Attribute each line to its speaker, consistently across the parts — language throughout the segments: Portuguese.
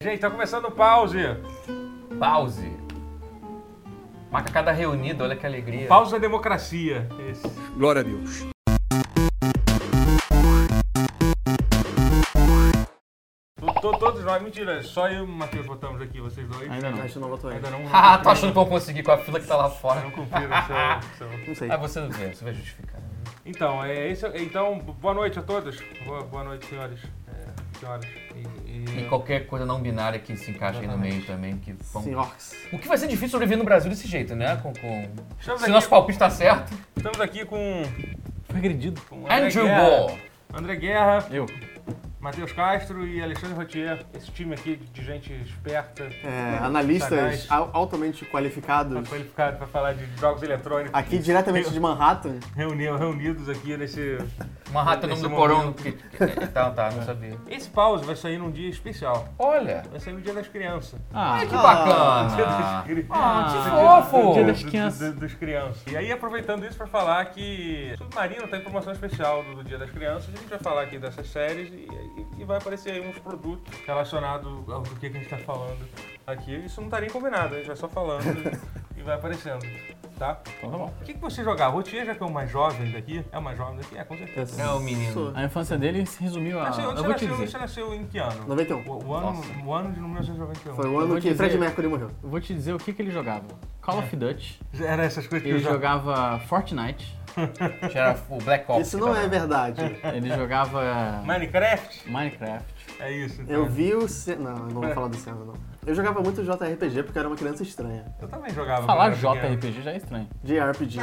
Speaker 1: Gente, tá começando o pause.
Speaker 2: Pause. Macacada reunida, olha que alegria.
Speaker 1: Pause da democracia. Esse.
Speaker 3: Glória a Deus.
Speaker 1: Tô- tô- todos nós, mentira, só eu e o Matheus votamos aqui, vocês dois. Ainda
Speaker 4: Mas tu não votou ainda.
Speaker 1: Ainda não.
Speaker 2: Ah, tô achando que eu vou conseguir com a fila que tá lá fora.
Speaker 1: Não cumpriram seu. seu-
Speaker 4: Não sei.
Speaker 2: Ah, você não vê, você vai justificar.
Speaker 1: Então, é isso. Então, boa noite a todos. Boa, boa noite, senhores. É, senhoras. E, e-
Speaker 2: E qualquer coisa não binária que se encaixe aí no meio também. Que vão-
Speaker 4: Sim, orcs.
Speaker 2: O que vai ser difícil sobreviver no Brasil desse jeito, né? Com, com-
Speaker 1: Estamos,
Speaker 2: Se
Speaker 1: aqui,
Speaker 2: nosso palpite tá certo.
Speaker 1: estamos aqui com.
Speaker 4: Foi agredido.
Speaker 1: com André
Speaker 2: Andrew
Speaker 1: Guerra,
Speaker 2: Ball.
Speaker 1: André Guerra,
Speaker 4: Eu.
Speaker 1: Matheus Castro e Alexandre Rotier. Esse time aqui de gente esperta.
Speaker 4: É,
Speaker 1: sagaz,
Speaker 4: analistas al- altamente
Speaker 1: tá
Speaker 4: qualificados.
Speaker 1: Qualificado para falar de jogos eletrônicos.
Speaker 4: Aqui diretamente de Manhattan.
Speaker 1: Reuniu, reunidos aqui nesse.
Speaker 2: Manhattan, o
Speaker 1: Nesse
Speaker 2: nome do porão. Que... que- Tá, tá, não sabia.
Speaker 1: Esse pause vai sair num dia especial.
Speaker 2: Olha,
Speaker 1: Vai sair no dia das crianças.
Speaker 2: ai,
Speaker 1: Dia
Speaker 2: que
Speaker 4: Ah.
Speaker 1: das
Speaker 2: bacana.
Speaker 1: cri-
Speaker 2: Ah, que
Speaker 1: Do- do-
Speaker 2: fofo.
Speaker 1: do- do- dos crianças. E aí, aproveitando isso pra falar que Submarino tem promoção especial do, do Dia das Crianças. A gente vai falar aqui dessas séries e, e- e vai aparecer aí uns produtos relacionados ao do que, que a gente tá falando aqui. Isso não tá nem combinado, a gente vai só falando e vai aparecendo. Tá?
Speaker 5: Então tá bom.
Speaker 1: O que, que você jogar? Rotier, já que é o mais jovem daqui. É o mais jovem daqui? É, com certeza.
Speaker 2: É o menino.
Speaker 4: Sou.
Speaker 5: A infância dele se resumiu a.
Speaker 1: Nasceu-
Speaker 5: Ah, eu
Speaker 1: Você
Speaker 5: vou te
Speaker 1: nasceu,
Speaker 5: dizer.
Speaker 1: você nasceu em que ano?
Speaker 4: 91.
Speaker 1: O, o ano,
Speaker 2: Nossa.
Speaker 1: o ano de 1991.
Speaker 4: Foi o
Speaker 5: Eu
Speaker 4: ano
Speaker 5: vou
Speaker 4: que
Speaker 5: dizer-
Speaker 4: Fred Mercury morreu.
Speaker 5: Eu vou te dizer o que, que ele jogava. Call of Duty,
Speaker 1: Era essas coisas que
Speaker 5: ele
Speaker 1: eu jogava.
Speaker 5: jogava Fortnite,
Speaker 2: Era o Black tá Ops.
Speaker 4: Isso não é
Speaker 2: verdade.
Speaker 4: verdade.
Speaker 5: ele jogava
Speaker 1: Minecraft?
Speaker 5: Minecraft.
Speaker 1: É isso. então.
Speaker 4: Eu vi o. Ce... Não, eu não vou falar do Senna, não. Eu jogava muito JRPG porque eu era uma criança estranha.
Speaker 1: Eu também jogava.
Speaker 5: Falar
Speaker 1: quando era pequeno.
Speaker 5: JRPG já é estranho.
Speaker 4: JRPG.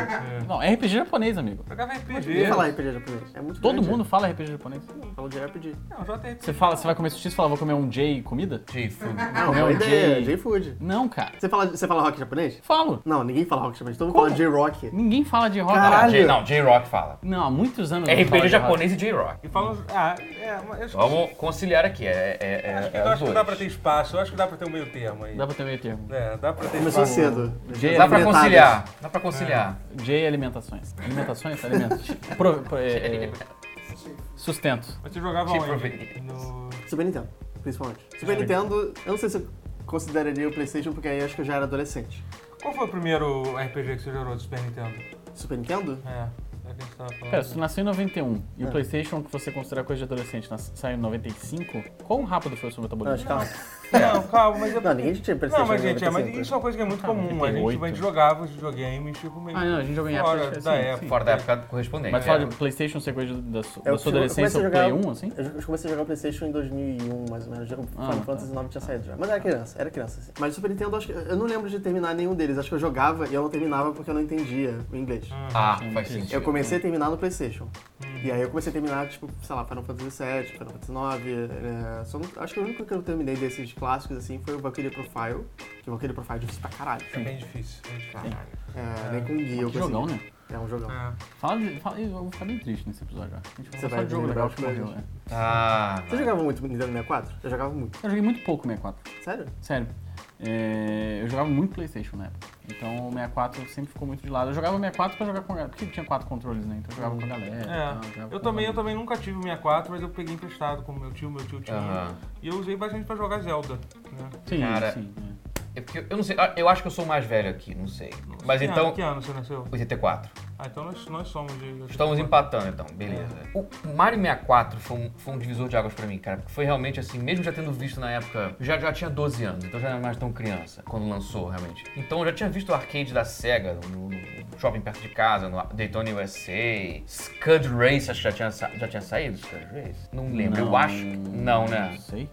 Speaker 5: Não, é RPG japonês, amigo.
Speaker 1: Jogava
Speaker 4: Ninguém
Speaker 1: RPG.
Speaker 4: fala RPG japonês. É muito
Speaker 5: Todo
Speaker 4: grande.
Speaker 5: mundo fala RPG japonês.
Speaker 4: Fala de RPG.
Speaker 1: Não, JRPG.
Speaker 5: Você fala, você vai comer sushi e fala, vou comer um J comida?
Speaker 2: J-Food.
Speaker 4: Não,
Speaker 5: Não,
Speaker 4: é ideia.
Speaker 5: J-
Speaker 4: J-Food.
Speaker 5: Não, cara.
Speaker 4: Você fala, você fala rock japonês?
Speaker 5: Falo.
Speaker 4: Não, ninguém fala rock japonês. Todo mundo
Speaker 5: Como?
Speaker 4: fala J-Rock.
Speaker 5: Ninguém fala de rock.
Speaker 4: Caralho.
Speaker 2: J- Não, J-Rock fala.
Speaker 5: Não, há muitos anos. ninguém fala
Speaker 2: RPG
Speaker 5: de rock.
Speaker 2: japonês e J-Rock.
Speaker 1: E falam. Ah, é, mas eu acho que-
Speaker 2: Vamos conciliar aqui. É, é, é,
Speaker 1: acho que,
Speaker 2: é
Speaker 1: eu
Speaker 2: os
Speaker 1: acho que dá
Speaker 2: dois.
Speaker 1: pra ter espaço, eu acho que dá pra ter um meio termo aí.
Speaker 5: Dá pra ter meio termo.
Speaker 1: É, dá pra ter
Speaker 4: Começou
Speaker 1: espaço.
Speaker 4: cedo.
Speaker 5: J- é
Speaker 2: Dá pra
Speaker 4: Inventadas.
Speaker 2: conciliar, dá pra conciliar.
Speaker 5: J é alimentações. Alimentações? Alimentos. Pro- pro- é, é, sustento.
Speaker 1: Você jogava
Speaker 2: Tipo,
Speaker 1: onde? No...
Speaker 4: Super Nintendo, principalmente. Super Nintendo, eu não sei se eu consideraria o PlayStation, porque aí eu acho que eu já era adolescente.
Speaker 1: Qual foi o primeiro RPG que você jogou do Super Nintendo?
Speaker 4: Super Nintendo?
Speaker 1: É, é o que a gente tava falando.
Speaker 5: Pera, se tu nasceu em 91 e o
Speaker 4: É.
Speaker 5: PlayStation, que você considera coisa de adolescente, nas- saiu em 95, quão rápido foi o seu
Speaker 4: Não, acho
Speaker 5: metabolismo?
Speaker 4: que tava...
Speaker 1: Não, calma, mas eu.
Speaker 4: Não, ninguém tinha PlayStation.
Speaker 1: Não, mas gente, é, mas
Speaker 4: 95.
Speaker 1: isso é uma coisa que é muito
Speaker 5: Ah,
Speaker 1: comum. A gente, a gente
Speaker 5: 98.
Speaker 1: jogava os videogames, tipo, meio.
Speaker 5: Ah, não, a gente jogou em
Speaker 1: fora
Speaker 5: época, é
Speaker 1: da
Speaker 5: sim, sim.
Speaker 1: época.
Speaker 2: Fora da época correspondente.
Speaker 5: Mas
Speaker 2: é.
Speaker 5: fala de PlayStation ser coisa da, su-
Speaker 4: É Eu
Speaker 5: da sua
Speaker 4: tive- eu comecei
Speaker 5: adolescência
Speaker 4: a
Speaker 5: ou
Speaker 4: jogar-
Speaker 5: Play 1, assim?
Speaker 4: Eu eu comecei a jogar o PlayStation em 2001, mais ou menos. O Final
Speaker 5: tá.
Speaker 4: Fantasy IX tinha saído já. Mas era criança, era criança. Assim. Ah, Mas o Super Nintendo, acho que, eu não lembro de terminar nenhum deles. Acho que eu jogava e eu não terminava porque eu não entendia o inglês.
Speaker 2: Ah, faz sentido.
Speaker 4: Eu comecei a terminar no PlayStation. E aí eu comecei a terminar, tipo, sei lá, Final Fantasy VII, Final Fantasy IX. é, só não- acho que o único que eu terminei desses clássicos, assim, foi o Valkyrie Profile. Que o Valkyrie Profile é difícil pra caralho.
Speaker 1: É bem difícil, bem difícil.
Speaker 4: É, nem com guia. eu
Speaker 5: Que jogão, né?
Speaker 4: É um jogão.
Speaker 1: É.
Speaker 5: Fala de, fala, eu vou ficar bem triste nesse episódio, eu acho. A gente falou
Speaker 4: Você
Speaker 5: só
Speaker 4: vai
Speaker 5: de jogo
Speaker 4: lembrar
Speaker 5: legal
Speaker 4: as
Speaker 5: que morreu,
Speaker 4: coisas.
Speaker 5: né?
Speaker 2: Ah,
Speaker 4: Você jogava muito Nintendo 64? Eu jogava muito.
Speaker 5: é. Eu joguei muito pouco 64,
Speaker 4: Sério?
Speaker 5: sério. É, eu jogava muito PlayStation na época. Então o 64 sempre ficou muito de lado. Eu jogava o 64 pra jogar com a galera, porque tinha quatro controles, né? Então eu
Speaker 4: Uhum.
Speaker 5: jogava com a galera. tal,
Speaker 1: É,
Speaker 2: então,
Speaker 5: jogava
Speaker 1: eu
Speaker 5: com
Speaker 1: também, eu
Speaker 5: amigos.
Speaker 1: também nunca tive o 64, mas eu peguei emprestado com meu tio, meu tio tinha.
Speaker 2: Aham.
Speaker 1: E eu usei bastante pra jogar Zelda. né?
Speaker 5: Sim,
Speaker 2: Cara,
Speaker 5: sim. é.
Speaker 2: é porque eu, eu não sei, ah, eu acho que eu sou o mais velho aqui, não sei. Mas
Speaker 1: que
Speaker 2: então,
Speaker 1: Ano, que ano você nasceu?
Speaker 2: 84.
Speaker 1: Ah, então nós, nós somos de.
Speaker 2: Estamos empatando então, beleza. O Mario 64 foi um, foi um divisor de águas pra mim, cara, porque foi realmente assim, mesmo já tendo visto na época, eu já, já tinha 12 anos, então eu já não era mais tão criança quando lançou realmente. Então eu já tinha visto o arcade da SEGA no, no shopping perto de casa, no Daytona USA, Scud Race, acho que já tinha, sa- já tinha saído Scud Race? Não lembro, eu
Speaker 5: Não,
Speaker 2: acho que não, né?
Speaker 5: Não sei.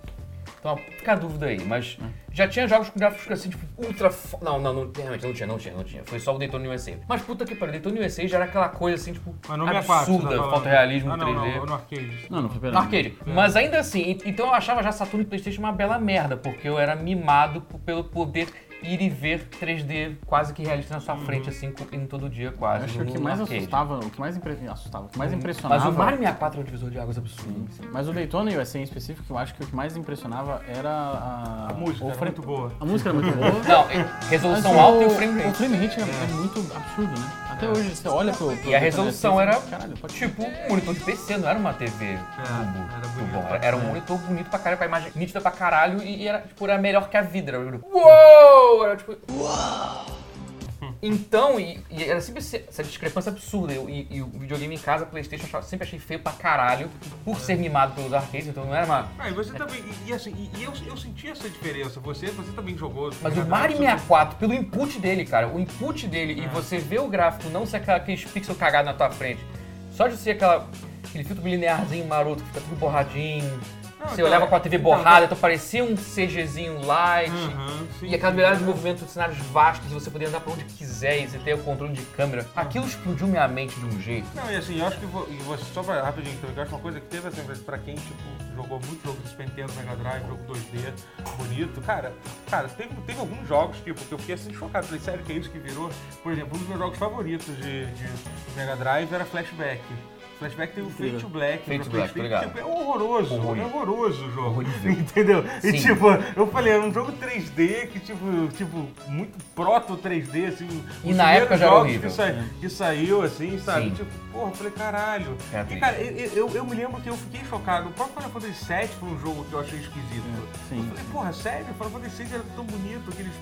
Speaker 2: Então, fica a dúvida aí, mas
Speaker 1: Hum.
Speaker 2: já tinha jogos com gráficos assim, tipo, ultra. fo- Não, não, não, realmente não tinha, não tinha, não tinha. Foi só o Daytona USA. Mas puta que pariu, Daytona USA já era aquela coisa assim, tipo,
Speaker 1: Mas no 64. Ah,
Speaker 2: absurda,
Speaker 1: você tá falando.
Speaker 2: fotorrealismo
Speaker 1: ah, não,
Speaker 2: 3D.
Speaker 1: Não, É. no arcade.
Speaker 5: Não, não foi
Speaker 2: No arcade. Mas ainda assim, e- então eu achava já Saturno e Playstation uma bela merda, porque eu era mimado p- pelo poder ir e ver 3D quase que realista na sua
Speaker 1: Uhum.
Speaker 2: frente, assim, co- indo todo dia
Speaker 5: Eu
Speaker 2: quase.
Speaker 5: acho
Speaker 2: no,
Speaker 5: que o que
Speaker 2: no
Speaker 5: mais
Speaker 2: arcade.
Speaker 5: assustava, o que mais impre- assustava, o que mais impressionava.
Speaker 2: Hum, Mas o Mario 64 é um divisor de águas absurdo. assim.
Speaker 5: Mas o Daytona USA em específico, eu acho que o que mais impressionava era a.
Speaker 1: A música
Speaker 5: o
Speaker 1: era
Speaker 5: fre-
Speaker 1: muito boa.
Speaker 5: A música era muito boa.
Speaker 2: Não, e-
Speaker 5: mas
Speaker 2: resolução alta e o frame
Speaker 5: O
Speaker 2: rate.
Speaker 5: frame rate é, é muito absurdo, né? Até hoje, você olha pro. pro
Speaker 2: E a resolução
Speaker 5: Nintendo
Speaker 2: era
Speaker 5: Switch, Caralho, pode
Speaker 2: tipo um monitor de PC, não era uma TV tubo,
Speaker 1: É, era bonito
Speaker 2: tubão.
Speaker 1: pra
Speaker 2: Era, era um
Speaker 1: caralho.
Speaker 2: monitor bonito pra caralho, com a imagem nítida pra caralho e, e era, tipo, era melhor que a vida. Era, tipo, uou! Era tipo. Uou! Então, e, e era sempre esse- essa discrepância absurda. Eu- e, e o videogame em casa, Playstation, eu achava- sempre achei feio pra caralho,
Speaker 1: É.
Speaker 2: por ser mimado pelos arcades, então não era uma.
Speaker 1: Ah, e você também. E, e assim, e, e eu, eu senti essa diferença. Você, você também jogou.
Speaker 2: Mas o
Speaker 1: jogava
Speaker 2: Mario
Speaker 1: sobre-
Speaker 2: 64, pelo input dele, cara, o input dele
Speaker 1: É.
Speaker 2: e você vê o gráfico, não ser aquela- aqueles pixels cagados na tua frente, só de ser aquela, aquele filtro linearzinho maroto que fica tudo borradinho,
Speaker 1: Não,
Speaker 2: você
Speaker 1: então,
Speaker 2: olhava com a TV
Speaker 1: então,
Speaker 2: borrada, então parecia um CGzinho light,
Speaker 1: Aham, sim.
Speaker 2: e aquela melhor de movimento de cenários vastos, e você podia andar pra onde quiser e você ter o controle de
Speaker 1: Uhum.
Speaker 2: câmera. Aquilo explodiu minha mente de um jeito.
Speaker 1: Não, e assim, eu acho que vo- e você, só pra, rapidinho, então, eu acho uma coisa que teve assim, pra quem tipo, jogou muito jogo de Super Nintendo, Mega Drive, jogo 2D, bonito, cara, cara, teve, teve alguns jogos, tipo, que eu fiquei assim chocado, falei, sério que é isso que virou? Por exemplo, um dos meus jogos favoritos de, de Mega Drive era Flashback. Flashback teve o Fade to Black.
Speaker 2: Fade
Speaker 1: pra
Speaker 2: to Black,
Speaker 1: PlayStation,
Speaker 2: tô ligado.
Speaker 1: tipo, é horroroso,
Speaker 2: Horrível.
Speaker 1: é horroroso o jogo.
Speaker 2: Horrível.
Speaker 1: Entendeu?
Speaker 2: Sim.
Speaker 1: E tipo, eu falei, era um jogo 3D que, tipo, tipo muito proto 3D, assim.
Speaker 2: E
Speaker 1: os
Speaker 2: na
Speaker 1: primeiros
Speaker 2: época já era
Speaker 1: jogos
Speaker 2: horrível.
Speaker 1: Que, sa- que saiu, assim, sabe?
Speaker 2: Sim.
Speaker 1: Tipo, porra, eu falei, caralho.
Speaker 2: É
Speaker 1: e,
Speaker 2: triste.
Speaker 1: cara, eu, eu, eu me lembro que eu fiquei chocado. O próprio Final Fantasy VII foi um jogo que eu achei esquisito.
Speaker 5: É. sim.
Speaker 1: Eu falei, porra, sério? Final Fantasy VII era tão bonito. Aqueles...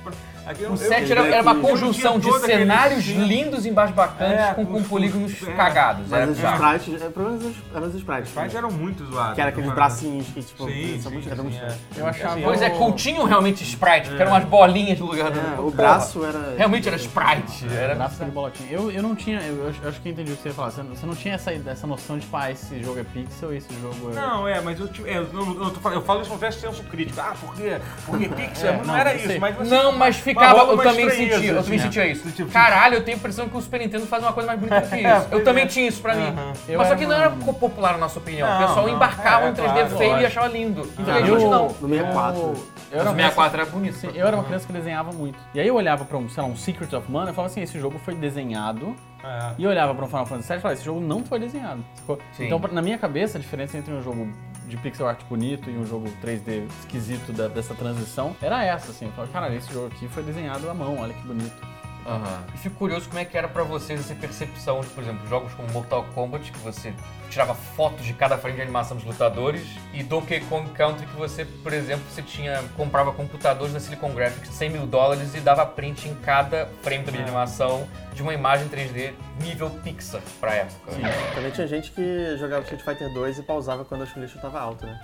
Speaker 1: aquele- eu-
Speaker 2: O
Speaker 1: eu-
Speaker 2: 7 era, era uma
Speaker 1: eu tinha
Speaker 2: conjunção de
Speaker 1: todo aquele
Speaker 2: cenários
Speaker 1: estilo.
Speaker 2: lindos e embaixbacantes
Speaker 1: É,
Speaker 2: com,
Speaker 1: com
Speaker 2: com
Speaker 1: os-
Speaker 2: polígonos
Speaker 1: é.
Speaker 2: cagados.
Speaker 4: Mas
Speaker 2: Era
Speaker 4: os
Speaker 2: bizarro.
Speaker 4: sprites, é, pelo menos os- eram os sprites.
Speaker 1: Os pais eram muito zoados.
Speaker 4: Que era aqueles
Speaker 1: eu falava.
Speaker 4: bracinhos que, tipo,
Speaker 1: Sim,
Speaker 4: são
Speaker 1: sim,
Speaker 4: muito-
Speaker 1: sim,
Speaker 4: era muito-
Speaker 1: é.
Speaker 5: Eu achava.
Speaker 2: Pois é,
Speaker 5: o-
Speaker 2: continham realmente sprite, porque eram umas bolinhas no lugar do.
Speaker 4: É,
Speaker 2: Pô,
Speaker 4: o
Speaker 2: porra,
Speaker 4: braço era.
Speaker 2: Realmente era sprite.
Speaker 5: Era
Speaker 2: Era...
Speaker 5: gráfico de bolotinha. Eu, eu não tinha, eu, eu acho que eu entendi o que você ia falar. Você não, você não tinha essa, essa noção de, tipo, ah, esse jogo é pixel, esse jogo é.
Speaker 1: Não, é, mas eu, tive- é, eu, não- eu tô falando- eu falo isso com verso senso crítico. Ah, por quê? Porque Pixel
Speaker 5: É,
Speaker 1: não,
Speaker 5: não,
Speaker 1: era
Speaker 5: eu
Speaker 1: isso,
Speaker 5: sei.
Speaker 1: mas você.
Speaker 2: Não, mas ficava.
Speaker 1: rola
Speaker 2: eu
Speaker 1: uma
Speaker 2: também
Speaker 1: estranheza,
Speaker 2: sentia. Eu também
Speaker 1: assim,
Speaker 2: sentia
Speaker 1: né?
Speaker 2: isso.
Speaker 1: Tipo-
Speaker 2: Caralho, eu tenho a impressão que o Super Nintendo faz uma coisa mais bonita que
Speaker 1: É,
Speaker 2: isso. Eu
Speaker 1: pois
Speaker 2: também
Speaker 1: é.
Speaker 2: tinha isso pra mim.
Speaker 1: Aham.
Speaker 5: Eu
Speaker 2: Mas só
Speaker 5: era
Speaker 2: que não era
Speaker 5: um-
Speaker 2: popular na nossa opinião. o
Speaker 1: Não,
Speaker 2: pessoal
Speaker 1: não.
Speaker 2: embarcava
Speaker 1: É,
Speaker 2: um 3D
Speaker 1: claro,
Speaker 2: feio e
Speaker 5: lógico.
Speaker 2: achava lindo.
Speaker 4: Não,
Speaker 2: E a gente não.
Speaker 4: No 64.
Speaker 5: Eu, eu
Speaker 2: Mas
Speaker 5: era
Speaker 2: o
Speaker 5: uma criança-
Speaker 2: 64 era bonito.
Speaker 5: sim, eu era uma criança que desenhava muito. E aí eu olhava pra um, sei lá, um Secret of Mana e falava assim, esse jogo foi desenhado.
Speaker 1: É.
Speaker 5: E eu olhava pra um Final Fantasy VII e falava, esse jogo não foi desenhado. sacou?
Speaker 2: Sim.
Speaker 5: Então, pra- na minha cabeça, a diferença entre um jogo de pixel art bonito e um jogo 3D esquisito da- dessa transição era essa, assim. Eu falava, caralho, esse jogo aqui foi desenhado à mão, olha que bonito.
Speaker 2: Aham. E fico curioso como é que era pra vocês essa percepção de, por exemplo, jogos como Mortal Kombat, que você tirava fotos de cada frame de animação dos lutadores, e Donkey Kong Country, que você, por exemplo, você tinha comprava computadores na Silicon Graphics de 100 mil dólares e dava print em cada frame também de animação de uma imagem 3D nível Pixar pra época.
Speaker 5: Sim.
Speaker 4: Também tinha gente que jogava Street Fighter 2 e pausava quando a chun tava alta, né?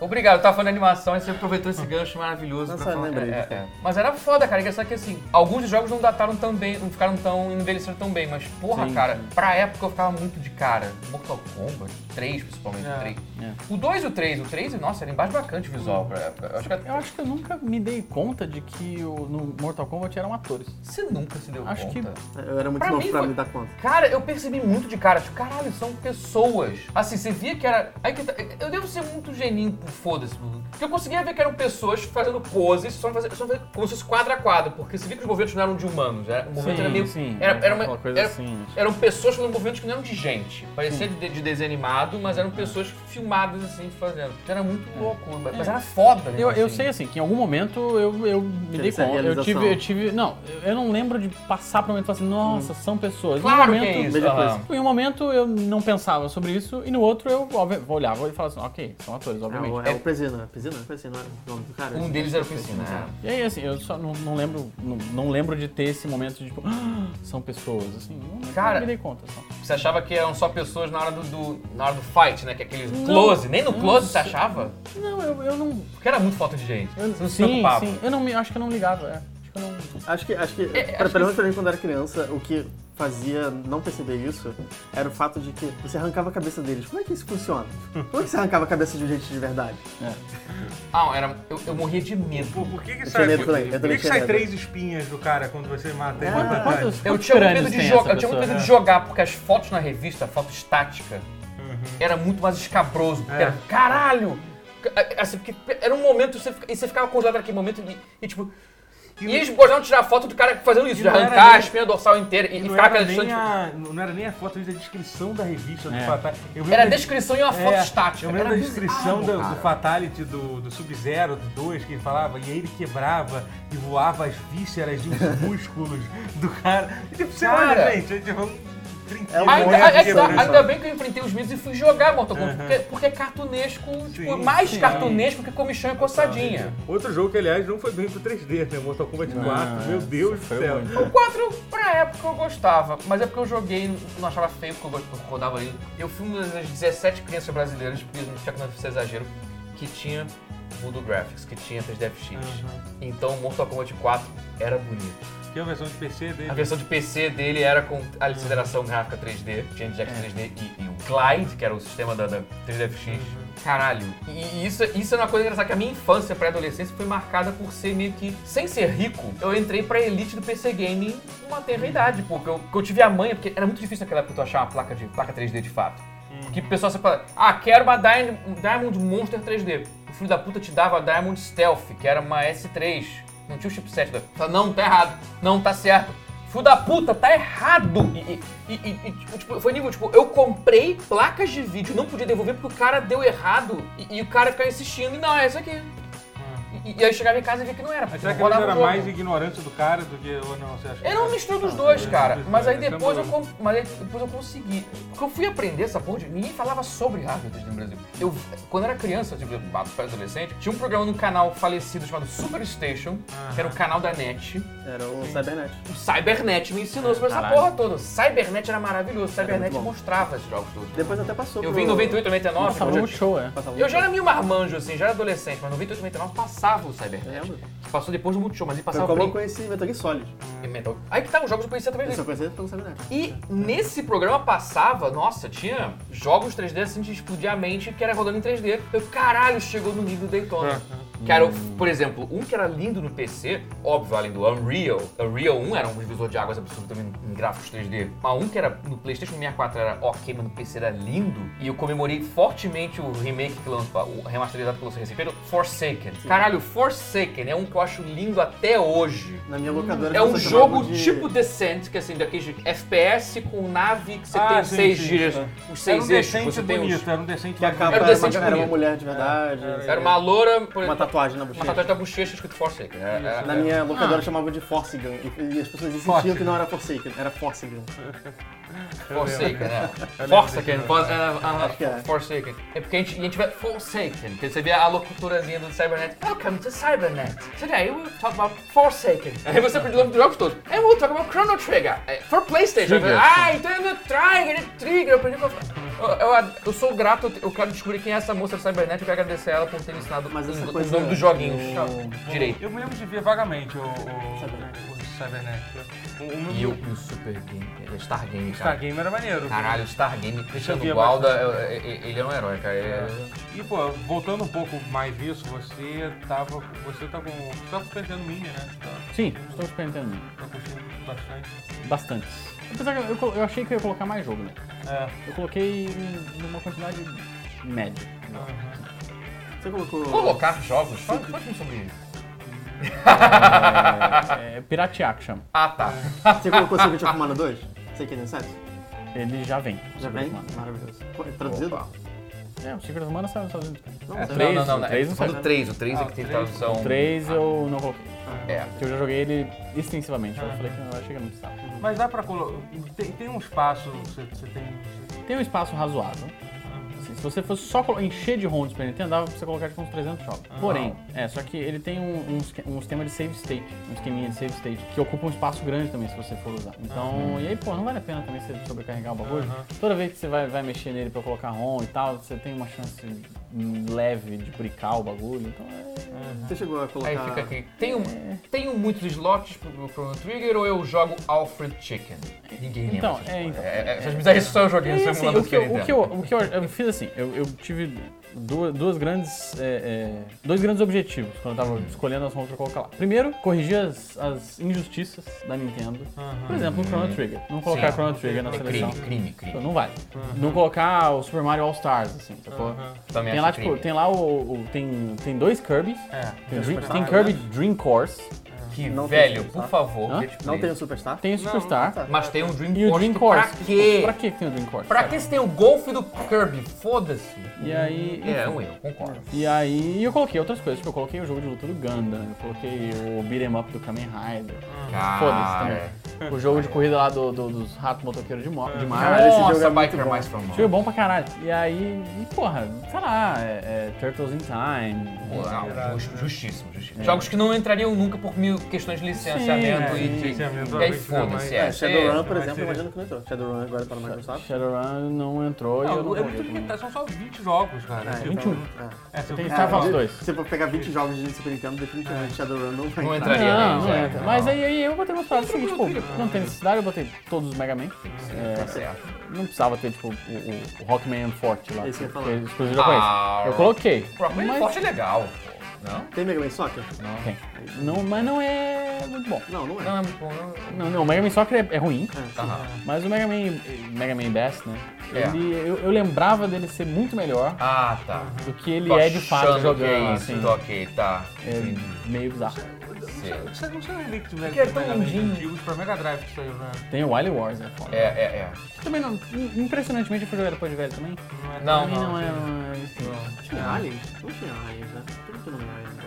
Speaker 2: Obrigado, eu tava falando de animação e você aproveitou esse gancho maravilhoso
Speaker 4: Nossa,
Speaker 2: pra falar.
Speaker 4: lembrei
Speaker 2: É,
Speaker 4: disso.
Speaker 2: é, é. Mas era foda, cara, que só que assim, alguns dos jogos não dataram tão bem, não ficaram tão, não envelheceram tão bem, mas porra,
Speaker 5: Sim,
Speaker 2: cara,
Speaker 5: sim.
Speaker 2: pra época eu ficava muito de cara. Mortal Kombat, 3 principalmente,
Speaker 1: É,
Speaker 2: o 3.
Speaker 5: é.
Speaker 2: O 2 e o 3, o 3, nossa, era embaixo bacante o visual pra época. Eu acho que
Speaker 5: Eu acho que eu nunca me dei conta de que o- no Mortal Kombat eram atores.
Speaker 2: você nunca se deu
Speaker 5: Acho
Speaker 2: conta.
Speaker 5: que-
Speaker 4: Eu era muito
Speaker 2: Pra
Speaker 4: novo
Speaker 2: mim
Speaker 4: pra
Speaker 2: foi-
Speaker 4: me dar conta.
Speaker 2: Cara, eu percebi muito de cara, tipo, caralho, são pessoas. Assim, você via que era. Aí que tá- Eu devo ser muito geninho, por foda-se, mano. Porque eu conseguia ver que eram pessoas fazendo poses, só fazendo, só fazendo como se fosse quadro a quadro, porque você via que os movimentos não eram de humanos. Era, o movimento era meio. era, era uma,
Speaker 5: aquela coisa
Speaker 2: era-
Speaker 5: assim.
Speaker 2: Eram pessoas fazendo movimentos que não eram de gente. Parecia de, de desenho animado, mas
Speaker 5: É.
Speaker 2: eram pessoas filmadas assim, fazendo. Então era muito louco, mas mas era foda, né?
Speaker 5: É. Eu, eu sei assim, que em algum momento eu, eu me dei
Speaker 4: Essa
Speaker 5: conta. Eu
Speaker 4: realização.
Speaker 5: tive, eu tive. Não, eu- eu não lembro de passar pra um momento e falar assim, nossa, são pessoas. Em um
Speaker 2: Hum. Claro que
Speaker 5: momento,
Speaker 2: é isso.
Speaker 4: mesma coisa.
Speaker 2: aham.
Speaker 5: Em um momento eu não pensava sobre isso, e no outro eu óbvio, olhava e falava assim, ok, são atores,
Speaker 2: Ah,
Speaker 4: É o,
Speaker 5: obviamente.
Speaker 4: é o Presina. Presina? Presina era o nome do cara?
Speaker 2: Um deles era o piscina. né?
Speaker 5: E aí, assim, eu só não, não lembro, não, não lembro de ter esse momento de tipo, "Ah, são pessoas, assim, não,
Speaker 2: Cara,
Speaker 5: não me dei conta. Só.
Speaker 2: Você achava que eram só pessoas na hora do, do- na hora do fight, né? Que é aquele
Speaker 5: Não.
Speaker 2: close. Nem no close você
Speaker 5: Nossa.
Speaker 2: achava?
Speaker 5: Não, eu, eu não.
Speaker 2: Porque era muito foto de gente.
Speaker 5: Eu,
Speaker 2: você não se
Speaker 5: sim,
Speaker 2: preocupava.
Speaker 5: sim. Eu não me, acho que eu não ligava, é. Acho que eu não.
Speaker 4: Acho que, acho que
Speaker 2: É,
Speaker 4: pra-
Speaker 2: acho que-
Speaker 4: pelo menos pra mim, quando eu era criança, o que fazia não perceber isso era o fato de que você arrancava a cabeça deles. Como é que isso funciona? Como é que você arrancava a cabeça de gente de verdade?
Speaker 2: Ah, era, eu, eu morria de medo.
Speaker 1: Por, por que que
Speaker 4: tinha
Speaker 1: sai,
Speaker 4: medo
Speaker 1: por,
Speaker 4: também, eu
Speaker 1: por
Speaker 4: também
Speaker 1: que que
Speaker 4: tinha
Speaker 1: sai
Speaker 4: medo.
Speaker 1: três espinhas do cara quando você mata ele?
Speaker 5: Quantos- quantos-
Speaker 2: Ah, Eu
Speaker 5: quantos
Speaker 2: tinha muito
Speaker 5: crânios
Speaker 2: medo de
Speaker 5: tem
Speaker 2: jogar.
Speaker 5: essa
Speaker 2: Eu tinha muito
Speaker 5: pessoa?
Speaker 2: medo de jogar, porque as fotos na revista, a foto estática, era muito mais escabroso. Porque
Speaker 1: É.
Speaker 2: era, caralho! Assim, porque era um momento, você fica- e você ficava congelado naquele momento e, e tipo. E eles gostavam de tirar foto do cara fazendo isso,
Speaker 1: E
Speaker 2: de
Speaker 1: não era
Speaker 2: arrancar a
Speaker 1: nem-
Speaker 2: espinha dorsal inteira e, e
Speaker 1: não
Speaker 2: ficar
Speaker 1: era,
Speaker 2: aquela tipo,
Speaker 1: nem
Speaker 2: distante.
Speaker 1: a, não era nem a foto, às vezes, a descrição da revista do
Speaker 5: É.
Speaker 1: Fatality. Eu lembro
Speaker 2: Era a
Speaker 1: de-
Speaker 2: descrição e uma foto
Speaker 1: É,
Speaker 2: estática.
Speaker 1: Eu lembro
Speaker 2: Era
Speaker 1: da descrição
Speaker 2: bizarro,
Speaker 1: do, do
Speaker 2: cara.
Speaker 1: Fatality do, do Sub-Zero, do 2, que ele falava, e aí ele quebrava e voava as vísceras e os músculos do cara. E tipo, você olha,
Speaker 2: Cara.
Speaker 1: gente, é tipo um
Speaker 4: É
Speaker 1: trinquedo.
Speaker 4: um monte
Speaker 2: Ainda,
Speaker 4: de
Speaker 2: aí que tá,
Speaker 4: quebrou isso.
Speaker 2: ainda bem que eu enfrentei os mitos e fui jogar Mortal Kombat, porque, porque é cartunesco, tipo,
Speaker 1: Sim,
Speaker 2: mais
Speaker 1: sim.
Speaker 2: cartunesco que comichão e coçadinha.
Speaker 1: Outro jogo que, aliás, não foi bem pro 3D, né? Mortal Kombat 4, meu
Speaker 2: é,
Speaker 1: Deus do
Speaker 5: Sofreu
Speaker 1: céu.
Speaker 5: muito.
Speaker 2: O 4, pra época, eu gostava, mas é porque eu joguei e não achava feio, porque eu go- eu rodava ali. Eu fui uma das 17 crianças brasileiras, porque não tinha como ser exagero, que tinha Voodoo Graphics, que tinha 3DFX. Então, Mortal Kombat 4 era bonito.
Speaker 1: Que é a versão de PC dele.
Speaker 2: A versão de PC dele era com a aceleração gráfica 3D, tinha Jax 3D e, e o Glide, que era o sistema da, da 3DFX. Caralho. E, e isso, isso é uma coisa engraçada, que a minha infância, pré-adolescência, foi marcada por ser meio que, sem ser rico, eu entrei pra elite do PC Game uma terra idade, porque eu, que eu tive a manha, porque era muito difícil naquela época tu achar uma placa, de, placa 3D de fato. Que o pessoal sempre fala, ah, quero uma Diamond, Diamond Monster 3D. O filho da puta te dava a Diamond Stealth, que era uma S3. Não tinha o chipset. Da... Fala, não, tá errado. Não, tá certo. Filho da puta, tá errado. E, e- e- e, tipo, tipo, foi nível, tipo, eu comprei placas de vídeo, não podia devolver porque o cara deu errado e, e o cara ficava insistindo, não, é isso aqui. E, e aí eu chegava em casa e via que não era,
Speaker 1: Mas
Speaker 2: porque
Speaker 1: será
Speaker 2: não
Speaker 1: que ele
Speaker 2: rodava o
Speaker 1: era
Speaker 2: jogo.
Speaker 1: mais ignorante do cara do que... Ou não, você acha que
Speaker 2: Era uma
Speaker 1: era?
Speaker 2: mistura dos
Speaker 1: Ah,
Speaker 2: dois,
Speaker 1: é,
Speaker 2: cara.
Speaker 1: dos
Speaker 2: Mas aí
Speaker 1: dois,
Speaker 2: depois eu,
Speaker 1: então,
Speaker 2: com- mas aí depois eu consegui. Porque eu fui aprender essa porra de. Ninguém falava sobre hardware 3D no Brasil. Eu, quando eu era criança, tipo, pré-adolescente, tinha um programa num canal falecido chamado Superstation, que era o canal da NET.
Speaker 4: Era o Cybernet.
Speaker 2: O Cybernet me ensinou sobre essa
Speaker 5: Caralho.
Speaker 2: porra toda. Cybernet era maravilhoso. Cybernet
Speaker 4: muito bom.
Speaker 2: mostrava esses jogos todos.
Speaker 4: Depois até passou
Speaker 2: Eu
Speaker 4: pro-
Speaker 2: vi em 98, 99.
Speaker 5: Nossa,
Speaker 2: quando eu um
Speaker 5: o
Speaker 2: já-
Speaker 5: show, é.
Speaker 4: Passava
Speaker 2: eu já era meio marmanjo, assim, já era adolescente, mas 98, 99 passava o Cybernet.
Speaker 4: Lembro.
Speaker 2: Passou depois do Multishow, mas ele
Speaker 4: Foi
Speaker 2: passava
Speaker 4: como eu
Speaker 2: bem-
Speaker 4: conheci Metal Gear Solid.
Speaker 2: Metal- Aí que tá, os jogos eu conhecia também.
Speaker 4: Eu só conheci pelo Cybernet.
Speaker 2: E nesse programa passava, nossa, tinha jogos 3D assim de explodir a mente que era rodando em 3D. Eu, caralho, chegou no nível Daytona. Que era, o- por exemplo, um que era lindo no PC, óbvio, além do Unreal. Unreal 1 era um divisor de águas absurdo também em gráficos 3D. Mas um que era no PlayStation 64 era ok, mas no PC era lindo. E eu comemorei fortemente o remake que lançou, o remasterizado que lançou recente, Forsaken. Caralho, Forsaken é um que eu acho lindo até hoje.
Speaker 4: Na minha locadora...
Speaker 2: É um
Speaker 4: eu só
Speaker 2: jogo
Speaker 4: chamava de-
Speaker 2: tipo Descent, que assim, daqueles de FPS com nave que você
Speaker 1: Ah,
Speaker 2: tem
Speaker 1: sim,
Speaker 2: seis
Speaker 1: sim,
Speaker 2: giras,
Speaker 1: sim.
Speaker 2: os
Speaker 1: Era
Speaker 2: seis
Speaker 1: um
Speaker 2: eixos,
Speaker 1: decente
Speaker 2: você tem os...
Speaker 1: bonito, era um decente
Speaker 4: Que a capa
Speaker 2: Era
Speaker 4: era,
Speaker 2: o
Speaker 4: uma,
Speaker 2: Decente
Speaker 4: era uma
Speaker 2: Bonito.
Speaker 4: mulher de verdade.
Speaker 2: É,
Speaker 4: assim, é,
Speaker 2: Era uma loura, por
Speaker 4: Uma tatuagem na bochecha.
Speaker 2: uma tatuagem da bochecha escrito Forsaken. É, é,
Speaker 4: Na minha locadora chamava de Forsigan. E, e as pessoas insistiam que não era Forsaken, era Forsigan.
Speaker 2: Forsaken, né? Forsaken, for- é, ah,
Speaker 4: Acho que é.
Speaker 2: Forsaken. É porque a gente, a gente vai Forsaken, que você vê a locuturazinha do Cybernet. Welcome to Cybernet. Today we will talk about Forsaken. Aí você aprende o nome dos jogos todos. And we'll talk about Chrono Trigger. É, For Playstation.
Speaker 5: Trigger.
Speaker 2: Ah, então é meu Trigger, é Trigger. Eu aprendi com... Eu, eu, eu sou grato, eu quero descobrir quem é essa moça do Cybernet e quero agradecer a ela por ter me ensinado
Speaker 4: Mas
Speaker 2: os-
Speaker 4: essa
Speaker 2: os
Speaker 4: coisa-
Speaker 2: nomes dos joguinhos
Speaker 4: o-
Speaker 2: direito.
Speaker 1: Eu me lembro de ver vagamente o, o,
Speaker 4: Cybernet.
Speaker 1: o Cybernet. O, o meu
Speaker 2: E eu e o Super Game, Star Game,
Speaker 1: Star
Speaker 2: cara.
Speaker 1: Game era maneiro.
Speaker 2: Caralho, Star Game, Cristiano
Speaker 1: via
Speaker 2: Gualda, é- é- é- ele é um herói, cara. Ele é-
Speaker 1: E pô, voltando um pouco mais disso, você tava. Você tá com. Só pensando mini, né? Tá,
Speaker 5: Sim, estou super entendendo.
Speaker 1: tá curtindo bastante.
Speaker 5: Bastante. Apesar que eu, eu- eu achei que eu ia colocar mais jogo, né?
Speaker 1: É.
Speaker 5: Eu coloquei em- numa quantidade média.
Speaker 4: Você colocou...
Speaker 2: Colocar jogos? Fala fala comigo sobre isso.
Speaker 4: Ah.
Speaker 5: É, piratear que chama.
Speaker 2: Ah, tá.
Speaker 4: Você colocou Secret of Mana 2? Secret Insight?
Speaker 5: Ele já vem.
Speaker 4: é Já
Speaker 5: Secret
Speaker 4: vem?
Speaker 5: of Mana.
Speaker 4: Maravilhoso. Pô, é Traduzido?
Speaker 5: É, o Secret of Mana saiu nos Estados
Speaker 4: Não,
Speaker 5: Unidos.
Speaker 4: É,
Speaker 5: O
Speaker 4: três,
Speaker 2: não, não, não.
Speaker 5: o três não
Speaker 2: Foi
Speaker 5: saiu.
Speaker 2: do 3, o 3 é que tem tradução.
Speaker 5: O 3 eu não coloquei.
Speaker 2: É.
Speaker 5: Porque eu já joguei ele extensivamente.
Speaker 4: Ah.
Speaker 5: Eu falei que não, eu achei que eu não precisava.
Speaker 1: Mas dá pra colocar. Tem, tem um espaço, você, você tem. né? você-
Speaker 5: Tem um espaço razoável. Assim, se você fosse só colo- encher de ROMs pra Nintendo, dava pra você colocar tipo uns 300 jogos.
Speaker 4: Ah.
Speaker 5: Porém, é, só que ele tem um, um, esque- um sistema de save state, um esqueminha de save state, que ocupa um espaço grande também se você for usar. Então,
Speaker 4: Ah.
Speaker 5: e aí, pô, não vale a pena também você sobrecarregar o bagulho. Toda vez que você vai, vai mexer nele pra colocar ROM e tal, você tem uma chance hum, leve de bricar o bagulho. Então, é...
Speaker 4: Você chegou a colocar...
Speaker 2: Aí fica aqui. Tenho, tenho um muitos slots pro, pro Chrono Trigger ou eu jogo Alfred Chicken? Ninguém lembra.
Speaker 5: Então,
Speaker 2: essas
Speaker 5: é, então.
Speaker 2: coisas. é, é, essas bizarrices só eu joguei no
Speaker 5: E, assim,
Speaker 2: simulador
Speaker 5: o,
Speaker 2: do
Speaker 5: que eu,
Speaker 2: Nintendo.
Speaker 5: o, que eu, o que eu- eu fiz assim, eu, eu tive duas, duas grandes, é, é, dois grandes objetivos quando eu tava escolhendo as ROMs pra colocar lá. Primeiro, corrigir as, as injustiças da Nintendo. Por exemplo, o Chrono Trigger. Não colocar
Speaker 2: Sim.
Speaker 5: Chrono Trigger na
Speaker 2: É
Speaker 5: seleção.
Speaker 2: crime, crime, crime.
Speaker 5: assim. Não vale.
Speaker 1: Uhum.
Speaker 5: Não colocar o Super Mario All Stars, assim, sacou?
Speaker 2: Também
Speaker 5: Tem
Speaker 2: acho
Speaker 5: lá, tipo,
Speaker 2: crime.
Speaker 5: tem lá o. o- tem, tem dois Kirby.
Speaker 1: É.
Speaker 5: Tem, Dream-
Speaker 1: Super
Speaker 5: tem
Speaker 1: Mario,
Speaker 5: Kirby
Speaker 1: né?
Speaker 5: Dream Course,
Speaker 2: Que,
Speaker 4: Não tem
Speaker 2: velho,
Speaker 4: Superstar.
Speaker 2: por favor,
Speaker 5: tá? Hã?
Speaker 2: Get
Speaker 4: Não
Speaker 2: Player.
Speaker 4: tem o Superstar?
Speaker 5: Tem o
Speaker 1: Não,
Speaker 5: Superstar.
Speaker 4: tá.
Speaker 2: Mas tem um Dream
Speaker 5: E o
Speaker 2: Course.
Speaker 5: Dream Course. Tipo,
Speaker 2: Pra quê?
Speaker 5: Pra que que tem o Dream Course?
Speaker 2: Pra
Speaker 5: sabe?
Speaker 2: que se tem o golfe do Kirby? Foda-se.
Speaker 5: E aí.
Speaker 2: É, é um erro, concordo.
Speaker 5: E aí eu coloquei outras coisas, tipo, eu coloquei o jogo de luta do Gundam, eu coloquei o beat'em up do Kamen Rider,
Speaker 2: Ah,
Speaker 5: foda-se
Speaker 2: Cara,
Speaker 5: também. O jogo de corrida lá do, do- dos ratos motoqueiros de, mo- de mar.
Speaker 4: Cara, esse jogo é
Speaker 2: Nossa,
Speaker 4: muito
Speaker 2: Biker
Speaker 4: bom.
Speaker 2: mais famoso.
Speaker 5: Jogo bom pra caralho. E aí, e porra, sei lá, é, é Turtles in Time.
Speaker 2: Pô, não, ju- justíssimo, justíssimo. é Jogos que não entrariam nunca por mil questões de licenciamento
Speaker 5: Sim,
Speaker 2: e de.
Speaker 5: é,
Speaker 1: licenciamento,
Speaker 2: e aí
Speaker 1: obviamente,
Speaker 2: foda-se,
Speaker 1: não,
Speaker 2: é.
Speaker 4: É, Shadowrun,
Speaker 2: é-
Speaker 4: por
Speaker 1: vai
Speaker 4: exemplo,
Speaker 1: ser-
Speaker 4: eu imagino que não entrou. Shadowrun agora tá no Microsoft?
Speaker 5: Shadowrun não entrou e eu não
Speaker 1: Não, é
Speaker 5: vou
Speaker 1: muito
Speaker 5: ver também.
Speaker 1: limitado, são só 20 jogos, cara.
Speaker 4: É,
Speaker 1: Tipo,
Speaker 5: 21.
Speaker 4: É.
Speaker 1: É, se
Speaker 5: Tem
Speaker 1: eu-
Speaker 5: Star Wars
Speaker 4: de-
Speaker 5: 2.
Speaker 4: Se eu for pegar 20 jogos de Super Nintendo, definitivamente Shadowrun não vai
Speaker 2: É. Não
Speaker 4: entrar.
Speaker 2: entraria.
Speaker 5: Não,
Speaker 2: né,
Speaker 5: não
Speaker 2: é,
Speaker 5: entra.
Speaker 2: não.
Speaker 5: Mas aí, aí eu botei umas paradas seguinte, tipo, não tem necessidade, eu botei todos os Mega Man.
Speaker 2: Sim, tá certo.
Speaker 5: Não precisava ter, tipo, o, o- o Rockman Forte lá.
Speaker 4: Esse que eu ia falar.
Speaker 5: porque é exclusivo
Speaker 2: Ah,
Speaker 5: japonês. Eu coloquei.
Speaker 2: O próprio
Speaker 5: mas-
Speaker 2: forte é legal, pô. Não?
Speaker 4: Tem Mega Man Soccer?
Speaker 5: Tem. Não, mas não é muito bom.
Speaker 4: Não, não é.
Speaker 2: Não, Tá. é muito bom, não.
Speaker 5: Não, não, o Mega Man Soccer é, é ruim,
Speaker 2: Aham.
Speaker 5: mas o Mega Man, Mega Man Best, né?
Speaker 2: É.
Speaker 5: Ele, eu, eu lembrava dele ser muito melhor
Speaker 2: Ah, tá.
Speaker 5: do que ele
Speaker 2: Tô
Speaker 5: é de fato
Speaker 2: achando que
Speaker 5: jogando,
Speaker 2: é isso,
Speaker 5: assim.
Speaker 2: tô ok, tá. Entendi.
Speaker 5: É meio bizarro.
Speaker 2: Sim.
Speaker 1: Você não né, sabe nem que
Speaker 2: Que é tão lindinho.
Speaker 1: antigos pra Tipo, Mega Drive que saiu, né?
Speaker 5: Tem o Wily Wars, né? foda.
Speaker 2: É, é, é.
Speaker 5: Também não. Impressionantemente eu fui jogar depois de velho também.
Speaker 1: Não é
Speaker 2: Não,
Speaker 5: Pra mim não é.
Speaker 4: Tinha é Aliens? Não tinha Aliens, né? Por que não era Aliens? né?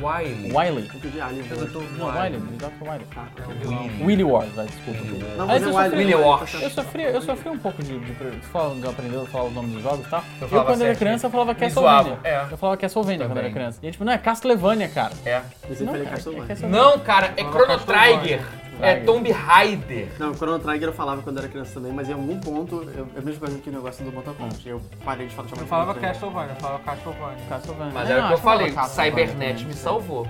Speaker 2: Wiley.
Speaker 5: Wily.
Speaker 4: Não tinha Aliens. né?
Speaker 5: Não, Wily, me dá pro Wily.
Speaker 4: Ah,
Speaker 5: Willy Wars, vai, desculpa. Mas
Speaker 4: Não, mas é
Speaker 5: eu
Speaker 4: o
Speaker 5: sou
Speaker 4: Alien.
Speaker 5: Willy
Speaker 2: Walsh.
Speaker 5: Eu sofri,
Speaker 2: tá
Speaker 5: eu sofri um pouco de, de, de falando, aprendendo a falar os nomes dos jogos e tal. Eu,
Speaker 2: falava
Speaker 5: quando era
Speaker 2: certinho.
Speaker 5: criança, eu falava
Speaker 2: Me
Speaker 5: Castlevania.
Speaker 2: zoava, é.
Speaker 5: Eu falava Castlevania quando
Speaker 2: Também.
Speaker 5: era criança. E aí, tipo, não, é Castlevania, cara.
Speaker 2: É.
Speaker 4: Mas eu
Speaker 5: não,
Speaker 4: falei
Speaker 5: cara, é
Speaker 4: Castlevania.
Speaker 5: Castlevania.
Speaker 2: Não, cara, é Chrono Trigger. É
Speaker 5: Trigger.
Speaker 2: Tomb Raider.
Speaker 4: Não, o Chrono Trigger eu falava quando era criança também, mas em algum ponto, eu, é a mesma coisa que o negócio do Mortal Kombat. Eu parei de falar chamar
Speaker 1: Eu
Speaker 4: de
Speaker 1: falava
Speaker 4: Chrono Trigger.
Speaker 1: Castlevania, eu falava Castlevania.
Speaker 5: Castlevania.
Speaker 2: Mas
Speaker 5: É,
Speaker 2: era
Speaker 5: não,
Speaker 2: o que eu
Speaker 5: acho falava
Speaker 2: falei,
Speaker 5: Castlevania
Speaker 2: Cybernet
Speaker 5: também.
Speaker 2: me salvou.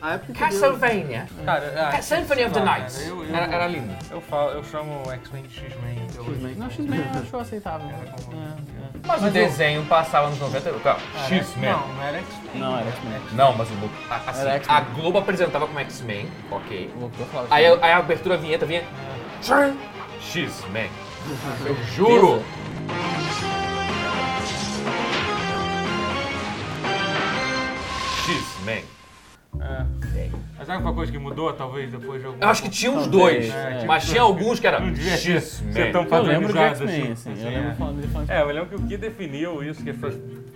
Speaker 4: A época que
Speaker 2: é Castlevania.
Speaker 1: né? Cara,
Speaker 2: É Symphony of the Night. Era, era lindo.
Speaker 1: Eu, falo, eu chamo X-Men de X-Men. até hoje.
Speaker 4: né?
Speaker 5: Não, X-Men eu acho aceitável. É, é.
Speaker 2: Mas, o desenho passava nos 90. Cara, X-Men.
Speaker 1: Não, não era X-Men.
Speaker 5: Não, era X-Men.
Speaker 2: Não, mas o Lu- a- assim,
Speaker 5: Era X-Men.
Speaker 2: a Globo apresentava como X-Men, ok.
Speaker 5: Vou- vou falar
Speaker 2: Aí,
Speaker 5: X-Men.
Speaker 2: a- aí a abertura, a vinheta vinha. Tchan! X-Men. Eu juro! X-Men.
Speaker 1: É. Mas sabe uma coisa que mudou, talvez, depois de algum...
Speaker 2: Eu acho que tinha uns
Speaker 5: Talvez,
Speaker 2: dois,
Speaker 5: é.
Speaker 2: mas tinha alguns que era
Speaker 1: Não devia ser- ser
Speaker 2: X-Men.
Speaker 1: tão
Speaker 5: Eu lembro de
Speaker 1: padronizado
Speaker 5: X-Men, assim. Eu lembro falando dele falando.
Speaker 1: É, eu lembro que o que definiu isso, que as pessoas...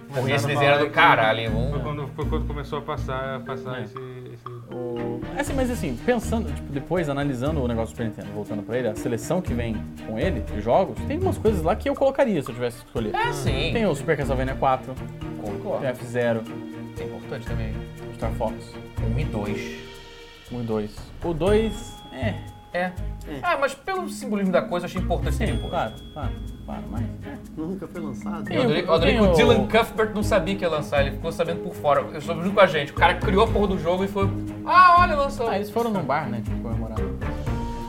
Speaker 2: Porra, esse
Speaker 1: começaram a
Speaker 2: desenho era
Speaker 1: falar
Speaker 2: do
Speaker 1: que-
Speaker 2: caralho, vamos-
Speaker 1: Foi quando, foi quando começou a passar, a passar
Speaker 5: É.
Speaker 1: esse... esse-
Speaker 5: O- Assim, mas assim, pensando, tipo, depois, analisando o negócio do Super Nintendo, voltando pra ele, a seleção que vem com ele, de jogos, tem umas coisas lá que eu colocaria se eu tivesse que escolher.
Speaker 2: É sim.
Speaker 5: Tem um- o Super Castlevania 4,
Speaker 2: Concordo.
Speaker 5: tem o F0,
Speaker 2: É importante também.
Speaker 5: Star Fox,
Speaker 2: Um e dois.
Speaker 5: 1 e 2. O 2, é,
Speaker 2: É. Ah, mas pelo simbolismo da coisa, eu achei importante ter
Speaker 5: sim,
Speaker 2: imposto.
Speaker 5: claro, claro, claro, mas. é.
Speaker 4: Nunca foi lançado.
Speaker 2: Eu adorei, eu adorei que
Speaker 5: Tem
Speaker 2: o
Speaker 5: o-
Speaker 2: Dylan Cuthbert não sabia que ia lançar, ele ficou sabendo por fora. Eu soube junto com a gente. O cara criou a porra do jogo e foi. Ah, olha, lançou.
Speaker 5: Ah, eles foram num bar, né, tipo, comemorar.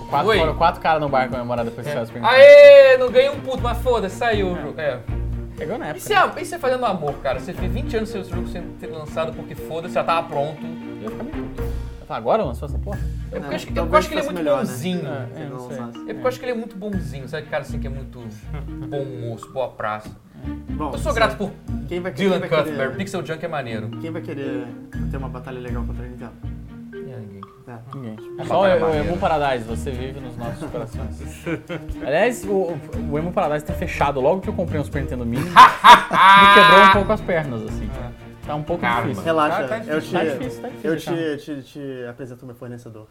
Speaker 5: Quatro,
Speaker 2: Oi. É.
Speaker 5: foram quatro caras num bar comemorar depois que saiu o Super Nintendo.
Speaker 2: Aê, não ganhei um puto, mas foda-se, saiu o jogo. É.
Speaker 5: Pegou na época.
Speaker 2: Isso é, isso é fazendo amor, cara. Você fez 20 anos sem o jogo sem ter lançado porque foda-se, já tava pronto.
Speaker 5: né? Eu ia ficar meio puto. Eu falava, Agora lançou essa porra?
Speaker 2: É porque
Speaker 4: É,
Speaker 2: eu acho que, eu
Speaker 4: talvez
Speaker 2: acho que ele é
Speaker 4: fosse
Speaker 2: muito
Speaker 4: melhor, né?
Speaker 2: bonzinho.
Speaker 5: É,
Speaker 4: Se
Speaker 5: é, não
Speaker 4: não
Speaker 5: sei.
Speaker 4: lançasse.
Speaker 2: É porque eu acho que ele é muito bonzinho, sabe? Cara assim que é muito bom moço, boa praça.
Speaker 4: Bom,
Speaker 2: Eu sou
Speaker 4: se-
Speaker 2: grato por
Speaker 4: Quem vai, quem
Speaker 2: Dylan
Speaker 4: vai
Speaker 2: Cuthbert.
Speaker 4: querer,
Speaker 2: Pixel Junk é maneiro.
Speaker 4: quem vai querer ter uma batalha legal contra a Nintendo? É.
Speaker 5: Ninguém.
Speaker 2: É
Speaker 5: Só o
Speaker 2: bacana,
Speaker 5: o
Speaker 2: maneiro.
Speaker 5: Emu Paradise, você vive nos nossos corações. Aliás, o, o Emu Paradise tá fechado. Logo que eu comprei um Super Nintendo Mini, me quebrou um pouco as pernas, assim.
Speaker 2: É.
Speaker 5: Tá um pouco
Speaker 2: Karma.
Speaker 5: difícil.
Speaker 4: Relaxa,
Speaker 1: Tá- tá
Speaker 4: eu te,
Speaker 5: Tá difícil, tá difícil.
Speaker 4: eu
Speaker 5: cara.
Speaker 4: te, te, te apresento o meu fornecedor.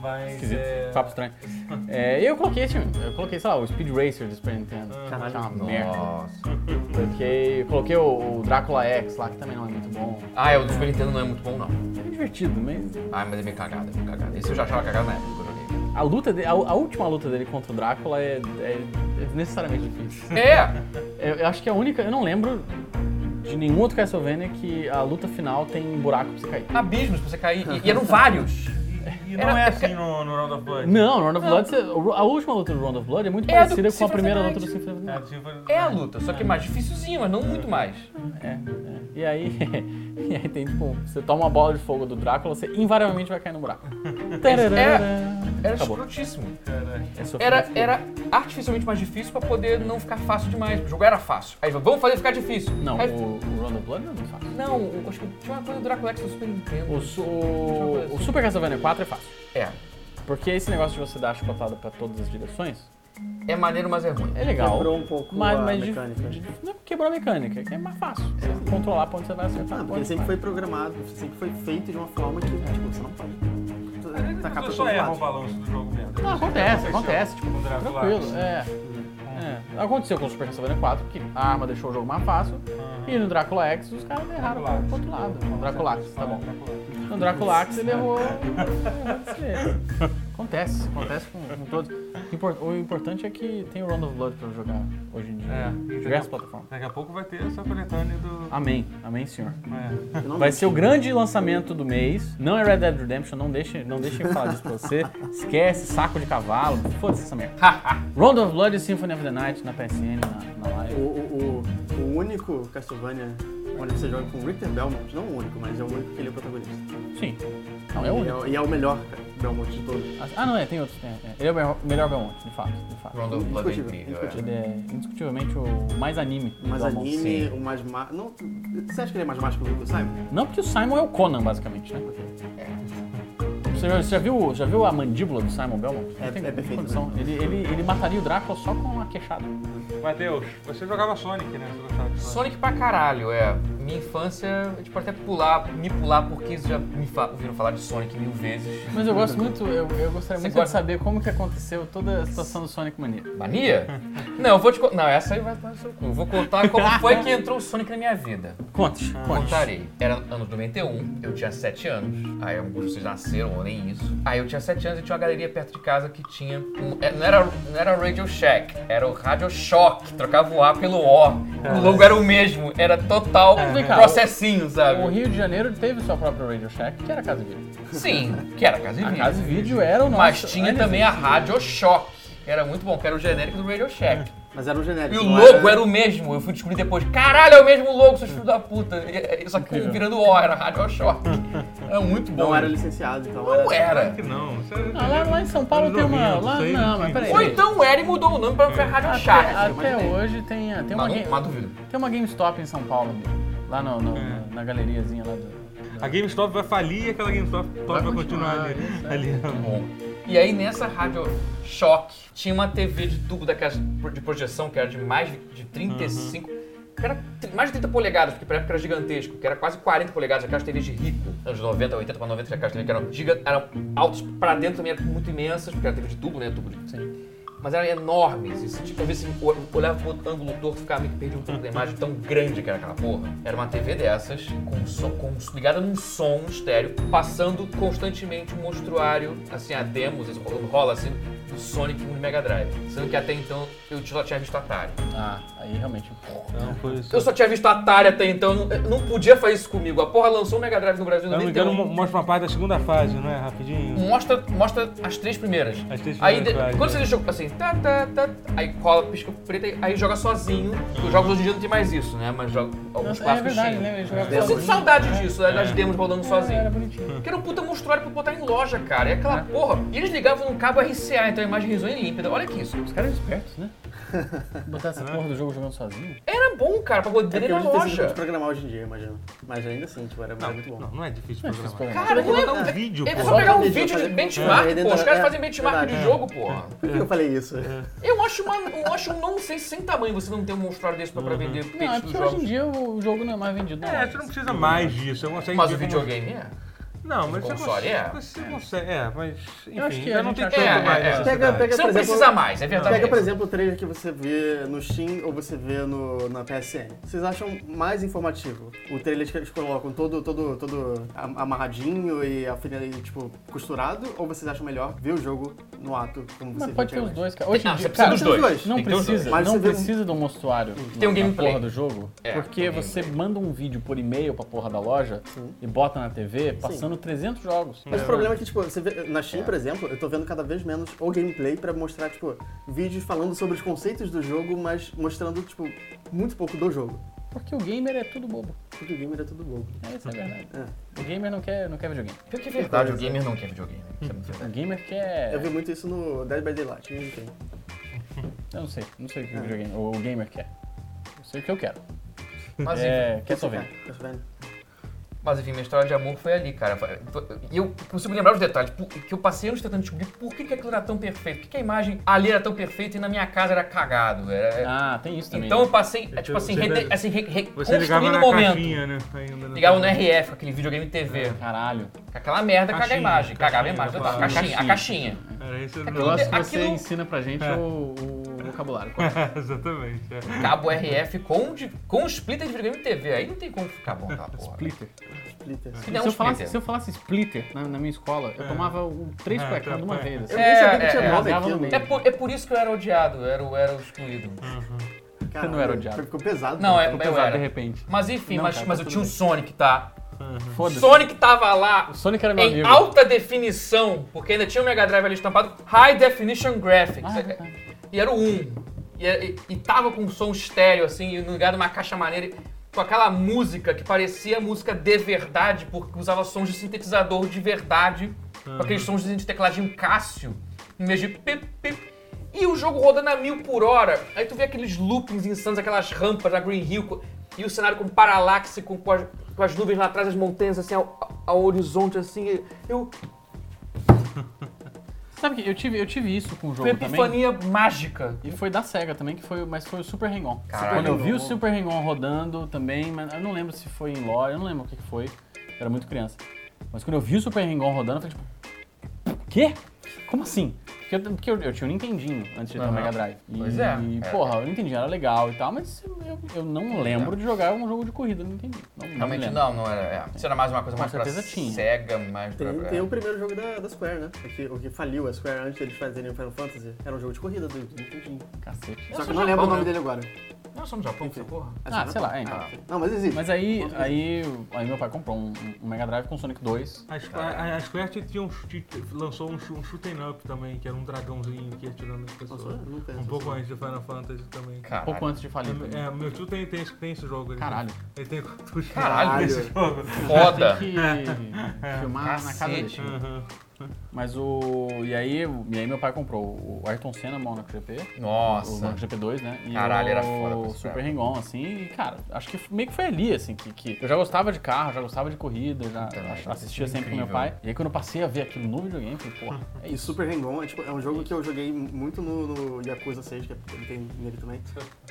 Speaker 1: Mas,
Speaker 5: Esquisito.
Speaker 1: é...
Speaker 5: Papo estranho. É, eu coloquei esse, eu coloquei, sei lá, o Speed Racer do Super Nintendo.
Speaker 4: Caralho.
Speaker 2: Tá
Speaker 5: Que é uma merda.
Speaker 2: Nossa.
Speaker 5: Coloquei, coloquei o, o Drácula X lá, que também não é muito bom.
Speaker 2: Ah, é, o do Super Nintendo não é muito bom, não.
Speaker 5: É divertido, mas
Speaker 2: Ah, mas é meio cagada, é meio cagada. Esse eu já achava cagada na época que eu joguei.
Speaker 5: a luta dele, a, a última luta dele contra o Drácula é- é- é necessariamente difícil.
Speaker 2: É!
Speaker 5: Eu, eu acho que a única. Eu não lembro de nenhum outro Castlevania que a luta final tem um buraco pra você cair.
Speaker 2: Abismos pra você cair. E, e eram vários.
Speaker 1: E não
Speaker 2: Era-
Speaker 1: é assim no, no Round of Blood.
Speaker 5: Não, Round of
Speaker 2: Não.
Speaker 5: Blood, você- a última luta do Round of Blood é muito
Speaker 2: É a do
Speaker 5: parecida com a
Speaker 2: Symphony
Speaker 5: primeira
Speaker 2: of the
Speaker 5: luta do
Speaker 2: Night.
Speaker 5: Symphony of the
Speaker 1: É,
Speaker 5: Night.
Speaker 1: tipo,
Speaker 2: É a luta, só que mais dificilzinha, mas não muito mais.
Speaker 5: É, é. E aí, e aí tem tipo, você toma uma bola de fogo do Drácula, você invariavelmente vai cair no buraco.
Speaker 2: Era
Speaker 5: Acabou.
Speaker 2: escrotíssimo.
Speaker 1: Caraca.
Speaker 5: É sofrimento
Speaker 2: Era,
Speaker 5: puro.
Speaker 2: era artificialmente mais difícil pra poder não ficar fácil demais. O jogo era fácil. Aí vamos fazer ficar difícil.
Speaker 5: Não,
Speaker 2: Aí-
Speaker 5: o, o Round of Blood não é muito fácil.
Speaker 2: Não, eu acho que tinha uma coisa do Dracula X do Super Nintendo.
Speaker 5: O, su- o, o Super Castlevania 4 é fácil.
Speaker 2: É.
Speaker 5: Porque esse negócio de você dar a chicotada pra todas as direções
Speaker 2: É maneiro, mas é ruim.
Speaker 5: é legal.
Speaker 4: Quebrou um pouco
Speaker 5: mas,
Speaker 4: a
Speaker 5: mas de-
Speaker 4: mecânica. né?
Speaker 5: de- não quebrou a mecânica, que é mais fácil. Você controlar pra onde você vai acertar.
Speaker 4: Ah,
Speaker 5: pra
Speaker 4: porque
Speaker 5: onde
Speaker 4: ele sempre
Speaker 5: vai.
Speaker 4: foi programado, sempre foi feito de uma forma que, tipo, você não pode tu- tacar pra
Speaker 1: Eu
Speaker 4: todo
Speaker 1: só erra o
Speaker 2: um
Speaker 4: lado.
Speaker 1: balanço do jogo mesmo.
Speaker 5: Não, acontece, acontece. Tipo,
Speaker 1: Com o Drácula.
Speaker 5: tranquilo, é.
Speaker 4: Uhum.
Speaker 5: É. Aconteceu com o Super Castlevania 4, que a arma deixou o jogo mais fácil.
Speaker 4: Uhum.
Speaker 5: E no Dracula X, os caras erraram pro pro outro lado. No Dracula X, tá bom. No Dracula X, ele errou. errou desse jeito. é, Acontece, acontece com, com todos. Impor- O importante é que tem o Round of Blood pra jogar hoje em dia.
Speaker 1: É.
Speaker 5: em diversas plataformas.
Speaker 1: Daqui a pouco vai ter essa coletânea do.
Speaker 5: Amém, amém, senhor.
Speaker 1: É.
Speaker 4: Finalmente.
Speaker 5: Vai ser o grande lançamento do mês. Não é Red Dead Redemption, não deixe, não deixe eu falar disso pra você. Esquece, saco de cavalo, foda-se essa merda. Round of Blood e Symphony of the Night na PSN, na, na
Speaker 4: O,
Speaker 5: live.
Speaker 4: o, o, o único Castlevania onde você joga com o Richter Belmont, não o único, mas é o único que ele é o protagonista.
Speaker 5: Sim. Não, é o
Speaker 4: E
Speaker 5: único.
Speaker 4: é, o- e é o melhor cara, Belmont de todos.
Speaker 5: Ah, não, é, tem outros. Tem, é. Ele é o melhor- melhor Belmonte, de fato, de fato.
Speaker 2: Round of Blood é
Speaker 4: Indiscutível,
Speaker 2: incrível, é.
Speaker 4: indiscutível.
Speaker 5: Ele é indiscutivelmente o mais anime. do
Speaker 4: Mais
Speaker 5: Belmonte.
Speaker 4: anime,
Speaker 2: sim.
Speaker 4: o mais má. Não, tu- você acha que ele é mais mágico do que o Simon?
Speaker 5: Não, porque o Simon é o Conan, basicamente, né? Você já, você já viu, já viu a mandíbula do Simon Belmont?
Speaker 4: É-
Speaker 5: Não tem
Speaker 4: é perfeito,
Speaker 5: condição. Ele, ele, ele mataria o Drácula só com uma queixada.
Speaker 1: Matheus, você jogava Sonic, né? Você gostava de Sonic.
Speaker 2: Sonic pra caralho, é. Minha infância, a gente pode até pular, me pular, porque vocês já me fa- ouviram falar de Sonic mil vezes.
Speaker 5: Mas eu gosto muito, eu, eu gostaria
Speaker 2: Você
Speaker 5: muito de
Speaker 2: gosta?
Speaker 5: saber como que aconteceu toda a situação do Sonic Mania.
Speaker 2: Mania? Não, eu vou te contar. Não, essa aí vai tomar no seu cu. Eu vou contar como foi que entrou o Sonic na minha vida.
Speaker 5: Conte, conte.
Speaker 2: Contarei. Era anos 91, eu tinha 7 anos. Aí alguns de vocês nasceram, ou nem isso. Aí eu tinha 7 anos e tinha uma galeria perto de casa que tinha. um- é, não, era, não era Radio Shack, era o Radio Shock. Trocava o A pelo O.
Speaker 4: Ah.
Speaker 2: O logo era o mesmo, era total
Speaker 5: vem cá,
Speaker 2: processinho, sabe?
Speaker 5: O Rio de Janeiro teve sua própria Radio Shack, que era a Casa de Vídeo.
Speaker 2: Sim, que era a Casa de
Speaker 5: A
Speaker 2: Vidro.
Speaker 5: Casa de Vídeo era o nosso...
Speaker 2: Mas tinha também a Radio Shock, que era muito bom, que era o genérico do Radio Shack.
Speaker 4: Mas era um genérico.
Speaker 2: E o
Speaker 4: não
Speaker 2: logo era o mesmo, eu fui descobrir depois. Caralho, é o mesmo logo, seus filhos da puta. E- e- Só que
Speaker 5: Incrível.
Speaker 2: virando O, era Radio Shock. Era É muito bom.
Speaker 4: Não era licenciado, então
Speaker 2: Não é, era.
Speaker 1: Que não. Você...
Speaker 5: Ah, lá, lá em São Paulo tem uma... Lá, não, mas peraí.
Speaker 2: Ou então era e mudou o nome pra, pra Rádio Shack.
Speaker 5: Até hoje tem, a- tem, uma,
Speaker 2: Mas,
Speaker 5: game,
Speaker 2: não- mas duvido.
Speaker 5: tem uma GameStop em São Paulo, mesmo, lá no, no-
Speaker 1: É.
Speaker 5: na galeriazinha lá do...
Speaker 1: A GameStop vai falir e aquela GameStop vai, vai continuar ali.
Speaker 5: né?
Speaker 1: né? ali.
Speaker 2: Bom. E aí nessa Rádio Shock tinha uma TV de tubo daquelas pro- de projeção que era de mais de 35. Que era tri- mais de 30 polegadas, porque pra época era gigantesco, que era quase 40 polegadas, aquelas TVs de rico, anos 90, 80 para 90, aquelas TVs que eram, giga, eram altas pra dentro também, eram muito imensas, porque era TV de tubo, né? Tubo de, Mas eram enormes, e se tipo, talvez se o- olhava pro outro ângulo torto, ficava meio que perdia um pouco da imagem, tão grande que era aquela porra. Era uma TV dessas, com um som, com, ligada num som um estéreo, passando constantemente um monstruário, assim, a demos, isso rola assim, do Sonic no Mega Drive. Sendo que até então eu só tinha visto Atari.
Speaker 5: Ah, aí realmente...
Speaker 1: Não, foi isso.
Speaker 2: Eu só tinha visto Atari até então, eu não, eu não podia fazer isso comigo. A porra lançou o Mega Drive no Brasil
Speaker 1: Se eu não Tá me
Speaker 2: em
Speaker 1: engano,
Speaker 2: 91.
Speaker 1: mo- mostra uma parte da segunda fase, não é? Rapidinho.
Speaker 2: Mostra, mostra as três primeiras.
Speaker 1: As três
Speaker 2: Aí,
Speaker 1: primeiras
Speaker 2: de-
Speaker 1: fases,
Speaker 2: quando
Speaker 1: é.
Speaker 2: você deixou assim, tá, tá, tá, aí cola, pisca preta, aí- aí joga sozinho. Os jogos hoje em dia não tem mais isso, né? Mas joga alguns
Speaker 5: Nossa, é
Speaker 2: clássicos
Speaker 5: verdade,
Speaker 2: tinham.
Speaker 5: né? É. Eles jogavam
Speaker 2: Eu sinto
Speaker 5: sozinho.
Speaker 2: saudade disso, né,
Speaker 1: É.
Speaker 2: das demos rolando sozinho.
Speaker 5: Era bonitinho.
Speaker 2: Que era um puta monstruário pra botar em loja, cara. É aquela porra. E eles ligavam um cabo RCA, então a imagem risonha e límpida. Olha que isso.
Speaker 5: Os caras eram espertos, né? Botar essa porra do jogo jogando sozinho.
Speaker 2: Era bom, cara, pra
Speaker 4: É
Speaker 2: poder ir
Speaker 4: porque
Speaker 2: na
Speaker 4: hoje tem sido
Speaker 2: loja.
Speaker 4: de programar hoje em dia, imagino. Mas ainda assim, tipo, era, era muito bom.
Speaker 1: Não, não é difícil de programar.
Speaker 2: Cara, não é.
Speaker 1: Botar um vídeo,
Speaker 2: É
Speaker 1: pô.
Speaker 2: só pegar um
Speaker 4: Vídeo,
Speaker 2: vídeo de
Speaker 4: fazer-
Speaker 2: benchmark,
Speaker 4: É,
Speaker 2: pô. Os caras
Speaker 4: é,
Speaker 2: fazem benchmark de
Speaker 4: verdade.
Speaker 2: jogo, porra.
Speaker 4: Por que eu falei isso?
Speaker 2: Eu acho, uma, eu acho um nonsense sem tamanho você não ter um monstruário desse pra,
Speaker 1: Uhum.
Speaker 2: pra vender
Speaker 5: Não, é
Speaker 2: peixe dos
Speaker 5: porque hoje
Speaker 2: jogos.
Speaker 5: em dia o jogo não é mais vendido. na
Speaker 1: É,
Speaker 5: loja.
Speaker 1: você não precisa mais disso. Você consegue
Speaker 2: Mas
Speaker 1: ver
Speaker 2: o
Speaker 1: como-
Speaker 2: videogame é.
Speaker 1: Não, mas você
Speaker 2: console
Speaker 1: consegue.
Speaker 2: é.
Speaker 1: Você consegue. É, mas. Enfim,
Speaker 5: Eu acho que a
Speaker 1: ainda não
Speaker 5: gente
Speaker 1: tem
Speaker 5: acha-
Speaker 1: tanto
Speaker 2: É,
Speaker 1: mais.
Speaker 2: é, é.
Speaker 1: necessidade.
Speaker 4: Pega- pega-
Speaker 2: Você não
Speaker 4: por exemplo,
Speaker 2: precisa mais, é verdade.
Speaker 4: Pega, por exemplo, o trailer que você vê no Steam ou você vê no, na PSN. Vocês acham mais informativo? O trailer que eles colocam todo, todo, todo am- amarradinho e, afine- e, tipo, costurado? Ou vocês acham melhor ver o jogo no ato, como você
Speaker 5: Mas
Speaker 4: vê
Speaker 5: pode ter os
Speaker 4: antigamente?
Speaker 5: dois, cara. Hoje em
Speaker 2: Ah,
Speaker 5: dia,
Speaker 2: você precisa
Speaker 5: cara,
Speaker 2: dos dois.
Speaker 4: dois.
Speaker 5: Não
Speaker 2: Tem que ter os
Speaker 5: precisa,
Speaker 4: dois. Mas
Speaker 5: não
Speaker 4: você vê um-
Speaker 5: precisa de um mostruário
Speaker 2: Tem um
Speaker 5: na
Speaker 2: gameplay.
Speaker 5: porra do jogo,
Speaker 2: É,
Speaker 5: porque
Speaker 2: tem um
Speaker 5: você manda um vídeo por e-mail pra porra da loja e bota na TV, passando 300 jogos.
Speaker 4: Mas o problema é que, tipo, você vê, na Steam, por exemplo, eu tô vendo cada vez menos o gameplay pra mostrar, tipo, vídeos falando sobre os conceitos do jogo, mas mostrando, tipo, muito pouco do jogo.
Speaker 5: Porque o gamer é tudo bobo.
Speaker 4: Porque o gamer é tudo bobo.
Speaker 5: É, isso é verdade.
Speaker 4: É.
Speaker 5: O gamer não quer, não quer videogame.
Speaker 2: Pior que é verdade, É o gamer não quer videogame. Isso é muito
Speaker 5: O
Speaker 2: verdade.
Speaker 5: gamer quer.
Speaker 4: Eu vi muito isso no Dead by Daylight, não tem.
Speaker 5: Eu não sei, não sei o que
Speaker 2: É.
Speaker 5: o videogame, o gamer quer. Eu sei o que eu quero.
Speaker 2: Mas enfim.
Speaker 5: é, quer só ver.
Speaker 4: Castlevania.
Speaker 2: Mas enfim, minha história de amor foi ali, cara. Foi- foi- E eu consigo lembrar os detalhes, por- que eu passei anos tentando descobrir por que, que aquilo era tão perfeito, por que, que a imagem ali era tão perfeita e na minha casa era cagado. Era...
Speaker 5: Ah, tem isso também.
Speaker 2: então eu passei, é, tipo assim,
Speaker 1: Você-
Speaker 2: rede- assim re- re-
Speaker 1: Você ligava
Speaker 2: construindo
Speaker 1: na
Speaker 2: o momento.
Speaker 1: caixinha, né? Ainda na-
Speaker 2: Ligava no RF, aquele videogame TV.
Speaker 5: Caralho.
Speaker 2: Com aquela merda, caga a
Speaker 1: Caixinha,
Speaker 2: imagem. Cagava
Speaker 1: caixinha,
Speaker 2: a imagem,
Speaker 1: eu
Speaker 2: total.
Speaker 1: falava.
Speaker 2: Caixinha, a caixinha.
Speaker 1: Era esse o
Speaker 5: Eu
Speaker 2: Aquilo-
Speaker 1: negócio.
Speaker 5: gosto que você
Speaker 2: aquilo-
Speaker 5: ensina pra gente o, o vocabulário.
Speaker 1: Exatamente. é.
Speaker 2: Cabo RF com, de- com splitter de videogame TV. Aí não tem como ficar bom aquela porra.
Speaker 5: Splitter.
Speaker 4: Splitter.
Speaker 2: Que não é
Speaker 5: se,
Speaker 2: um
Speaker 5: eu falasse,
Speaker 2: splitter.
Speaker 5: se eu falasse splitter na, na minha escola, eu tomava o- três
Speaker 1: É,
Speaker 5: cuecas de uma
Speaker 1: tá,
Speaker 5: vez.
Speaker 4: Eu
Speaker 5: assim.
Speaker 4: nem sabia
Speaker 2: é,
Speaker 4: que tinha
Speaker 2: é,
Speaker 4: nome
Speaker 5: é.
Speaker 4: aqui,
Speaker 2: É por, é por isso que eu era odiado, eu era, eu era o excluído.
Speaker 4: Caralho,
Speaker 5: não era odiado.
Speaker 4: Ficou pesado.
Speaker 2: Não, é,
Speaker 5: Ficou
Speaker 2: eu
Speaker 5: pesado, de
Speaker 2: era.
Speaker 5: repente.
Speaker 2: Mas enfim,
Speaker 5: Não,
Speaker 2: mas,
Speaker 5: cara,
Speaker 2: mas
Speaker 5: tá
Speaker 2: eu
Speaker 5: tudo
Speaker 2: tinha um
Speaker 5: bem.
Speaker 2: Sonic, tá?
Speaker 5: Foda-se.
Speaker 2: Sonic tava lá
Speaker 5: O Sonic era meu
Speaker 2: em
Speaker 5: amigo.
Speaker 2: alta definição, porque ainda tinha o Mega Drive ali estampado, High Definition Graphics.
Speaker 5: Ah, é verdade.
Speaker 2: e era o 1. E, e, e tava com um som estéreo, assim, e no lugar de uma caixa maneira, e com aquela música que parecia música de verdade, porque usava sons de sintetizador de verdade, com aqueles sons de tecladinho Cássio, em vez de pip, pip. E o jogo rodando a mil por hora. Aí tu vê aqueles loopings insanos, aquelas rampas na Green Hill, co- e o cenário com paralaxe, com, com as, com as nuvens lá atrás, as montanhas, assim, ao, ao horizonte, assim. e Eu,
Speaker 5: Sabe que eu tive, eu tive isso com o jogo
Speaker 2: foi uma
Speaker 5: também.
Speaker 2: epifania mágica.
Speaker 5: E foi da SEGA também, que foi, mas foi o Super Hang-On.
Speaker 2: Caralho.
Speaker 5: Quando eu vi o
Speaker 4: Hang-On.
Speaker 5: Super Hang-On rodando também, mas eu não lembro se foi em lore, eu não lembro o que que foi. eu Era muito criança. Mas quando eu vi o Super Hang-On rodando, eu falei tipo, quê? Como assim? Porque eu, porque eu, eu tinha o Nintendinho antes de ter o
Speaker 2: Aham.
Speaker 5: Mega Drive. E,
Speaker 2: Pois é.
Speaker 5: E,
Speaker 2: É.
Speaker 5: porra, o Nintendinho era legal e tal, mas eu, eu não lembro de jogar um jogo de corrida no Nintendinho. Não, não me
Speaker 2: Realmente
Speaker 5: lembro.
Speaker 2: não, não era. É. Isso era mais uma coisa
Speaker 5: Com
Speaker 2: mais pra
Speaker 5: certeza tinha.
Speaker 2: cega, mais pra.
Speaker 4: Tem,
Speaker 2: é.
Speaker 4: tem o primeiro jogo da, da Square, né? O que, o que faliu a Square antes deles fazerem o Final Fantasy. Era um jogo de corrida do do Nintendinho.
Speaker 5: Cacete.
Speaker 4: Só
Speaker 2: sou
Speaker 4: que eu não lembro o
Speaker 2: Japão,
Speaker 4: nome
Speaker 2: né?
Speaker 4: dele agora.
Speaker 2: Não, só no Japão, essa porra.
Speaker 4: É
Speaker 5: Ah,
Speaker 4: só
Speaker 5: sei
Speaker 4: Japão?
Speaker 5: lá, é, então.
Speaker 4: Ah, Não, mas existe.
Speaker 5: Mas aí, aí, aí meu pai comprou um, um Mega Drive com Sonic 2.
Speaker 1: A Square, a- a Square tinha um chute- lançou um, chu- um shoot 'em up também, que era um dragãozinho que ia atirando as
Speaker 4: Nossa,
Speaker 1: pessoas.
Speaker 4: eu não penso.
Speaker 1: Um pouco antes de Final Fantasy também.
Speaker 2: Caralho.
Speaker 5: Pouco antes de falir. também.
Speaker 1: É, é, meu tio tem, tem, esse- tem esse jogo. Ele
Speaker 5: Caralho.
Speaker 1: Tem, ele tem cartucho
Speaker 2: Caralho.
Speaker 1: desse jogo.
Speaker 2: Foda.
Speaker 5: Tem que filmar na casa dele.
Speaker 2: Cacete.
Speaker 1: Aham.
Speaker 5: É. Mas o. E aí, e aí meu pai comprou o Ayrton Senna Monaco GP, o
Speaker 2: Nossa.
Speaker 5: Monaco GP2, né? E
Speaker 2: Caralho, era foda pra
Speaker 5: o
Speaker 2: esse
Speaker 5: Super
Speaker 2: cara.
Speaker 5: Ringon, assim, e cara, acho que meio que foi ali, assim, que, que eu já gostava de carro, já gostava de corrida, já
Speaker 2: Puta,
Speaker 5: ach-
Speaker 2: né?
Speaker 5: assistia
Speaker 2: Isso é
Speaker 5: sempre com meu
Speaker 2: incrível.
Speaker 5: pai. E aí quando eu passei a ver aquilo no videogame, eu falei, porra, é
Speaker 4: E
Speaker 5: isso.
Speaker 4: Super Hang-On é, tipo, é um jogo que eu joguei muito no, no Yakuza 6, que é ele tem nele também.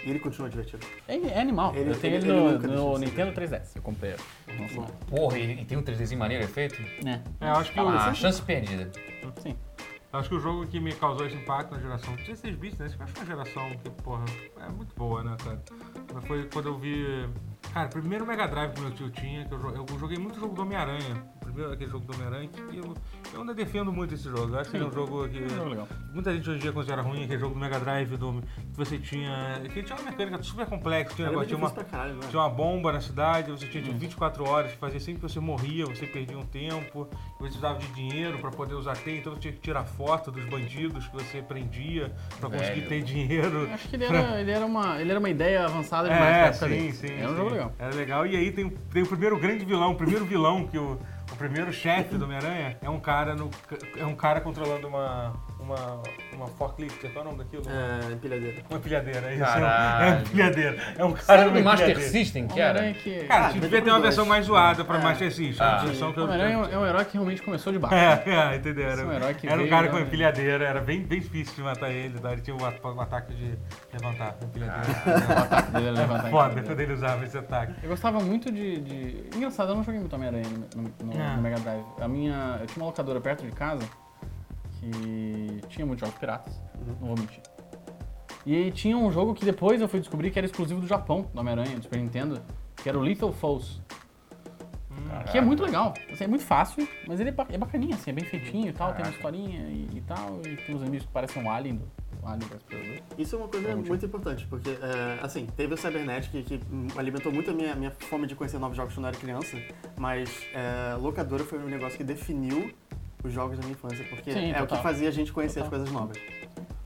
Speaker 4: E ele continua divertido.
Speaker 5: É, é animal.
Speaker 4: Ele-
Speaker 5: eu tenho
Speaker 4: ele-
Speaker 5: ele,
Speaker 4: ele
Speaker 5: no, no
Speaker 4: nunca deixa de ser.
Speaker 5: Nintendo 3DS. Eu comprei. Não sei.
Speaker 2: Porra, e, e tem um 3Dzinho maneiro efeito?
Speaker 5: Né?
Speaker 1: É, eu acho que,
Speaker 2: Ah,
Speaker 1: o,
Speaker 2: chance perdida.
Speaker 5: Sim.
Speaker 1: acho que o jogo que me causou esse impacto na geração 16 bits, né? Isso que eu acho uma geração que, porra, é muito boa, né, cara? Mas foi quando eu vi. Cara, o primeiro Mega Drive que meu tio tinha, que eu, jo- eu joguei muito jogo do Homem-Aranha. O Primeiro aquele jogo do Homem-Aranha, que eu, eu ainda defendo muito esse jogo. Eu acho que ele é um jogo que.
Speaker 5: É um jogo legal.
Speaker 1: Muita gente hoje em dia considera ruim aquele jogo do Mega Drive do, que você tinha. que tinha uma mecânica super complexa, tinha um
Speaker 4: Era bem
Speaker 1: negócio, tinha
Speaker 4: difícil
Speaker 1: uma,
Speaker 4: pra caralho, não é?
Speaker 1: tinha uma bomba na cidade, você tinha tipo, 24 horas que fazia sempre que você morria, você perdia um tempo, você precisava de dinheiro pra poder usar T, então você tinha que tirar foto dos bandidos que você prendia pra conseguir
Speaker 2: Velho.
Speaker 1: ter dinheiro.
Speaker 5: Acho que ele era, ele era, uma, ele era uma ideia avançada demais pra
Speaker 1: É,
Speaker 5: época
Speaker 1: sim,
Speaker 5: dele.
Speaker 1: sim.
Speaker 5: Era um
Speaker 1: sim.
Speaker 5: jogo legal.
Speaker 1: Era legal. E aí tem, o- tem o primeiro grande vilão, o primeiro vilão que o, o primeiro chefe do Homem-Aranha é um cara no é um cara controlando uma uma uma forklift, qual é o nome daquilo?
Speaker 4: É, empilhadeira.
Speaker 1: Uma pilhadeira, é isso.
Speaker 2: Caralho.
Speaker 1: É uma pilhadeira. É um cara
Speaker 2: Sabe
Speaker 1: numa
Speaker 2: do Master
Speaker 1: pilhadeira.
Speaker 2: System que
Speaker 5: Homem-Aranha
Speaker 2: era?
Speaker 5: que-
Speaker 1: Cara,
Speaker 4: Ah,
Speaker 1: devia
Speaker 4: devia
Speaker 1: ter uma
Speaker 4: ter
Speaker 1: versão
Speaker 4: dois. É.
Speaker 1: mais zoada pra Master System.
Speaker 2: Ah.
Speaker 1: a versão que eu-
Speaker 5: Homem-Aranha é um- é um herói que realmente começou de baixo.
Speaker 1: É, é, entendeu? Era,
Speaker 5: Esse é um herói que
Speaker 1: era um
Speaker 5: veio,
Speaker 1: cara
Speaker 5: né,
Speaker 1: com uma
Speaker 5: velho?
Speaker 1: empilhadeira, era bem, bem difícil de matar ele, tá? ele tinha um, at- um ataque de levantar com
Speaker 4: Ah.
Speaker 1: empilhadeira.
Speaker 4: Tá
Speaker 5: O ataque dele era levantar em
Speaker 1: Foda
Speaker 5: cima
Speaker 1: quando
Speaker 5: dele.
Speaker 1: ele usava esse ataque.
Speaker 5: Eu gostava muito de, de- Engraçado, eu não joguei muito Homem-Aranha no, no- no-
Speaker 1: Ah.
Speaker 5: no Mega Drive. A minha... Eu tinha uma locadora perto de casa que tinha muitos jogos piratas.
Speaker 1: Uhum.
Speaker 5: Não vou mentir. E aí tinha um jogo que depois eu fui descobrir que era exclusivo do Japão, do Homem-Aranha, do Super Nintendo, que era o Lethal Foes.
Speaker 1: Hum.
Speaker 5: Que é muito legal, Assim, é muito fácil, mas ele é ba- é bacaninha, assim, é bem feitinho e tal, tem uma historinha e, e tal, e tem uns inimigos que parecem um alien do do vale das pessoas.
Speaker 4: Isso é uma coisa
Speaker 2: Algum tipo.
Speaker 4: muito importante, porque, é, assim, teve o Cybernet que, que, hum, alimentou muito a minha, minha fome de conhecer novos jogos quando eu era criança, mas é, locadora foi um negócio que definiu os jogos da minha infância, porque
Speaker 5: Sim,
Speaker 4: é o
Speaker 5: total.
Speaker 4: que fazia a gente conhecer as
Speaker 5: Total.
Speaker 4: coisas novas.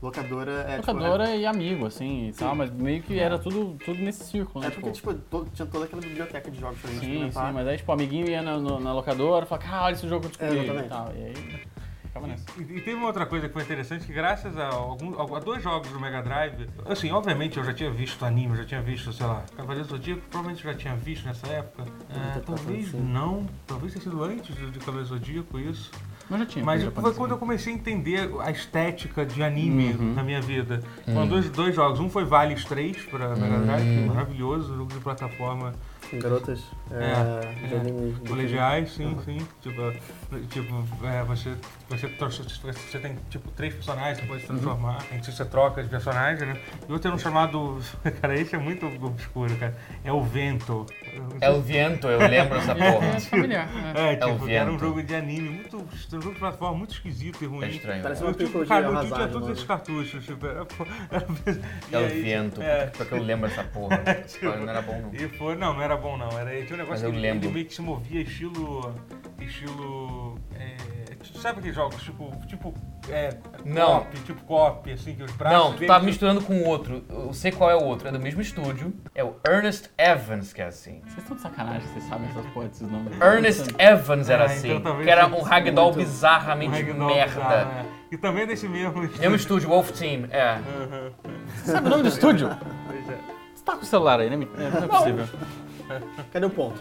Speaker 4: Locadora é tipo,
Speaker 5: Locadora e amigo, assim, e
Speaker 4: Sim.
Speaker 5: tal, mas meio que era tudo, tudo nesse círculo,
Speaker 4: é,
Speaker 5: né?
Speaker 4: é né, porque,
Speaker 5: tipo,
Speaker 4: tipo, to- tinha toda aquela biblioteca de jogos pra gente
Speaker 5: sim, sim,
Speaker 4: experimentar.
Speaker 5: mas aí, tipo, o amiguinho ia na, no- na locadora e falava, cara, olha esse jogo que eu descobri e
Speaker 4: Exatamente.
Speaker 5: tal. E aí, ficava nessa.
Speaker 1: E, e teve uma outra coisa que foi interessante, que graças a, algum, a dois jogos do Mega Drive, assim, obviamente eu já tinha visto anime, eu já tinha visto, sei lá, Cavaleiros do Zodíaco, provavelmente eu já tinha visto nessa época. É,
Speaker 4: tá
Speaker 1: talvez
Speaker 4: acontecendo.
Speaker 1: não, talvez tenha sido antes do- de Cavaleiros do Zodíaco isso.
Speaker 5: Mas já tinha.
Speaker 1: Mas
Speaker 5: coisa
Speaker 1: foi
Speaker 5: japonesa.
Speaker 1: quando eu comecei a entender a estética de anime
Speaker 5: Uhum.
Speaker 1: na minha vida.
Speaker 2: Hum.
Speaker 1: Foram dois, dois jogos, um foi Vales 3 para Mega Drive, que é maravilhoso, jogo de plataforma
Speaker 2: Uhum.
Speaker 4: Sim, garotas
Speaker 1: É,
Speaker 4: é, de
Speaker 1: é.
Speaker 4: anime.
Speaker 1: Colegiais, sim,
Speaker 2: Uhum.
Speaker 1: sim. Tipo, tipo é, você, você, torce- você tem tipo três personagens, você
Speaker 2: Uhum.
Speaker 1: pode se transformar. Em que você troca de personagem, né? E outro era um chamado. Cara, esse é muito obscuro, cara. É o Vento.
Speaker 2: É o vento, eu lembro essa
Speaker 5: É, é
Speaker 2: porra.
Speaker 5: familiar, né?
Speaker 1: É,
Speaker 2: o
Speaker 1: tipo, era um
Speaker 2: Vento.
Speaker 1: jogo de anime, muito. Um jogo de plataforma muito esquisito e ruim.
Speaker 2: É estranho.
Speaker 4: Parece
Speaker 1: Eu,
Speaker 4: uma
Speaker 1: tipo,
Speaker 4: película de
Speaker 1: cara, meu tio tinha
Speaker 4: arrasar.
Speaker 1: todos esses cartuchos, tipo, era, era- e
Speaker 4: um
Speaker 2: É o
Speaker 1: aí,
Speaker 2: vento,
Speaker 1: é.
Speaker 2: porque eu lembro essa porra.
Speaker 1: tipo,
Speaker 2: Olha, Não era bom, não.
Speaker 1: E foi, não, não era bom não. Era, tinha um
Speaker 2: Mas
Speaker 1: negócio
Speaker 2: eu
Speaker 1: que ele-
Speaker 2: lembro.
Speaker 1: ele meio que se movia estilo. estilo. é, tu sabe aqueles jogos? Tipo. Tipo. É,
Speaker 2: Não.
Speaker 1: Cop, tipo cop, assim, que os braços.
Speaker 2: Não, tu
Speaker 1: deles-
Speaker 2: tá misturando com o outro. Eu sei qual é o outro, é do mesmo estúdio. É o Ernest Evans, que é assim.
Speaker 5: Vocês estão de sacanagem, vocês sabem essas porra desses nomes.
Speaker 2: Ernest Evans era
Speaker 1: Ah,
Speaker 2: assim,
Speaker 1: então talvez
Speaker 2: que era
Speaker 1: seja
Speaker 2: um ragdoll
Speaker 4: muito-
Speaker 1: um
Speaker 2: bizarramente
Speaker 1: ragdoll
Speaker 2: merda.
Speaker 1: bizarro, é. E também desse mesmo.
Speaker 2: Mesmo estúdio, Wolf Team, é.
Speaker 1: Aham,
Speaker 5: Você sabe o nome do estúdio?
Speaker 1: pois é.
Speaker 5: Você tá com o celular aí, né? me- é, Não é possível.
Speaker 4: Cadê o ponto?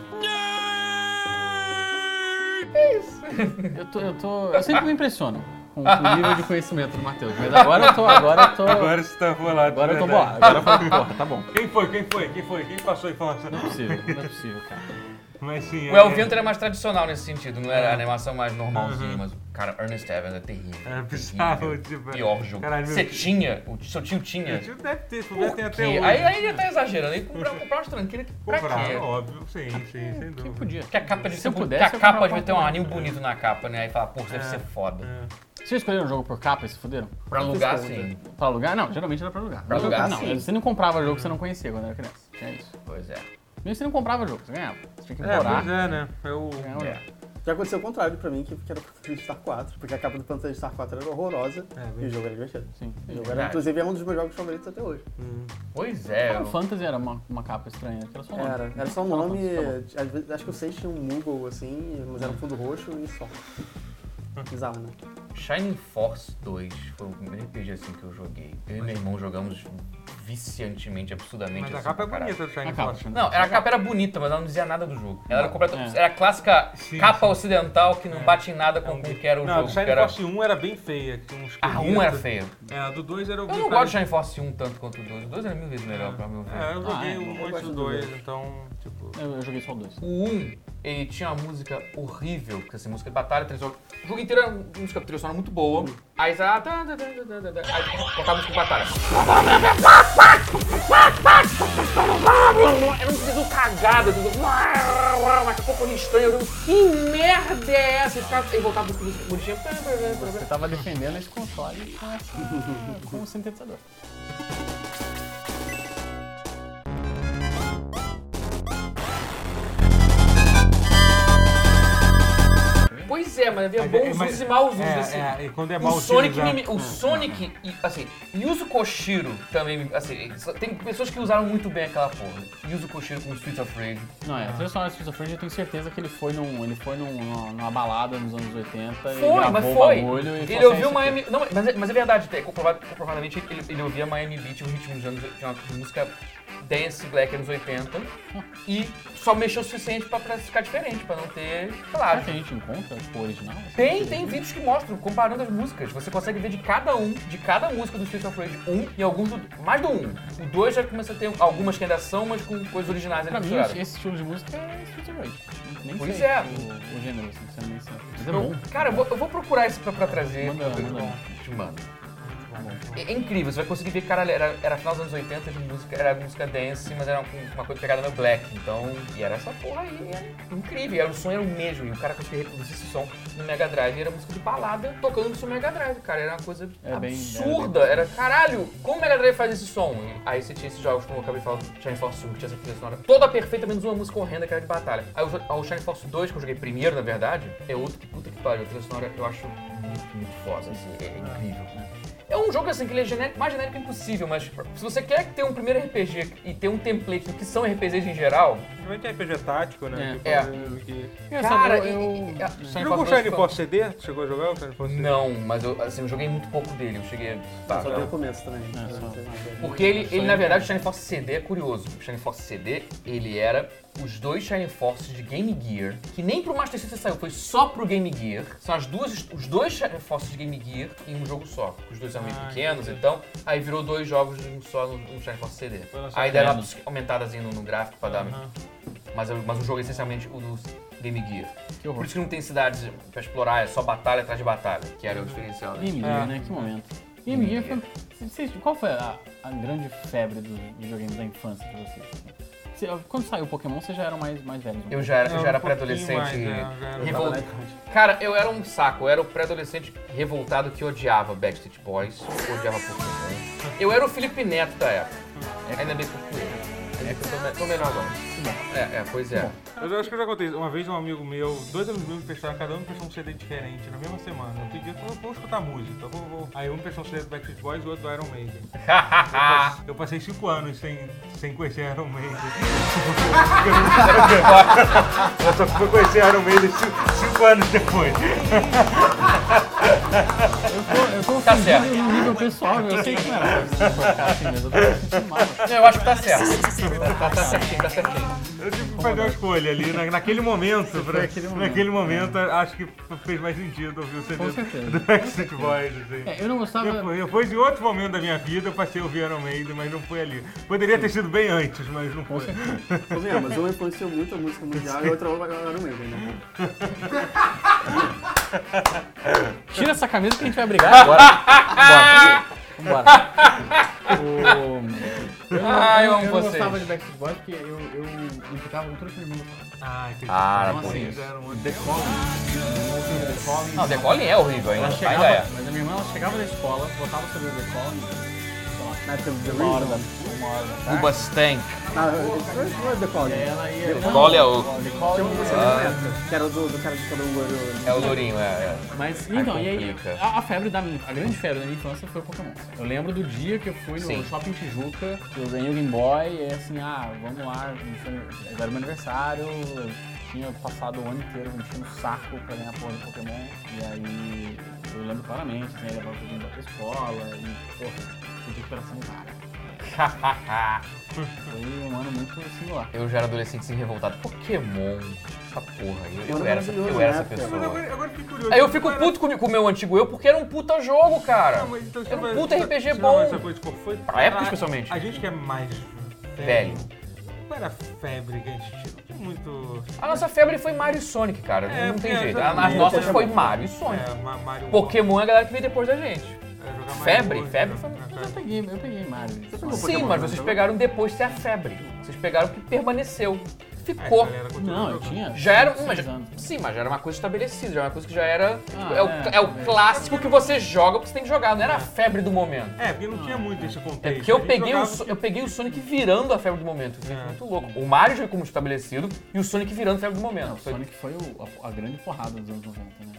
Speaker 5: Eu tô, eu tô. Eu sempre me impressiono com, com o nível de conhecimento do Matheus. Mas agora eu tô. Agora eu tô.
Speaker 1: Agora você tá bolado.
Speaker 5: Agora eu tô
Speaker 1: verdade.
Speaker 5: bolado. Agora eu falo, porra, tá bom.
Speaker 1: Quem foi? Quem foi? Quem foi? Quem passou a informação?
Speaker 5: Não é possível, não é possível, cara.
Speaker 1: Mas sim. é-
Speaker 2: O El Vento era mais tradicional nesse sentido, não era a animação mais normalzinha,
Speaker 1: Uhum.
Speaker 2: mas, cara, Ernest Evans é terrível.
Speaker 1: É bizarro,
Speaker 2: terrível.
Speaker 1: tipo. é.
Speaker 2: Pior jogo.
Speaker 1: Caralho, meu
Speaker 2: Você tinha, o seu tio
Speaker 1: meu
Speaker 2: tinha.
Speaker 1: tio deve ter, se
Speaker 2: Por
Speaker 1: puder, tem
Speaker 2: quê?
Speaker 1: até hoje.
Speaker 2: Aí, aí já tá exagerando, aí comprar, comprar umas tranqueiras, que- pra
Speaker 1: Comprar,
Speaker 2: quê?
Speaker 1: óbvio, sim, sim, sem
Speaker 5: Quem
Speaker 1: dúvida.
Speaker 5: podia?
Speaker 2: Que a capa de
Speaker 5: Se
Speaker 2: ser
Speaker 5: eu
Speaker 2: bu-
Speaker 5: pudesse,
Speaker 2: que
Speaker 5: eu
Speaker 2: a capa
Speaker 5: comprava
Speaker 2: devia ter um
Speaker 5: uma
Speaker 2: anime bonito na capa, né? Aí fala, pô, deve
Speaker 1: É.
Speaker 2: ser foda.
Speaker 1: É.
Speaker 5: Vocês escolheram um jogo por capa e se fuderam?
Speaker 2: Pra alugar,
Speaker 4: Não fiz
Speaker 2: sim.
Speaker 5: Pra alugar? Não, geralmente era pra alugar.
Speaker 2: Pra alugar,
Speaker 5: não,
Speaker 4: sim.
Speaker 5: você não comprava jogo que você não conhecia quando era criança. É isso.
Speaker 2: Pois é.
Speaker 5: Mesmo você não comprava jogo, você ganhava. Você tinha que
Speaker 1: É, pois
Speaker 5: morar.
Speaker 1: é, né? Eu...
Speaker 5: Ganhava o
Speaker 2: É.
Speaker 5: jogo.
Speaker 4: Já aconteceu o contrário pra mim, que que era o Phantasy Star 4, porque a capa do Phantasy Star 4 era horrorosa
Speaker 1: É,
Speaker 4: e o
Speaker 1: bem-
Speaker 4: jogo era divertido.
Speaker 5: Sim.
Speaker 4: O jogo era,
Speaker 2: Verdade.
Speaker 4: inclusive, é um dos meus jogos favoritos até hoje.
Speaker 1: Hum.
Speaker 2: Pois é.
Speaker 5: Final
Speaker 2: eu-
Speaker 5: Fantasy era uma, uma capa estranha, que era só um nome.
Speaker 4: Era, era só um nome,
Speaker 5: Tá bom.
Speaker 4: às vezes- acho que o 6 tinha um Moogle assim, mas era um fundo roxo e só. Bizarro, né?
Speaker 2: Shining Force 2 foi o primeiro RPG assim que eu joguei. Eu e meu irmão jogamos viciantemente, absurdamente.
Speaker 1: Mas a
Speaker 2: assim,
Speaker 1: capa é
Speaker 2: pra caralho.
Speaker 1: bonita do Shining
Speaker 5: A capa.
Speaker 1: Force.
Speaker 2: Não, a capa era bonita, mas ela não dizia nada do jogo. Ela era completamente.
Speaker 5: É.
Speaker 2: Era a clássica
Speaker 1: Sim,
Speaker 2: capa ocidental que
Speaker 1: É.
Speaker 2: não bate em nada com
Speaker 1: É um
Speaker 2: o que
Speaker 1: bicho.
Speaker 2: era o
Speaker 1: Não, a do
Speaker 2: jogo. Ah, que
Speaker 1: Shining
Speaker 2: Era...
Speaker 1: Force 1 era bem feia. que tinha uns
Speaker 2: A 1 era
Speaker 1: esqueletos.
Speaker 2: feia.
Speaker 1: É, a do 2 era o
Speaker 2: Eu não gosto de Shining Force 1 tanto quanto o 2. O 2 era mil vezes melhor, pra meu ver.
Speaker 1: É, eu joguei
Speaker 5: Ah, é.
Speaker 1: um
Speaker 4: Eu
Speaker 1: monte
Speaker 4: gosto
Speaker 1: do
Speaker 4: do
Speaker 1: 2,
Speaker 4: dois.
Speaker 1: então, tipo...
Speaker 5: Eu, eu joguei só dois.
Speaker 2: O 1, ele tinha uma música horrível, porque assim, música de batalha, trilha sonora. O jogo inteiro era uma música trilha sonora muito boa. Aí você. ah, tá, tá, tá, tá, tá, tá. Aí tocava música de batalha. Era um desenho cagado, assim, uma cacofonia estranha. Eu digo, que merda é essa? E ficava- Aí voltava pro música bonitinha.
Speaker 5: Você tava defendendo esse console com, essa, com o sintetizador.
Speaker 2: Pois é, mas havia
Speaker 1: Mas-
Speaker 2: bons
Speaker 1: mas-
Speaker 2: usos e maus assim. usos
Speaker 1: É,
Speaker 2: desse.
Speaker 1: é, e quando é mal
Speaker 2: O Sonic,
Speaker 1: utilizado-
Speaker 2: me- o Sonic, e, assim, Yuzo Koshiro também, me- assim, só- tem pessoas que usaram muito bem aquela porra. Yuzo Koshiro com Streets of Rage.
Speaker 5: Não, é, a trilha sonora de Schizofrenia, eu tenho certeza que ele foi, num, ele foi num- numa, numa balada nos anos 80 e
Speaker 2: Foi,
Speaker 5: gravou
Speaker 2: mas
Speaker 5: o
Speaker 2: foi.
Speaker 5: bagulho e falou
Speaker 2: Ele
Speaker 5: assim,
Speaker 2: ouviu
Speaker 5: "Isso aqui".
Speaker 2: Miami. Não, mas é, mas é verdade, é comprovado, comprovadamente ele, ele ouvia Miami Beat, um ritmo dos anos, de uma música dance black anos 80, e só mexeu o suficiente pra, pra ficar diferente, pra não ter
Speaker 5: Será
Speaker 2: plágio.
Speaker 5: que a gente encontra tipo, o original? assim?
Speaker 2: Tem, tem vídeos que mostram, comparando as músicas. Você consegue ver de cada um, de cada música do Streets of Rage um e alguns do. Mais do um. O dois já começa a ter algumas que ainda são, mas com coisas originais ali
Speaker 5: Pra mim,
Speaker 2: misturadas.
Speaker 5: esse esse estilo de música é Schizofrenia. Nem
Speaker 2: Pois
Speaker 5: sei
Speaker 2: é.
Speaker 5: o, o gênero, assim, você nem sabe. Mas é
Speaker 2: Eu-
Speaker 5: bom. É,
Speaker 2: Cara, eu vou, eu vou procurar isso pra, pra trazer.
Speaker 5: Manda, manda.
Speaker 2: Te mando.
Speaker 1: Muito bom.
Speaker 2: É, é incrível, você vai conseguir ver, caralho, era, era final dos anos 80 de música, era música dance, mas era uma, uma coisa pegada no black, então, e era essa porra aí, era incrível, era, o som era o mesmo, e o cara conseguia reproduzir esse som no Mega Drive, e era música de balada tocando no seu Mega Drive, cara, era uma coisa
Speaker 5: É bem-
Speaker 2: absurda, era, caralho, como o Mega Drive faz esse som? E aí você tinha esses jogos, como eu acabei de falar, do Shining Force 1, que tinha essa trilha sonora toda perfeita, menos uma música horrenda que era de batalha. Aí o, jo- ah, o Shining Force 2, que eu joguei primeiro, na verdade, é outro que puta que pariu, a trilha sonora eu acho muito, muito foda, assim, é incrível. É um jogo assim que ele é genérico, mais genérico impossível, mas se você quer ter um primeiro RPG e ter um template do que são RPGs em geral,
Speaker 1: Principalmente RPG tático, né?
Speaker 5: É.
Speaker 1: Que
Speaker 2: É.
Speaker 1: faz- que-
Speaker 2: cara,
Speaker 5: eu, eu-
Speaker 2: e- e- e- a-
Speaker 1: Você jogou o
Speaker 2: Force
Speaker 1: Shining
Speaker 2: foi-
Speaker 1: Force CD? Você Chegou a jogar o Shining Force CD?
Speaker 2: Não, mas eu, assim, eu joguei muito pouco dele, eu cheguei a... tá,
Speaker 4: Só
Speaker 2: tá.
Speaker 4: deu o começo também. né?
Speaker 5: É, só-
Speaker 2: Porque ele, ele,
Speaker 1: um
Speaker 2: na
Speaker 5: Só-
Speaker 2: verdade, o Shining Force CD é curioso. O Shining Force CD, ele era os dois Shining Forces de Game Gear, que nem pro Master System saiu, foi só pro Game Gear. São as duas, os dois Shining Forces de Game Gear em um jogo só. Os dois eram meio
Speaker 1: Ah,
Speaker 2: pequenos, então, aí virou dois jogos em um só no, no Shining Force CD.
Speaker 1: Foi lançado
Speaker 2: Aí deram uma
Speaker 5: menos.
Speaker 2: aumentadazinha no, no gráfico pra dar...
Speaker 1: Aham.
Speaker 2: Mas, o- mas o jogo é essencialmente o do Game Gear.
Speaker 5: que
Speaker 2: Por
Speaker 5: horror.
Speaker 2: isso que não tem cidades pra explorar, é só batalha atrás de batalha, que era o diferencial. né?
Speaker 5: Game
Speaker 1: É.
Speaker 5: Gear, né? Que momento. Game Gear foi... vocês- Qual foi a, a grande febre dos videogames da infância de vocês? Cê- Quando saiu o Pokémon, vocês já eram mais, mais velhos. né?
Speaker 2: Eu já era, eu
Speaker 1: É,
Speaker 2: já era
Speaker 1: um pouquinho
Speaker 2: pré-adolescente.
Speaker 1: mais, é, eu já era-
Speaker 2: revol- Cara, eu era um saco. Eu era o pré-adolescente revoltado que odiava Backstreet Boys, odiava Pokémon. Eu era o Felipe Neto da época. Ainda bem que eu fui. Ainda bem que eu tô, me- tô melhor agora. É, é, pois é.
Speaker 1: Eu acho que eu já contei. isso. Uma vez um amigo meu, dois amigos meus me fecharam, cada um me fechou um CD diferente na mesma semana. Eu pedi, eu falei, vou escutar música. eu Vou, vou. Aí um me fechou um CD do Backstreet Boys e o outro do Iron Maiden. Eu passei cinco anos sem, sem conhecer Iron Maiden. Eu só fui conhecer Iron Maiden cinco, cinco anos depois.
Speaker 5: Eu tô
Speaker 2: Tá
Speaker 5: ofendido
Speaker 2: certo.
Speaker 5: no nível pessoal, eu sei que não era pra você colocar assim mesmo. Eu tô me sentindo mal.
Speaker 2: Não, eu acho que tá certo. Tá, tá certinho, tá certinho.
Speaker 1: Eu tive que fazer uma escolha ali, na- naquele momento. pra-
Speaker 5: aquele momento.
Speaker 1: Naquele momento, acho que fez mais sentido ouvir o CD
Speaker 5: Com certeza.
Speaker 1: do Backstreet Boys. Assim.
Speaker 5: É, eu não gostava...
Speaker 1: Depois, depois, em outro momento da minha vida, eu passei a ouvir Iron Maiden, mas não foi ali. Poderia ter sido bem antes, mas não foi.
Speaker 4: mas uma influenciou muito a música mundial e outra era o mesmo, né?
Speaker 5: Tira essa camisa que a gente vai brigar
Speaker 2: Ah,
Speaker 5: agora. Vambora. Vambora. O- Eu não-
Speaker 2: Ah, eu
Speaker 5: eu
Speaker 2: amo
Speaker 5: não
Speaker 2: vocês.
Speaker 5: gostava de Backstreet Boys porque eu, eu um implicava com tudo que eles
Speaker 1: Ah, entendi.
Speaker 2: Ah,
Speaker 5: Então,
Speaker 2: por
Speaker 5: assim,
Speaker 2: isso.
Speaker 1: Era um outro-
Speaker 5: The Calling. The Calling.
Speaker 2: Não, The Colin é horrível ainda.
Speaker 5: Ela
Speaker 2: Ainda
Speaker 5: chegava,
Speaker 2: é.
Speaker 5: mas a minha irmã ela chegava da escola, botava o CD da escola e,
Speaker 4: Na época
Speaker 5: sei
Speaker 4: do
Speaker 5: lá, uma hora da, uma hora da tarde.
Speaker 2: Uba Stank.
Speaker 4: Ah, eu The Call.
Speaker 5: E aí ela ia...
Speaker 4: The
Speaker 5: não,
Speaker 2: Call é o-
Speaker 5: The Call
Speaker 4: Tinha um
Speaker 5: é o-
Speaker 4: CD na época, que era do, do cara de cabelo loiro.
Speaker 2: É o Lourinho, é. é.
Speaker 5: Mas, então, e aí,
Speaker 2: complica.
Speaker 5: a, a febre da minha, a grande febre da minha infância foi o Pokémon. Eu lembro do dia que eu fui no
Speaker 2: Sim.
Speaker 5: shopping Tijuca, que eu ganhei o Game Boy, e assim, ah, vamos lá, foi- era o meu aniversário, eu tinha passado o ano inteiro mexendo o saco pra ganhar a porra do Pokémon, e aí eu lembro claramente, né, eu levava o Game Boy pra escola, e, porra, fui de recuperação cara. Foi um ano muito singular.
Speaker 2: Eu já era adolescente sem revoltado. Pokémon. Essa porra. aí. Eu,
Speaker 4: Era
Speaker 2: eu era, essa- eu
Speaker 4: maravilhoso,
Speaker 2: era
Speaker 4: né,
Speaker 2: essa
Speaker 4: cara?
Speaker 1: Mas
Speaker 2: pessoa.
Speaker 1: agora, agora eu fiquei curioso.
Speaker 2: Aí eu fico
Speaker 1: Mas-
Speaker 2: puto comigo- com o meu antigo eu porque era um puta jogo, cara.
Speaker 1: Ah, mas então você
Speaker 2: Era
Speaker 1: vai-
Speaker 2: um puta
Speaker 1: você-
Speaker 2: RPG
Speaker 1: você vai falar
Speaker 2: bom.
Speaker 1: essa coisa, tipo, foi-
Speaker 2: Pra época,
Speaker 1: a-
Speaker 2: especialmente.
Speaker 1: A gente que é mais
Speaker 2: Velho.
Speaker 1: velho. Qual era a febre que a gente tinha? Tinha muito.
Speaker 2: A nossa febre foi Mario e Sonic, cara.
Speaker 1: É,
Speaker 2: não tem
Speaker 1: porque
Speaker 2: jeito.
Speaker 1: eu já-
Speaker 2: A- As
Speaker 1: eu
Speaker 2: nossas
Speaker 4: já-
Speaker 2: foi Mario e Sonic.
Speaker 1: É, Ma- Mario.
Speaker 2: Pokémon é a galera que veio depois da gente.
Speaker 1: Era jogar Mario
Speaker 2: Febre,
Speaker 1: World,
Speaker 2: febre
Speaker 1: né?
Speaker 2: foi-
Speaker 5: Eu peguei, eu peguei Mario.
Speaker 4: pegou
Speaker 2: Sim,
Speaker 4: Pokémon,
Speaker 2: mas
Speaker 4: né?
Speaker 2: vocês pegaram depois de ser a febre. Vocês pegaram o que permaneceu.
Speaker 1: Ah,
Speaker 2: Ficou.
Speaker 1: a galera continua
Speaker 5: Não, eu
Speaker 1: jogando.
Speaker 5: tinha.
Speaker 2: Já era. um,
Speaker 5: seis
Speaker 2: Mas,
Speaker 5: anos.
Speaker 2: sim, mas já era uma coisa estabelecida, já era uma coisa que já era. tipo,
Speaker 5: Ah,
Speaker 2: é, o,
Speaker 5: é,
Speaker 2: é o
Speaker 5: também.
Speaker 2: clássico que você joga porque você tem que jogar, não era a febre do momento.
Speaker 1: É, porque um não tinha muito esse contexto.
Speaker 2: É porque eu
Speaker 1: A gente
Speaker 2: peguei, o,
Speaker 1: jogava-
Speaker 2: So- eu peguei o Sonic virando a febre do momento. Foi
Speaker 1: É.
Speaker 2: muito louco. O Mario já como estabelecido e o Sonic virando a febre do momento.
Speaker 5: Não, o
Speaker 2: Foi-
Speaker 5: Sonic foi o- a, a grande porrada dos anos 90, né?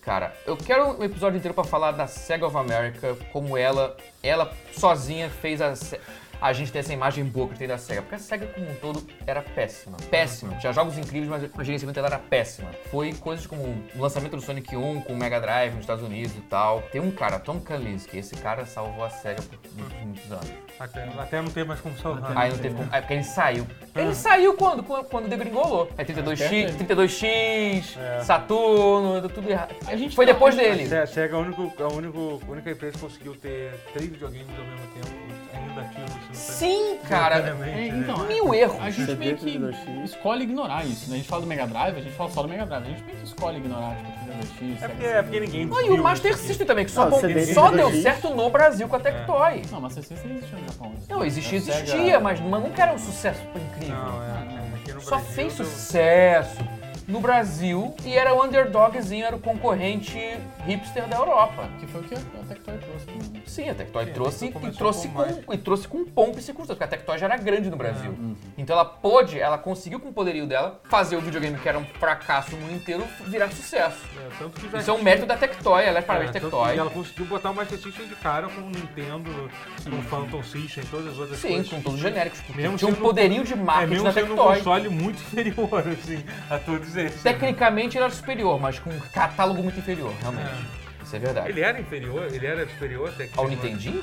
Speaker 2: Cara, eu quero um episódio inteiro pra falar da Sega of America, como ela, ela sozinha fez a, Se- a gente ter essa imagem boa que tem da Sega. Porque a Sega como um todo era péssima. Péssima. Tinha jogos incríveis, mas o gerenciamento dela era péssima. Foi coisas como o lançamento do Sonic 1 com o Mega Drive nos Estados Unidos e tal. Tem um cara, Tom Kalinske, esse cara salvou a Sega por muitos, muitos anos.
Speaker 1: Até, até não tem mais como salvar.
Speaker 2: Aí não teve como. Aí porque ele saiu.
Speaker 1: Ah.
Speaker 2: Ele saiu quando? Quando, quando degringolou. Aí 32X, 32X,
Speaker 1: É.
Speaker 2: Saturno, deu tudo errado.
Speaker 5: A gente
Speaker 2: Foi
Speaker 5: tá-
Speaker 2: depois
Speaker 5: a gente-
Speaker 2: dele.
Speaker 1: A é SEGA é a, único- a, único- a única empresa que conseguiu ter três videogames ao mesmo tempo, ainda ativos, não sei.
Speaker 2: Sim, cara.
Speaker 1: Obviamente,
Speaker 5: É,
Speaker 1: né?
Speaker 5: então,
Speaker 2: Mil erros.
Speaker 5: A gente
Speaker 4: CD
Speaker 5: meio que
Speaker 4: de Dodge.
Speaker 5: escolhe ignorar isso, né? A gente fala do Mega Drive, a gente fala só do Mega Drive. A gente meio que escolhe ignorar, tipo, X,
Speaker 1: É porque, é porque ninguém.
Speaker 2: Não, e
Speaker 1: viu
Speaker 2: o
Speaker 1: isso
Speaker 2: Master
Speaker 1: aqui.
Speaker 2: System também, que só,
Speaker 4: Ah,
Speaker 2: bom-
Speaker 4: CD
Speaker 2: só
Speaker 4: de
Speaker 2: deu
Speaker 4: Dodge.
Speaker 2: certo no Brasil com a Tectoy.
Speaker 1: É.
Speaker 5: Não, mas CC sempre existia no Japão. isso.
Speaker 2: Não, existia,
Speaker 5: A Sega-
Speaker 2: existia, mas mas nunca era um sucesso incrível.
Speaker 1: Não, é. Aqui no
Speaker 2: Hum, Só
Speaker 1: Brasil,
Speaker 2: fez
Speaker 1: deu-
Speaker 2: sucesso no Brasil e era o underdogzinho, era o concorrente hipster da Europa.
Speaker 5: Que foi o que a Tectoy trouxe também, né?
Speaker 2: Sim, a Tectoy
Speaker 1: Sim,
Speaker 2: trouce
Speaker 1: a Tectoy
Speaker 2: e trouxe,
Speaker 1: começou com
Speaker 2: com, e trouxe com pompa e circunstância, porque a Tectoy já era grande no Brasil.
Speaker 1: Uhum.
Speaker 2: Então ela pôde, ela conseguiu com o poderio dela, fazer o videogame que era um fracasso no mundo inteiro virar sucesso.
Speaker 1: É, tanto que já
Speaker 2: Isso é um mérito da Tectoy, ela é parabéns
Speaker 1: É,
Speaker 2: da
Speaker 1: tanto
Speaker 2: Tectoy.
Speaker 1: que Ela conseguiu botar o Master System de cara com o Nintendo, com o Phantom System, todas as outras
Speaker 2: Sim,
Speaker 1: coisas.
Speaker 2: com todos os genéricos.
Speaker 1: Mesmo
Speaker 2: Tinha um
Speaker 1: sendo-
Speaker 2: poderio de
Speaker 1: É
Speaker 2: marketing
Speaker 1: mesmo
Speaker 2: da
Speaker 1: sendo um
Speaker 2: Tectoy.
Speaker 1: console muito inferior, assim, a todos esses.
Speaker 2: Tecnicamente ele era superior, mas com um catálogo muito inferior, realmente. Isso é verdade.
Speaker 1: Ele era inferior, ele era superior até que
Speaker 2: Ao Nintendinho?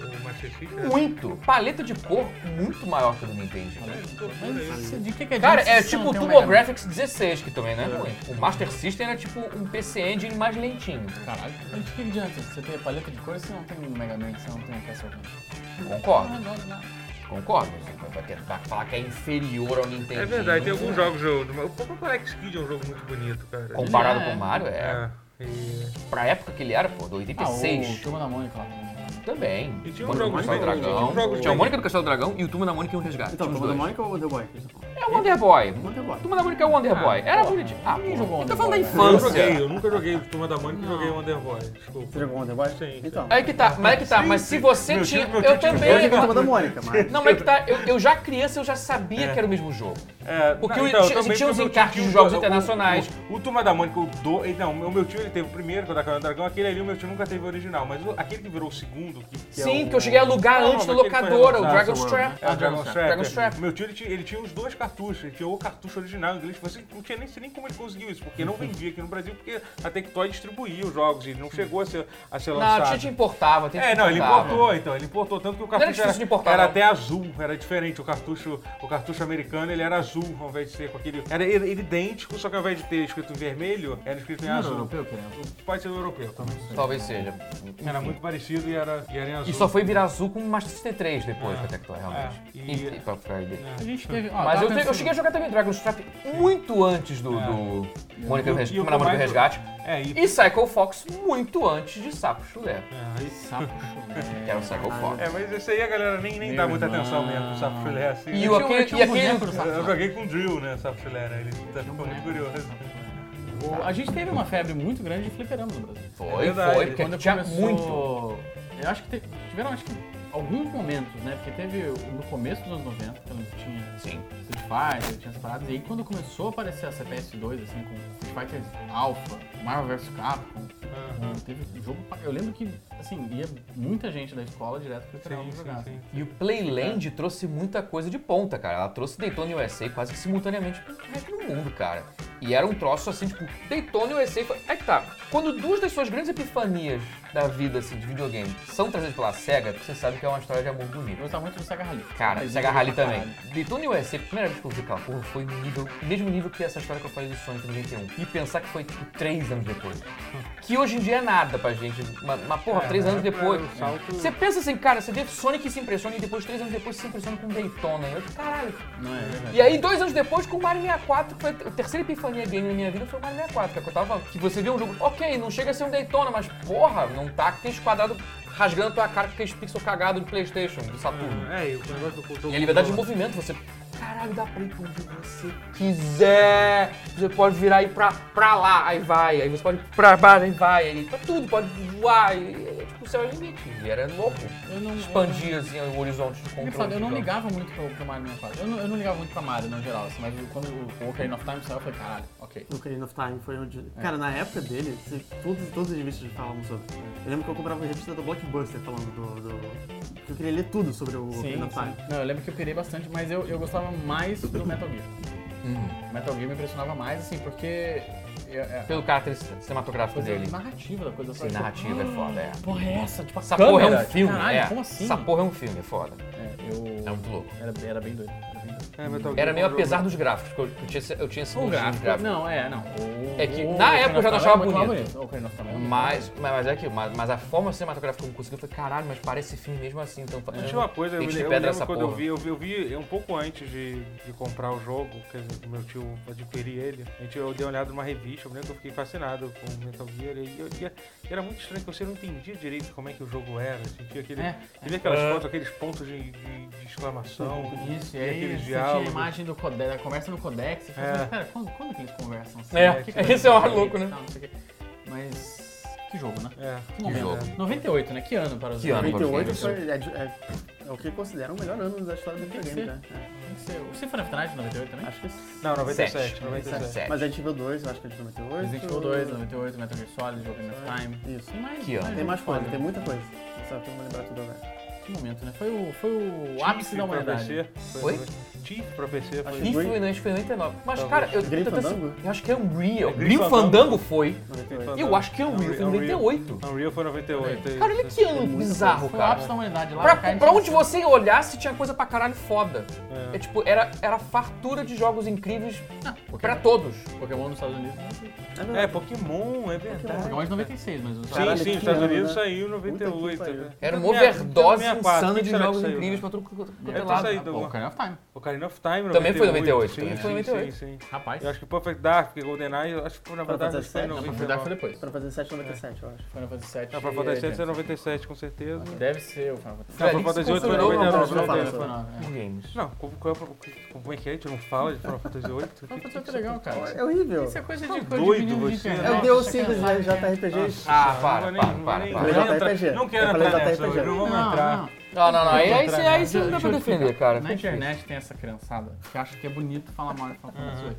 Speaker 1: O, o Master System. né?
Speaker 2: Muito. Paleta de cor muito maior que a do Nintendinho.
Speaker 5: Mas de que que adianta
Speaker 2: Cara, é
Speaker 5: se você
Speaker 2: tipo
Speaker 5: não
Speaker 2: o
Speaker 5: tem um Mega Drive?
Speaker 2: TurboGrafx 16, que também não é ruim. O Master System era tipo um PC Engine mais lentinho.
Speaker 5: Caralho, mas de que que adianta você ter paleta de cores se não tem um Mega Man, se não tem um Castlevania?
Speaker 2: Concordo,
Speaker 5: Não, não, não.
Speaker 2: concordo. Você vai ter- vai falar que é inferior ao Nintendinho.
Speaker 1: É verdade, tem alguns jogos. eu- O próprio Alex Kid é um jogo muito bonito, cara.
Speaker 2: Comparado
Speaker 5: É.
Speaker 2: com o Mario, é.
Speaker 1: É. E,
Speaker 2: Pra época que ele era, pô, do
Speaker 5: Ah, o
Speaker 2: 86.
Speaker 5: Turma da Mônica lá.
Speaker 2: Também.
Speaker 1: E tinha um
Speaker 2: Mônica do
Speaker 1: jogo
Speaker 2: Castelo
Speaker 1: bem- tinha um jogo
Speaker 2: Dragão.
Speaker 1: bem-
Speaker 2: Tinha o Mônica do Castelo Dragão e o Turma da Mônica e um Resgate.
Speaker 4: Então,
Speaker 2: Tinha os
Speaker 4: Turma da
Speaker 2: dois.
Speaker 4: Mônica ou Wonder Boy?
Speaker 2: É o Wonder Boy.
Speaker 4: Wonder Boy.
Speaker 2: Turma da Mônica é o Wonder
Speaker 1: Ah,
Speaker 2: Boy. Era bonitinho. Ah,
Speaker 5: Ninguém
Speaker 2: pô.
Speaker 5: jogou
Speaker 2: Eu tô
Speaker 5: Wonder
Speaker 2: falando é. da
Speaker 5: Boy, né?
Speaker 1: eu
Speaker 2: infância.
Speaker 1: joguei, eu nunca joguei Turma da Mônica e joguei Wonder Boy. Desculpa.
Speaker 4: Você jogou Wonder Boy?
Speaker 1: Sim, sim.
Speaker 4: Então.
Speaker 2: Aí que tá, mas é que tá, mas se você
Speaker 1: meu
Speaker 2: tinha.
Speaker 1: tio- meu
Speaker 2: Eu
Speaker 1: tio
Speaker 4: Eu
Speaker 2: também.
Speaker 4: joguei Turma da Mônica, mas...
Speaker 2: Não, mas é que tá, eu, eu já criança, eu já sabia que era o mesmo jogo.
Speaker 1: É,
Speaker 2: Porque
Speaker 1: não,
Speaker 2: o-
Speaker 1: então, eu
Speaker 2: ti-
Speaker 1: também
Speaker 2: tinha
Speaker 1: porque
Speaker 2: os
Speaker 1: o meu
Speaker 2: encartes
Speaker 1: tio
Speaker 2: de
Speaker 1: tinha
Speaker 2: jogos
Speaker 1: o-
Speaker 2: internacionais.
Speaker 1: O, o, o Turma da Mônica, o do, ele- não, o meu tio ele teve o primeiro, quando eu era dragão, aquele ali, o meu tio nunca teve o original, mas o- aquele que virou o segundo, que, que é
Speaker 2: Sim,
Speaker 1: o-
Speaker 2: que eu cheguei a alugar
Speaker 1: Não,
Speaker 2: antes
Speaker 1: mas
Speaker 2: no
Speaker 1: aquele foi
Speaker 2: locadora, o
Speaker 1: relançado.
Speaker 2: Dragon's Trap.
Speaker 1: É, o Dragon Strap.
Speaker 2: Tá Dragon Strap.
Speaker 1: O Meu tio, ele tinha, ele tinha os dois cartuchos, ele tinha o cartucho original em inglês, você não tinha nem, sei nem como ele conseguiu isso, porque não vendia aqui no Brasil, porque a Tectoy distribuía os jogos, ele não chegou a ser, a ser
Speaker 2: Não,
Speaker 1: lançado.
Speaker 2: a tia te importava, tem que
Speaker 1: É, não, ele
Speaker 2: importava.
Speaker 1: importou, então, ele importou, tanto que o
Speaker 2: era
Speaker 1: cartucho
Speaker 2: difícil de importar,
Speaker 1: era
Speaker 2: não.
Speaker 1: até azul, era diferente, o cartucho, o cartucho americano, ele era azul, ao invés de ser com aquele, era ele, ele idêntico, só que ao invés de ter escrito em vermelho, era escrito em azul. Pode ser o europeu.
Speaker 2: Talvez seja.
Speaker 1: Era muito parecido e era, e era em azul.
Speaker 2: E só foi virar azul com o Master System 3 depois, da Tectoy, realmente.
Speaker 1: É,
Speaker 2: E,
Speaker 1: e-
Speaker 2: e pra ficar aí.
Speaker 5: A gente teve. ó,
Speaker 2: Mas
Speaker 5: tava
Speaker 2: eu, te- eu
Speaker 5: pensando-
Speaker 2: cheguei a jogar também Dragon's Trap muito antes do, do Mônica
Speaker 1: É. E
Speaker 2: do
Speaker 1: o-
Speaker 2: Res-
Speaker 1: e o
Speaker 2: Turma da Mônica do
Speaker 1: mais-
Speaker 2: Resgate.
Speaker 1: É, e...
Speaker 2: E Psycho Fox muito antes de Sapo Chulé,
Speaker 1: É, e-
Speaker 5: Sapo né? chulé.
Speaker 2: que era o Psycho Fox.
Speaker 1: É, mas esse aí a galera nem, nem dá
Speaker 5: Meu
Speaker 1: muita
Speaker 5: irmão.
Speaker 1: atenção mesmo, sabe filé assim.
Speaker 2: E
Speaker 5: Eu
Speaker 2: o
Speaker 5: tinha um- eu
Speaker 2: aquele-
Speaker 5: tinha um
Speaker 2: e aquele-
Speaker 5: boneco do Sapo
Speaker 1: Eu
Speaker 5: Chulé.
Speaker 1: joguei com drill, né, sabe filé, né? Ele tá ficou muito curioso.
Speaker 5: O- A gente teve uma febre muito grande de fliperama no Brasil.
Speaker 2: Foi,
Speaker 1: É verdade.
Speaker 2: foi, porque
Speaker 5: Quando
Speaker 2: tinha
Speaker 5: começou-
Speaker 2: muito.
Speaker 5: Eu acho que te- tiveram acho que alguns momentos, né? Porque teve o- no começo dos anos 90, que eu lembro que tinha
Speaker 2: Sim.
Speaker 5: Street Fighter, tinha as paradas. E aí quando começou a aparecer essa PS2, assim, com Street Fighter Alpha, Marvel vs Capcom, né?
Speaker 1: Aham.
Speaker 5: teve jogo. pra- Eu lembro que, assim, ia muita gente da escola direto pro fliperama
Speaker 1: Sim, sim,
Speaker 5: jogar. assim.
Speaker 1: sim.
Speaker 2: E o Playland trouxe muita coisa de ponta, cara. Ela trouxe Daytona USA quase que simultaneamente pro resto do mundo, cara. E era um troço assim, tipo, Daytona USA foi... Aí que tá. Quando duas das suas grandes epifanias da vida, assim, de videogame, são trazidas pela SEGA, você sabe que é uma história de amor
Speaker 5: Eu
Speaker 2: bonita.
Speaker 5: gostava muito do Sega Rally.
Speaker 2: Cara,
Speaker 1: é
Speaker 5: Eu
Speaker 2: Sega Rally
Speaker 5: pra
Speaker 2: também.
Speaker 5: caralho.
Speaker 2: Daytona USA, a primeira vez que eu vi aquela porra, foi no nível, mesmo nível que essa história que eu falei do Sonic 91. E pensar que foi, tipo, três anos depois. Que hoje em dia é nada pra gente, mas, mas, porra,
Speaker 1: É,
Speaker 2: três
Speaker 1: né?
Speaker 2: anos depois.
Speaker 1: É, o salto-
Speaker 2: Você pensa assim, cara, você vê Sonic e se impressiona e depois, três anos depois, se impressiona com Daytona. Eu, caralho.
Speaker 5: Não é verdade.
Speaker 2: E aí, dois anos depois, com o Mario 64, que foi a terceira epifania game na minha vida, foi o Mario 64, que é o que eu tava falando. Que você vê um jogo, ok, não chega a ser um Daytona, mas porra, não tá com aqueles quadrados rasgando tua cara com aqueles pixel cagado do Playstation, do Saturno.
Speaker 1: É, e o negócio do culto.
Speaker 2: E a liberdade de movimento, você... Caralho, dá pra ir pra onde você quiser. Você pode virar e ir pra, pra lá, aí vai. Aí você pode ir pra baixo, aí vai. Aí pra tudo, pode voar. E, e, tipo, o céu é o limite. E era louco
Speaker 5: Eu não- eu não-
Speaker 2: expandia assim, o horizonte de
Speaker 5: Ele
Speaker 2: controle.
Speaker 5: fala, eu não
Speaker 2: digamos.
Speaker 5: ligava muito pro, pro Mario 64. Eu não, eu não ligava muito pra Mario, no geral, assim, mas quando o Ocarina of Time saiu, eu falei, caralho, ok.
Speaker 4: O Ocarina of Time foi onde. Cara, na época dele, se- todos, todos os revistas falavam sobre. né? Eu lembro que eu comprava a revista do Blockbuster falando do. do- que eu queria ler tudo sobre o Ocarina of Time.
Speaker 5: Não, eu lembro que eu pirei bastante, mas eu, eu gostava mais do Metal Gear. O Metal Gear me impressionava mais, assim, porque... eu- é-
Speaker 2: Pelo caráter cinematográfico
Speaker 5: coisa
Speaker 2: dele.
Speaker 5: narrativa da coisa. eu
Speaker 2: Sim,
Speaker 5: falei,
Speaker 2: narrativa é foda, é.
Speaker 5: "Ah, Porra, é essa? Tipo, a
Speaker 2: Essa
Speaker 5: câmera,
Speaker 2: porra é um
Speaker 5: tipo,
Speaker 2: filme,
Speaker 5: caralho,
Speaker 2: é.
Speaker 5: como assim?
Speaker 2: Essa porra é um filme, é foda.
Speaker 5: É, eu...
Speaker 2: É muito louco.
Speaker 5: Era, era bem doido, era bem doido.
Speaker 1: É, Metal Gear
Speaker 2: Era meio
Speaker 1: foi um
Speaker 2: apesar
Speaker 1: jogo-
Speaker 2: dos gráficos, porque eu- eu tinha, esse- eu tinha esse
Speaker 5: O
Speaker 2: nojinho de
Speaker 5: gráfico. Não, é, não. O-
Speaker 2: É que
Speaker 5: o-
Speaker 2: na
Speaker 5: o
Speaker 2: época eu já não
Speaker 5: Ocarina of
Speaker 2: achava
Speaker 5: Time é muito
Speaker 2: bonito.
Speaker 5: mais O Ocarina of Time é muito
Speaker 2: Mas, mas, mas é aquilo, mas, mas a forma cinematográfica como conseguiu, eu falei, caralho, mas parece esse filme mesmo assim, então...
Speaker 1: Mas tinha uma coisa, É. eu,
Speaker 2: Tem
Speaker 1: me
Speaker 2: que
Speaker 1: le- eu
Speaker 2: pedra
Speaker 1: lembro
Speaker 2: essa
Speaker 1: quando eu
Speaker 2: porra.
Speaker 1: vi, eu vi, eu vi um pouco antes de, de comprar o jogo, quer dizer, meu tio adquirir ele, a gente, eu dei uma olhada numa revista, eu lembro que eu fiquei fascinado com o Metal Gear, e, eu- e é- e era muito estranho, porque você não entendia direito como é que o jogo era, assim, tinha aquele,
Speaker 5: É.
Speaker 1: você via aquelas
Speaker 2: É.
Speaker 1: fotos, aqueles pontos de, de- de exclamação,
Speaker 5: Isso, e
Speaker 1: e
Speaker 5: aí
Speaker 1: aqueles
Speaker 5: você tinha a
Speaker 1: diálogos.
Speaker 5: imagem do codex, da conversa no codex, e falou
Speaker 1: É.
Speaker 5: assim, mas cara, quando, quando que eles conversam assim?
Speaker 2: É,
Speaker 5: O que que
Speaker 2: esse é o
Speaker 5: acontece
Speaker 2: maluco,
Speaker 5: aí?"
Speaker 2: né?
Speaker 5: Não, não sei o quê. Mas que jogo, né?
Speaker 1: É.
Speaker 5: Que momento.
Speaker 2: jogo.
Speaker 5: 98, né? Que ano para os
Speaker 2: Que ano?
Speaker 4: 98
Speaker 2: Isso.
Speaker 4: foi, é, é- é o que consideram o melhor ano da história do
Speaker 5: Tem que
Speaker 4: videogame,
Speaker 5: ser.
Speaker 4: cara. É,
Speaker 5: Tem que ser- O Symphony of the Night de 98 também?
Speaker 4: acho que
Speaker 1: Não, 97, 97.
Speaker 2: 97.
Speaker 4: Mas a gente viu dois, eu acho que é de 98.
Speaker 5: Resident Evil né? 2, 98, Metal Gear Solid, Ocarina of Time.
Speaker 4: Isso.
Speaker 5: Tem mais,
Speaker 2: Que ano?
Speaker 4: Tem mais coisa,
Speaker 5: foda.
Speaker 4: tem muita coisa. Só que eu não vou lembrar tudo agora.
Speaker 5: Que momento, né? Foi o, foi o
Speaker 1: Tiff
Speaker 5: ápice
Speaker 1: pra
Speaker 5: da humanidade.
Speaker 1: PC, foi-
Speaker 2: Oi?
Speaker 1: Tiff pra PC foi...
Speaker 2: E foi, né, acho que foi em 99. Mas, cara, eu,
Speaker 4: Grim
Speaker 2: eu, tô-
Speaker 4: É Fandango?
Speaker 2: eu acho que é Unreal.
Speaker 1: É, Grim
Speaker 2: Grim
Speaker 1: Fandango.
Speaker 2: Fandango foi.
Speaker 4: 98.
Speaker 2: Eu acho que é Unreal, foi em
Speaker 1: Unreal.
Speaker 2: 98.
Speaker 1: Unreal foi 98. e-
Speaker 2: Cara, olha que ano bizarro,
Speaker 5: Foi o ápice da
Speaker 2: cara.
Speaker 5: humanidade lá.
Speaker 2: Pra,
Speaker 5: na cara,
Speaker 2: pra
Speaker 5: a gente-
Speaker 2: onde você olhasse, tinha coisa pra caralho foda. É, tipo, era, era fartura de jogos incríveis pra todos.
Speaker 5: Pokémon nos Estados Unidos.
Speaker 1: É, Pokémon, é verdade.
Speaker 5: Pokémon é de 96, mas os
Speaker 1: Sim,
Speaker 4: Caralho,
Speaker 1: sim,
Speaker 4: que
Speaker 1: os Estados
Speaker 4: ano,
Speaker 1: Unidos
Speaker 4: né?
Speaker 1: saiu em
Speaker 4: Puta que
Speaker 1: 98.
Speaker 4: pariu.
Speaker 1: né?
Speaker 2: Era uma
Speaker 1: Meia-
Speaker 2: overdose
Speaker 1: 64,
Speaker 2: insana
Speaker 1: que
Speaker 2: de
Speaker 1: será que
Speaker 2: jogos
Speaker 1: saiu, né?
Speaker 2: incríveis pra tudo quanto quanto
Speaker 1: Deve
Speaker 2: é
Speaker 1: ter
Speaker 2: lado.
Speaker 1: saído.
Speaker 5: Pô, Ocarina of Time.
Speaker 1: Ocarina of Time,
Speaker 2: Também foi 98,
Speaker 1: Sim,
Speaker 2: também
Speaker 1: sim,
Speaker 2: foi 98.
Speaker 1: Sim, sim.
Speaker 5: Rapaz,
Speaker 1: Eu acho que Perfect Dark, porque GoldenEye, eu acho que foi na
Speaker 4: Final
Speaker 1: verdade
Speaker 4: Fantasy
Speaker 1: foi em
Speaker 4: VII, não,
Speaker 5: não, foi Dark foi
Speaker 1: 99.
Speaker 2: é
Speaker 5: depois.
Speaker 4: Final Fantasy VII, 97, eu acho.
Speaker 5: Final Fantasy 7.
Speaker 1: Não, Final Fantasy VII é 97, com certeza.
Speaker 5: Deve ser o Final Fantasy
Speaker 1: Não, Final
Speaker 2: Felix
Speaker 1: Fantasy VIII foi
Speaker 2: confirmou,
Speaker 1: 99,
Speaker 4: não, não, não,
Speaker 1: 99.
Speaker 5: VII.
Speaker 2: Games.
Speaker 1: Não, como, qual é o pro- como é que é? A gente não fala de Final Fantasy
Speaker 5: Final Fantasy
Speaker 1: VIII?
Speaker 5: VIII é legal, cara.
Speaker 4: É horrível.
Speaker 5: Isso é coisa de
Speaker 1: Tá
Speaker 5: coisa
Speaker 1: doido
Speaker 5: de menino de
Speaker 1: você,
Speaker 5: internet.
Speaker 4: É o
Speaker 1: Nossa,
Speaker 5: Isso
Speaker 4: Deus tá
Speaker 5: aqui é
Speaker 4: simples de
Speaker 5: marketing.
Speaker 4: JRPGs.
Speaker 2: Ah,
Speaker 1: não vou
Speaker 2: para,
Speaker 1: nem- não
Speaker 2: para, para,
Speaker 1: vou
Speaker 2: para.
Speaker 1: nem
Speaker 4: Falei
Speaker 1: entrar-
Speaker 4: JRPG.
Speaker 1: Não
Speaker 4: Eu
Speaker 1: quero
Speaker 4: falei
Speaker 1: entrar nessa,
Speaker 4: JRPG.
Speaker 1: hoje, não vamos
Speaker 5: Não,
Speaker 1: entrar.
Speaker 5: não.
Speaker 2: Não, não, não. Aí, aí,
Speaker 5: Deixa
Speaker 2: aí,
Speaker 5: eu
Speaker 2: você não dá pra
Speaker 5: explicar.
Speaker 2: defender, cara.
Speaker 5: Na internet tem essa criançada que acha que é bonito falar mal de Final Fantasy VIII.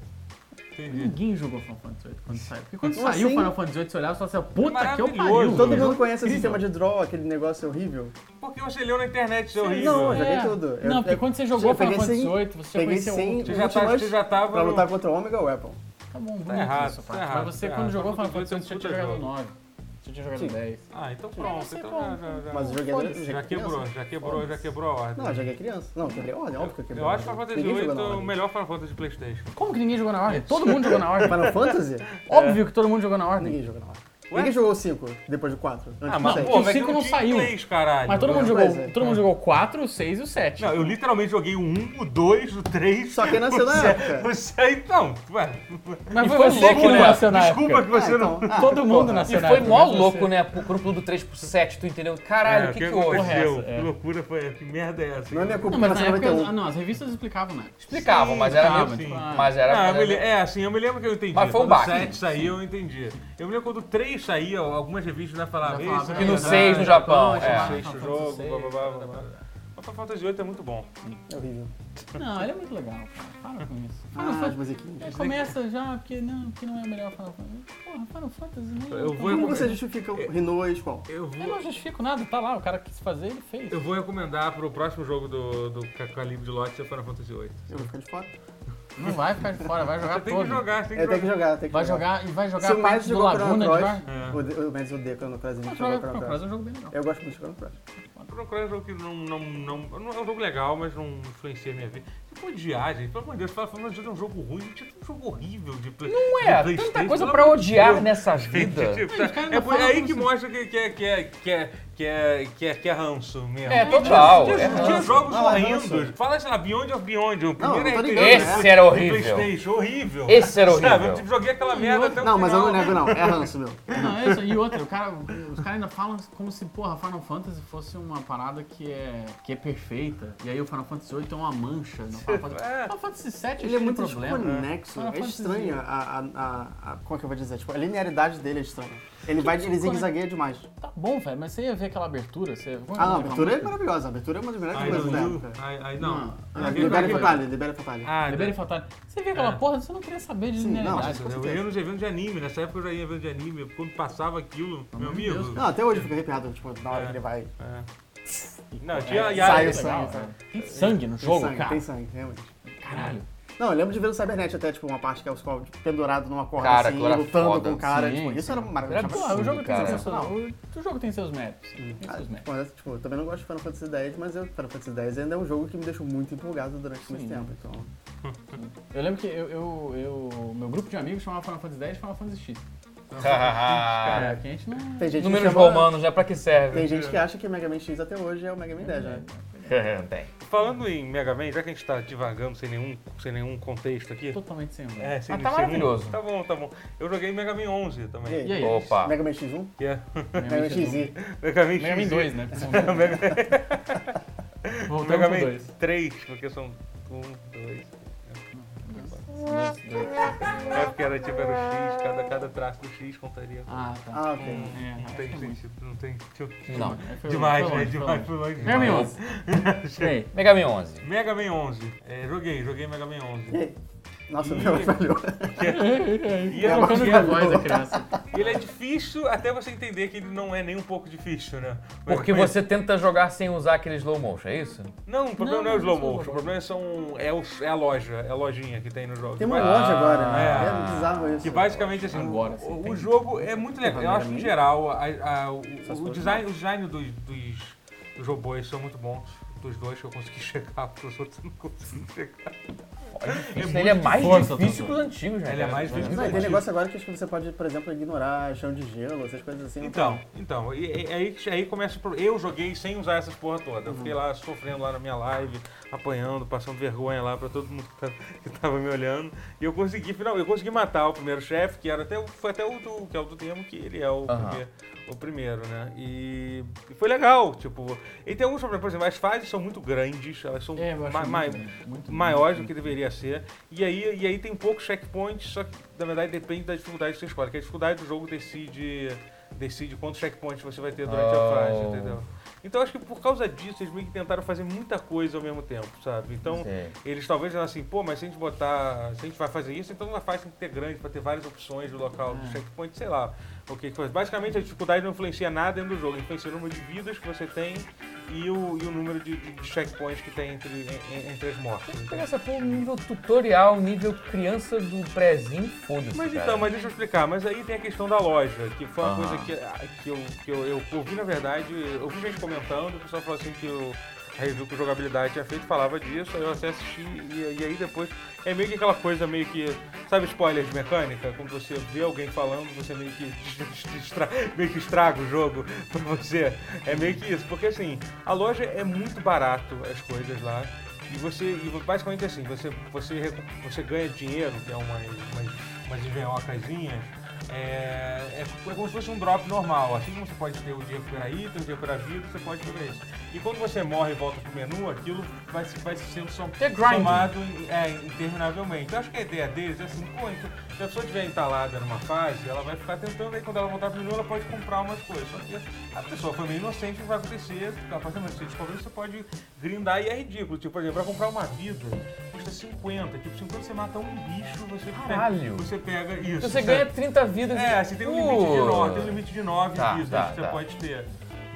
Speaker 1: Entendi.
Speaker 5: Ninguém jogou Final Fantasy VIII quando saiu. Porque quando
Speaker 4: Como
Speaker 5: saiu o
Speaker 4: assim?
Speaker 5: Final Fantasy VIII, você olhava e falava assim, puta que eu pariu.
Speaker 1: Maravilhoso.
Speaker 4: Todo
Speaker 1: Não,
Speaker 4: mundo conhece o
Speaker 5: incrível.
Speaker 4: sistema de draw, aquele negócio horrível.
Speaker 1: Porque você leu na internet, seu
Speaker 4: Não,
Speaker 1: horrível.
Speaker 4: eu joguei
Speaker 5: É.
Speaker 4: tudo. Eu-
Speaker 5: Não, porque
Speaker 4: eu-
Speaker 5: quando você jogou
Speaker 4: eu
Speaker 5: Final
Speaker 4: peguei
Speaker 5: Fantasy
Speaker 4: sem-
Speaker 5: VIII, você já
Speaker 4: peguei
Speaker 5: conhecia
Speaker 4: sem-
Speaker 5: outro.
Speaker 1: Você já tá-
Speaker 4: Últimas-
Speaker 1: você já tava...
Speaker 4: Pra
Speaker 1: no-
Speaker 4: lutar contra o Omega Weapon.
Speaker 5: Tá bom, bonito
Speaker 1: errado,
Speaker 5: isso,
Speaker 1: tá
Speaker 5: Pato.
Speaker 1: errado,
Speaker 5: Mas você,
Speaker 1: tá
Speaker 5: quando
Speaker 1: errado.
Speaker 5: jogou Final
Speaker 1: Puta
Speaker 5: Fantasy VIII, você já
Speaker 1: jogo.
Speaker 5: tinha jogado 9. Você tinha jogado 10.
Speaker 1: Ah, então
Speaker 5: Não
Speaker 1: pronto.
Speaker 5: sei
Speaker 1: Então
Speaker 5: como.
Speaker 1: já- já-
Speaker 4: Mas eu joguei eu joguei
Speaker 1: Já quebrou,
Speaker 4: criança.
Speaker 1: já quebrou, já quebrou a ordem.
Speaker 4: Não, eu joguei criança. Não, quebrei. Olha, óbvio que eu quebrei.
Speaker 1: Eu acho Final Fantasy
Speaker 4: Ninguém
Speaker 1: VIII
Speaker 4: jogou na
Speaker 1: o
Speaker 4: ordem.
Speaker 1: melhor Final Fantasy de Playstation.
Speaker 5: Como que ninguém jogou na ordem? Todo mundo jogou na ordem.
Speaker 4: Final Fantasy?
Speaker 5: Óbvio que todo mundo jogou na ordem.
Speaker 4: Ninguém jogou na ordem. Ninguém jogou o 5 depois do 4.
Speaker 1: Ah,
Speaker 5: mas,
Speaker 1: mas
Speaker 5: pô,
Speaker 1: pô,
Speaker 5: o
Speaker 1: velho,
Speaker 5: cinco
Speaker 1: que
Speaker 5: não
Speaker 1: tinha
Speaker 5: saiu.
Speaker 1: inglês, caralho.
Speaker 5: Mas todo mundo
Speaker 4: Pois
Speaker 5: jogou,
Speaker 4: é.
Speaker 5: todo mundo jogou o 4, o 6 e o 7.
Speaker 1: Não, eu literalmente joguei o 1, o 2, o 3.
Speaker 4: Só quem nasceu na época.
Speaker 1: Você aí, não. Ué,
Speaker 5: Mas
Speaker 2: E
Speaker 5: foi
Speaker 2: foi
Speaker 5: você
Speaker 2: louco,
Speaker 5: que não
Speaker 1: é.
Speaker 2: né?
Speaker 5: nasceu na
Speaker 1: desculpa
Speaker 5: época.
Speaker 1: que Ah, então, você não.
Speaker 5: Todo mundo
Speaker 4: nasceu.
Speaker 5: nasceu
Speaker 2: E
Speaker 5: na
Speaker 2: foi
Speaker 5: época,
Speaker 2: mó
Speaker 5: mas você-
Speaker 2: louco, né? Pro grupo do 3 pro 7, tu entendeu? Caralho,
Speaker 1: É,
Speaker 2: o que que houve?
Speaker 1: aconteceu?
Speaker 5: Essa, é.
Speaker 1: Que loucura foi? Que merda é essa?
Speaker 4: Não é minha culpa,
Speaker 5: Não,
Speaker 4: mas
Speaker 5: mas na
Speaker 4: nasceu em
Speaker 5: época,
Speaker 4: 91.
Speaker 5: ah, não, as revistas explicavam, né?
Speaker 2: Explicavam, mas era
Speaker 5: Explicavam,
Speaker 2: meio...
Speaker 5: tipo,
Speaker 1: assim.
Speaker 5: ah,
Speaker 2: Mas era...
Speaker 1: Não, eu
Speaker 2: era
Speaker 1: me
Speaker 2: meio-
Speaker 1: le- é, assim, eu me lembro que eu entendi.
Speaker 2: Mas foi um
Speaker 1: quando o
Speaker 2: baque.
Speaker 1: 7 saiu, eu entendi. Eu me lembro quando o 3 saía, algumas revistas já falavam
Speaker 5: Já
Speaker 1: isso.
Speaker 5: falavam,
Speaker 1: aqui
Speaker 5: que tipo,
Speaker 1: não
Speaker 5: no
Speaker 1: é nada,
Speaker 2: seis no Japão,
Speaker 5: ah,
Speaker 1: esse
Speaker 2: é.
Speaker 1: sexto
Speaker 5: Final
Speaker 1: jogo,
Speaker 5: Fantasy
Speaker 1: blá, blá, blá,
Speaker 5: seis,
Speaker 1: blá, blá. Mas Final Fantasy VIII é muito bom.
Speaker 4: É horrível.
Speaker 5: Não, ele é muito legal. cara. Para com isso. Final
Speaker 4: Ah, as
Speaker 5: Fantasy.
Speaker 4: musiquinhas.
Speaker 5: É, começa já, porque não, porque não é o melhor Final Fantasy. Porra, Final Fantasy não.
Speaker 1: Eu vou-
Speaker 4: Como você justifica o Rinois qual?
Speaker 1: Eu
Speaker 5: Eu
Speaker 1: vou,
Speaker 5: não justifico nada, tá lá, o cara quis fazer, ele fez.
Speaker 1: eu vou recomendar pro próximo jogo do, do Ca- Calibre de Lote ser Final Fantasy VIII.
Speaker 4: Eu vou ficar de fora.
Speaker 5: Não vai ficar de fora, vai jogar
Speaker 1: Você tem que
Speaker 5: todo.
Speaker 1: jogar, você tem que
Speaker 4: Eu tenho que
Speaker 1: jogar.
Speaker 4: jogar, tem que
Speaker 5: Vai jogar e vai jogar
Speaker 4: Se
Speaker 5: a
Speaker 4: o
Speaker 5: parte
Speaker 4: Mads
Speaker 5: do
Speaker 4: jogou Chrono
Speaker 5: Laguna de
Speaker 4: Cross,
Speaker 5: Jogar.
Speaker 1: É.
Speaker 4: o- o Mads odeia Chrono Cross, a gente joga
Speaker 5: Joga
Speaker 4: Chrono
Speaker 5: Chrono
Speaker 4: Cross.
Speaker 5: Cross, é um jogo bem legal.
Speaker 4: Eu gosto muito de Chrono Cross.
Speaker 1: Chrono Cross é um jogo que não, não, não, não é um jogo legal, mas não influencia a minha vida. Você pode odiar, gente. Pelo amor de Deus, fala, fala, mas é um jogo ruim, tipo um jogo horrível de play. Não
Speaker 2: É, tanta coisa pra odiar nessa vida.
Speaker 5: os caras
Speaker 1: é,
Speaker 5: não
Speaker 1: por-
Speaker 5: falam
Speaker 1: é aí
Speaker 5: como
Speaker 1: que
Speaker 5: se-
Speaker 1: mostra que, que, é- que, é- que, é- que, é- que, é- que é ranço mesmo.
Speaker 2: É, total.
Speaker 1: Tinha,
Speaker 2: é
Speaker 1: tinha
Speaker 2: ranço.
Speaker 1: jogos
Speaker 4: Não, é ranço.
Speaker 1: horrendos. Fala, sei lá, Beyond of Beyond, o
Speaker 4: Não, eu
Speaker 1: primeiro é
Speaker 4: tô
Speaker 1: RPG
Speaker 4: ligado,
Speaker 1: do
Speaker 4: né?
Speaker 2: É, Esse era horrível.
Speaker 1: PlayStation, horrível.
Speaker 2: Esse era
Speaker 1: Sabe,
Speaker 2: horrível.
Speaker 1: eu tipo, joguei aquela merda até o
Speaker 4: Não, mas eu não
Speaker 1: final.
Speaker 4: nego não, é ranço meu.
Speaker 5: Não, é isso. E outra, o cara, os caras ainda falam como se, porra, Final Fantasy fosse uma parada que é, que é perfeita. E aí o Final Fantasy VIII é uma mancha. No Final, Fantasy...
Speaker 1: É.
Speaker 5: Final Fantasy VII
Speaker 4: Ele é
Speaker 5: cheio de
Speaker 4: muito
Speaker 5: problema. né?
Speaker 4: desconexo,
Speaker 5: Final
Speaker 4: é
Speaker 5: Fantasy.
Speaker 4: estranho a, a, a, a- Como é que eu vou dizer? Tipo, a linearidade dele é estranha. Ele vai, ele
Speaker 5: desconexo?
Speaker 4: zigue-zagueia demais.
Speaker 5: Tá bom, velho, mas você ia ver aquela abertura. Você...
Speaker 4: Ah, não, a abertura é maravilhosa, a abertura é uma das melhores
Speaker 1: Ai,
Speaker 4: coisas da
Speaker 1: não,
Speaker 4: época.
Speaker 1: ai, ai, não.
Speaker 5: Não,
Speaker 4: É,
Speaker 1: Aquele-
Speaker 4: Libera
Speaker 1: aquele-
Speaker 4: Fatalha, libera Fatalha.
Speaker 1: Ah,
Speaker 5: Libera e Fatal. É Você vê aquela
Speaker 1: É.
Speaker 5: porra, você não queria saber de
Speaker 4: Sim,
Speaker 5: linearidade.
Speaker 4: não,
Speaker 5: com
Speaker 1: Eu
Speaker 5: certeza.
Speaker 1: ia nos eventos de anime, nessa época eu já ia em evento de anime, quando passava aquilo, meu
Speaker 5: de
Speaker 1: amigo.
Speaker 5: Oh, Deus,
Speaker 4: Não, até hoje eu fico arrepiado, tipo, na hora
Speaker 1: É.
Speaker 4: que ele vai.
Speaker 1: É. Não,
Speaker 5: É,
Speaker 1: tinha. e a-
Speaker 4: sai
Speaker 1: é
Speaker 4: o sangue,
Speaker 5: legal,
Speaker 4: sai.
Speaker 5: né? Tem sangue no
Speaker 4: Tem
Speaker 5: jogo,
Speaker 4: sangue,
Speaker 5: cara.
Speaker 4: tem sangue, realmente.
Speaker 5: Caralho.
Speaker 4: Não, eu lembro de ver no Cybernet até, tipo, uma parte que é o Skull tipo, pendurado numa corda,
Speaker 2: Cara,
Speaker 4: assim,
Speaker 2: aquilo era
Speaker 4: lutando
Speaker 2: foda.
Speaker 4: com o cara.
Speaker 5: Sim,
Speaker 4: tipo, isso era
Speaker 5: Era
Speaker 4: maravilhoso.
Speaker 5: absurdo, É, o jogo tem
Speaker 2: cara.
Speaker 5: sensacional. O, o jogo tem seus méritos. Tem
Speaker 4: Ah,
Speaker 5: seus méritos.
Speaker 4: mas, tipo, eu também não gosto de Final Fantasy X, mas eu, Final Fantasy X ainda é um jogo que me deixou muito empolgado durante muito
Speaker 5: Sim.
Speaker 4: tempo. Então,
Speaker 5: Eu lembro que eu, eu, eu- meu grupo de amigos chamava Final Fantasy X e Final Fantasy X. Cara, que É, a gente não.
Speaker 4: tem gente
Speaker 2: Ah, Números
Speaker 4: que chama-
Speaker 2: romanos, né? Pra que serve?
Speaker 4: Tem gente que acha que Mega Man X até hoje é o Mega Man 10, né?
Speaker 2: Tem.
Speaker 1: Falando em Mega Man, já que a gente tá divagando sem nenhum, sem nenhum contexto aqui.
Speaker 5: Totalmente sem rumo.
Speaker 1: É, sem,
Speaker 2: Mas tá
Speaker 1: sem
Speaker 2: maravilhoso.
Speaker 1: Um, tá bom, tá bom. Eu joguei Mega Man 11 também.
Speaker 4: E aí?
Speaker 5: E aí?
Speaker 1: Ah.
Speaker 2: Opa.
Speaker 4: Mega Man X1?
Speaker 1: Yeah.
Speaker 4: Mega Man XZ.
Speaker 1: Mega
Speaker 4: É
Speaker 1: Man,
Speaker 5: Mega Man
Speaker 1: X,
Speaker 5: 2, né?
Speaker 1: É
Speaker 5: Voltamos
Speaker 1: Mega
Speaker 5: pro
Speaker 1: Man
Speaker 5: 2.
Speaker 1: 3, porque são 1, 2. É porque era tipo era o X, cada, cada traço do X contaria.
Speaker 5: Ah, tá.
Speaker 4: Ah, ok.
Speaker 5: É,
Speaker 1: Não
Speaker 5: acho que
Speaker 1: tem
Speaker 5: é muito.
Speaker 1: sentido, não tem. tipo,
Speaker 2: Não.
Speaker 5: É, foi-
Speaker 1: demais,
Speaker 5: foi
Speaker 1: né?
Speaker 5: longe, foi
Speaker 1: Demais,
Speaker 5: longe.
Speaker 1: foi longe.
Speaker 5: Mega Man
Speaker 1: demais.
Speaker 5: 11. E aí?
Speaker 2: Mega Man 11.
Speaker 1: Mega Man 11. É, joguei, joguei Mega Man 11.
Speaker 4: E aí? Nossa,
Speaker 1: Ih.
Speaker 4: meu, falhou.
Speaker 1: E é,
Speaker 5: Trocando
Speaker 1: porque
Speaker 5: de voz da criança.
Speaker 1: ele é difícil até você entender que ele não é nem um pouco difícil, né?
Speaker 2: Porque
Speaker 1: Mega Man-
Speaker 2: você tenta jogar sem usar aquele slow motion, é isso?
Speaker 1: Não, o problema não,
Speaker 5: Não,
Speaker 1: é o
Speaker 5: não
Speaker 1: slow
Speaker 5: é slow
Speaker 1: motion,
Speaker 5: motion.
Speaker 1: o problema são, é, o- é a loja, é a lojinha que tem no jogo.
Speaker 4: Tem uma
Speaker 1: Mas-
Speaker 4: loja agora,
Speaker 2: Ah.
Speaker 4: né? É bizarro isso.
Speaker 1: Que basicamente assim,
Speaker 5: Agora,
Speaker 1: o-
Speaker 5: sim,
Speaker 1: o,
Speaker 5: tem-
Speaker 1: jogo é muito legal. Eu acho que em geral, a- a- o,
Speaker 4: Essas
Speaker 1: o
Speaker 4: coisas
Speaker 1: design, o design dos, dos, dos robôs são muito bons. Dos dois que eu consegui chegar, porque os outros eu não consegui chegar.
Speaker 2: Isso ele é mais
Speaker 5: força,
Speaker 2: difícil que
Speaker 5: Totoro.
Speaker 2: os antigos, né?
Speaker 1: Ele é
Speaker 2: cara?
Speaker 1: mais difícil.
Speaker 4: Não, e tem negócio agora que acho que você pode, por exemplo, ignorar chão de gelo, essas coisas assim. não
Speaker 1: Então, então, e- e- aí, aí começa o problema. Eu joguei sem usar essas porra toda. Eu fiquei lá sofrendo lá na minha live, apanhando, passando vergonha lá pra todo mundo que tava, que tava me olhando. E eu consegui, final, eu consegui matar o primeiro chefe, que era até o- foi até o do, que é o do demo, que ele é o,
Speaker 2: Aham.
Speaker 1: primeiro, o primeiro, né? E, e foi legal, tipo. E tem alguns problemas, por exemplo, as fases são muito grandes, elas são
Speaker 5: É, eu acho
Speaker 1: ma-
Speaker 5: muito
Speaker 1: ma-
Speaker 5: grande, muito
Speaker 1: maiores do
Speaker 5: grande.
Speaker 1: que deveria ser. E aí, e aí tem poucos checkpoints, só que na verdade depende da dificuldade que você escolhe. Porque a dificuldade do jogo decide, decide quantos checkpoints você vai ter durante
Speaker 2: Oh.
Speaker 1: a fase, entendeu? Então acho que por causa disso eles meio que tentaram fazer muita coisa ao mesmo tempo, sabe? Então
Speaker 2: Sim.
Speaker 1: eles talvez eram assim, pô, mas se a gente botar, se a gente vai fazer isso, então a fase tem que ter grande pra ter várias opções do local
Speaker 2: É.
Speaker 1: do checkpoint, sei lá. O que que faz. Basicamente a dificuldade não influencia nada dentro do jogo, influencia o número de vidas que você tem e o, e o número de, de- de checkpoints que tem entre, en- en- entre as mortes.
Speaker 2: Tem que
Speaker 1: entendeu?
Speaker 2: pegar essa porra nível tutorial, nível criança do prezinho, foda-se.
Speaker 1: Mas
Speaker 2: cara.
Speaker 1: então, mas deixa eu explicar. Mas aí tem a questão da loja, que foi uma
Speaker 2: Aham.
Speaker 1: coisa que, que, eu, que eu, eu ouvi, na verdade, eu ouvi gente comentando, o pessoal falou assim que o a review que o jogabilidade tinha feito falava disso, aí eu até assisti e, e aí depois é meio que aquela coisa meio que. Sabe spoiler de mecânica? Quando você vê alguém falando, você meio que, dis- dis- distra- meio que estraga o jogo pra você. É meio que isso, porque assim, a loja é muito barato as coisas lá. E você, e basicamente assim, você, você, recu- você ganha dinheiro, que é umas, umas, umas engenhocazinhas, é, é, é como se fosse um drop normal. Assim como você pode ter o dinheiro para item, o dinheiro para vida, você pode pegar isso. E quando você morre e volta pro menu, aquilo vai, se- vai sendo som,
Speaker 2: É grinding.
Speaker 1: somado em- é, interminavelmente. Eu acho que a ideia deles é assim, pô, então, se a pessoa estiver entalada numa fase, ela vai ficar tentando, aí quando ela voltar pro menu, ela pode comprar umas coisas. Só que a pessoa foi meio inocente, não vai acontecer, a partir do momento que você descobrir, você pode grindar e é ridículo. Tipo, por exemplo, pra comprar uma vida, custa 50. Tipo, 50 você mata um bicho, você pega.
Speaker 2: Caralho.
Speaker 1: Você pega isso.
Speaker 2: Então você
Speaker 1: sabe?
Speaker 2: ganha 30 vidas.
Speaker 1: É, você tem um limite de 9, tem um limite de 9
Speaker 2: Tá,
Speaker 1: vidas
Speaker 2: tá,
Speaker 1: que você
Speaker 2: tá.
Speaker 1: pode ter.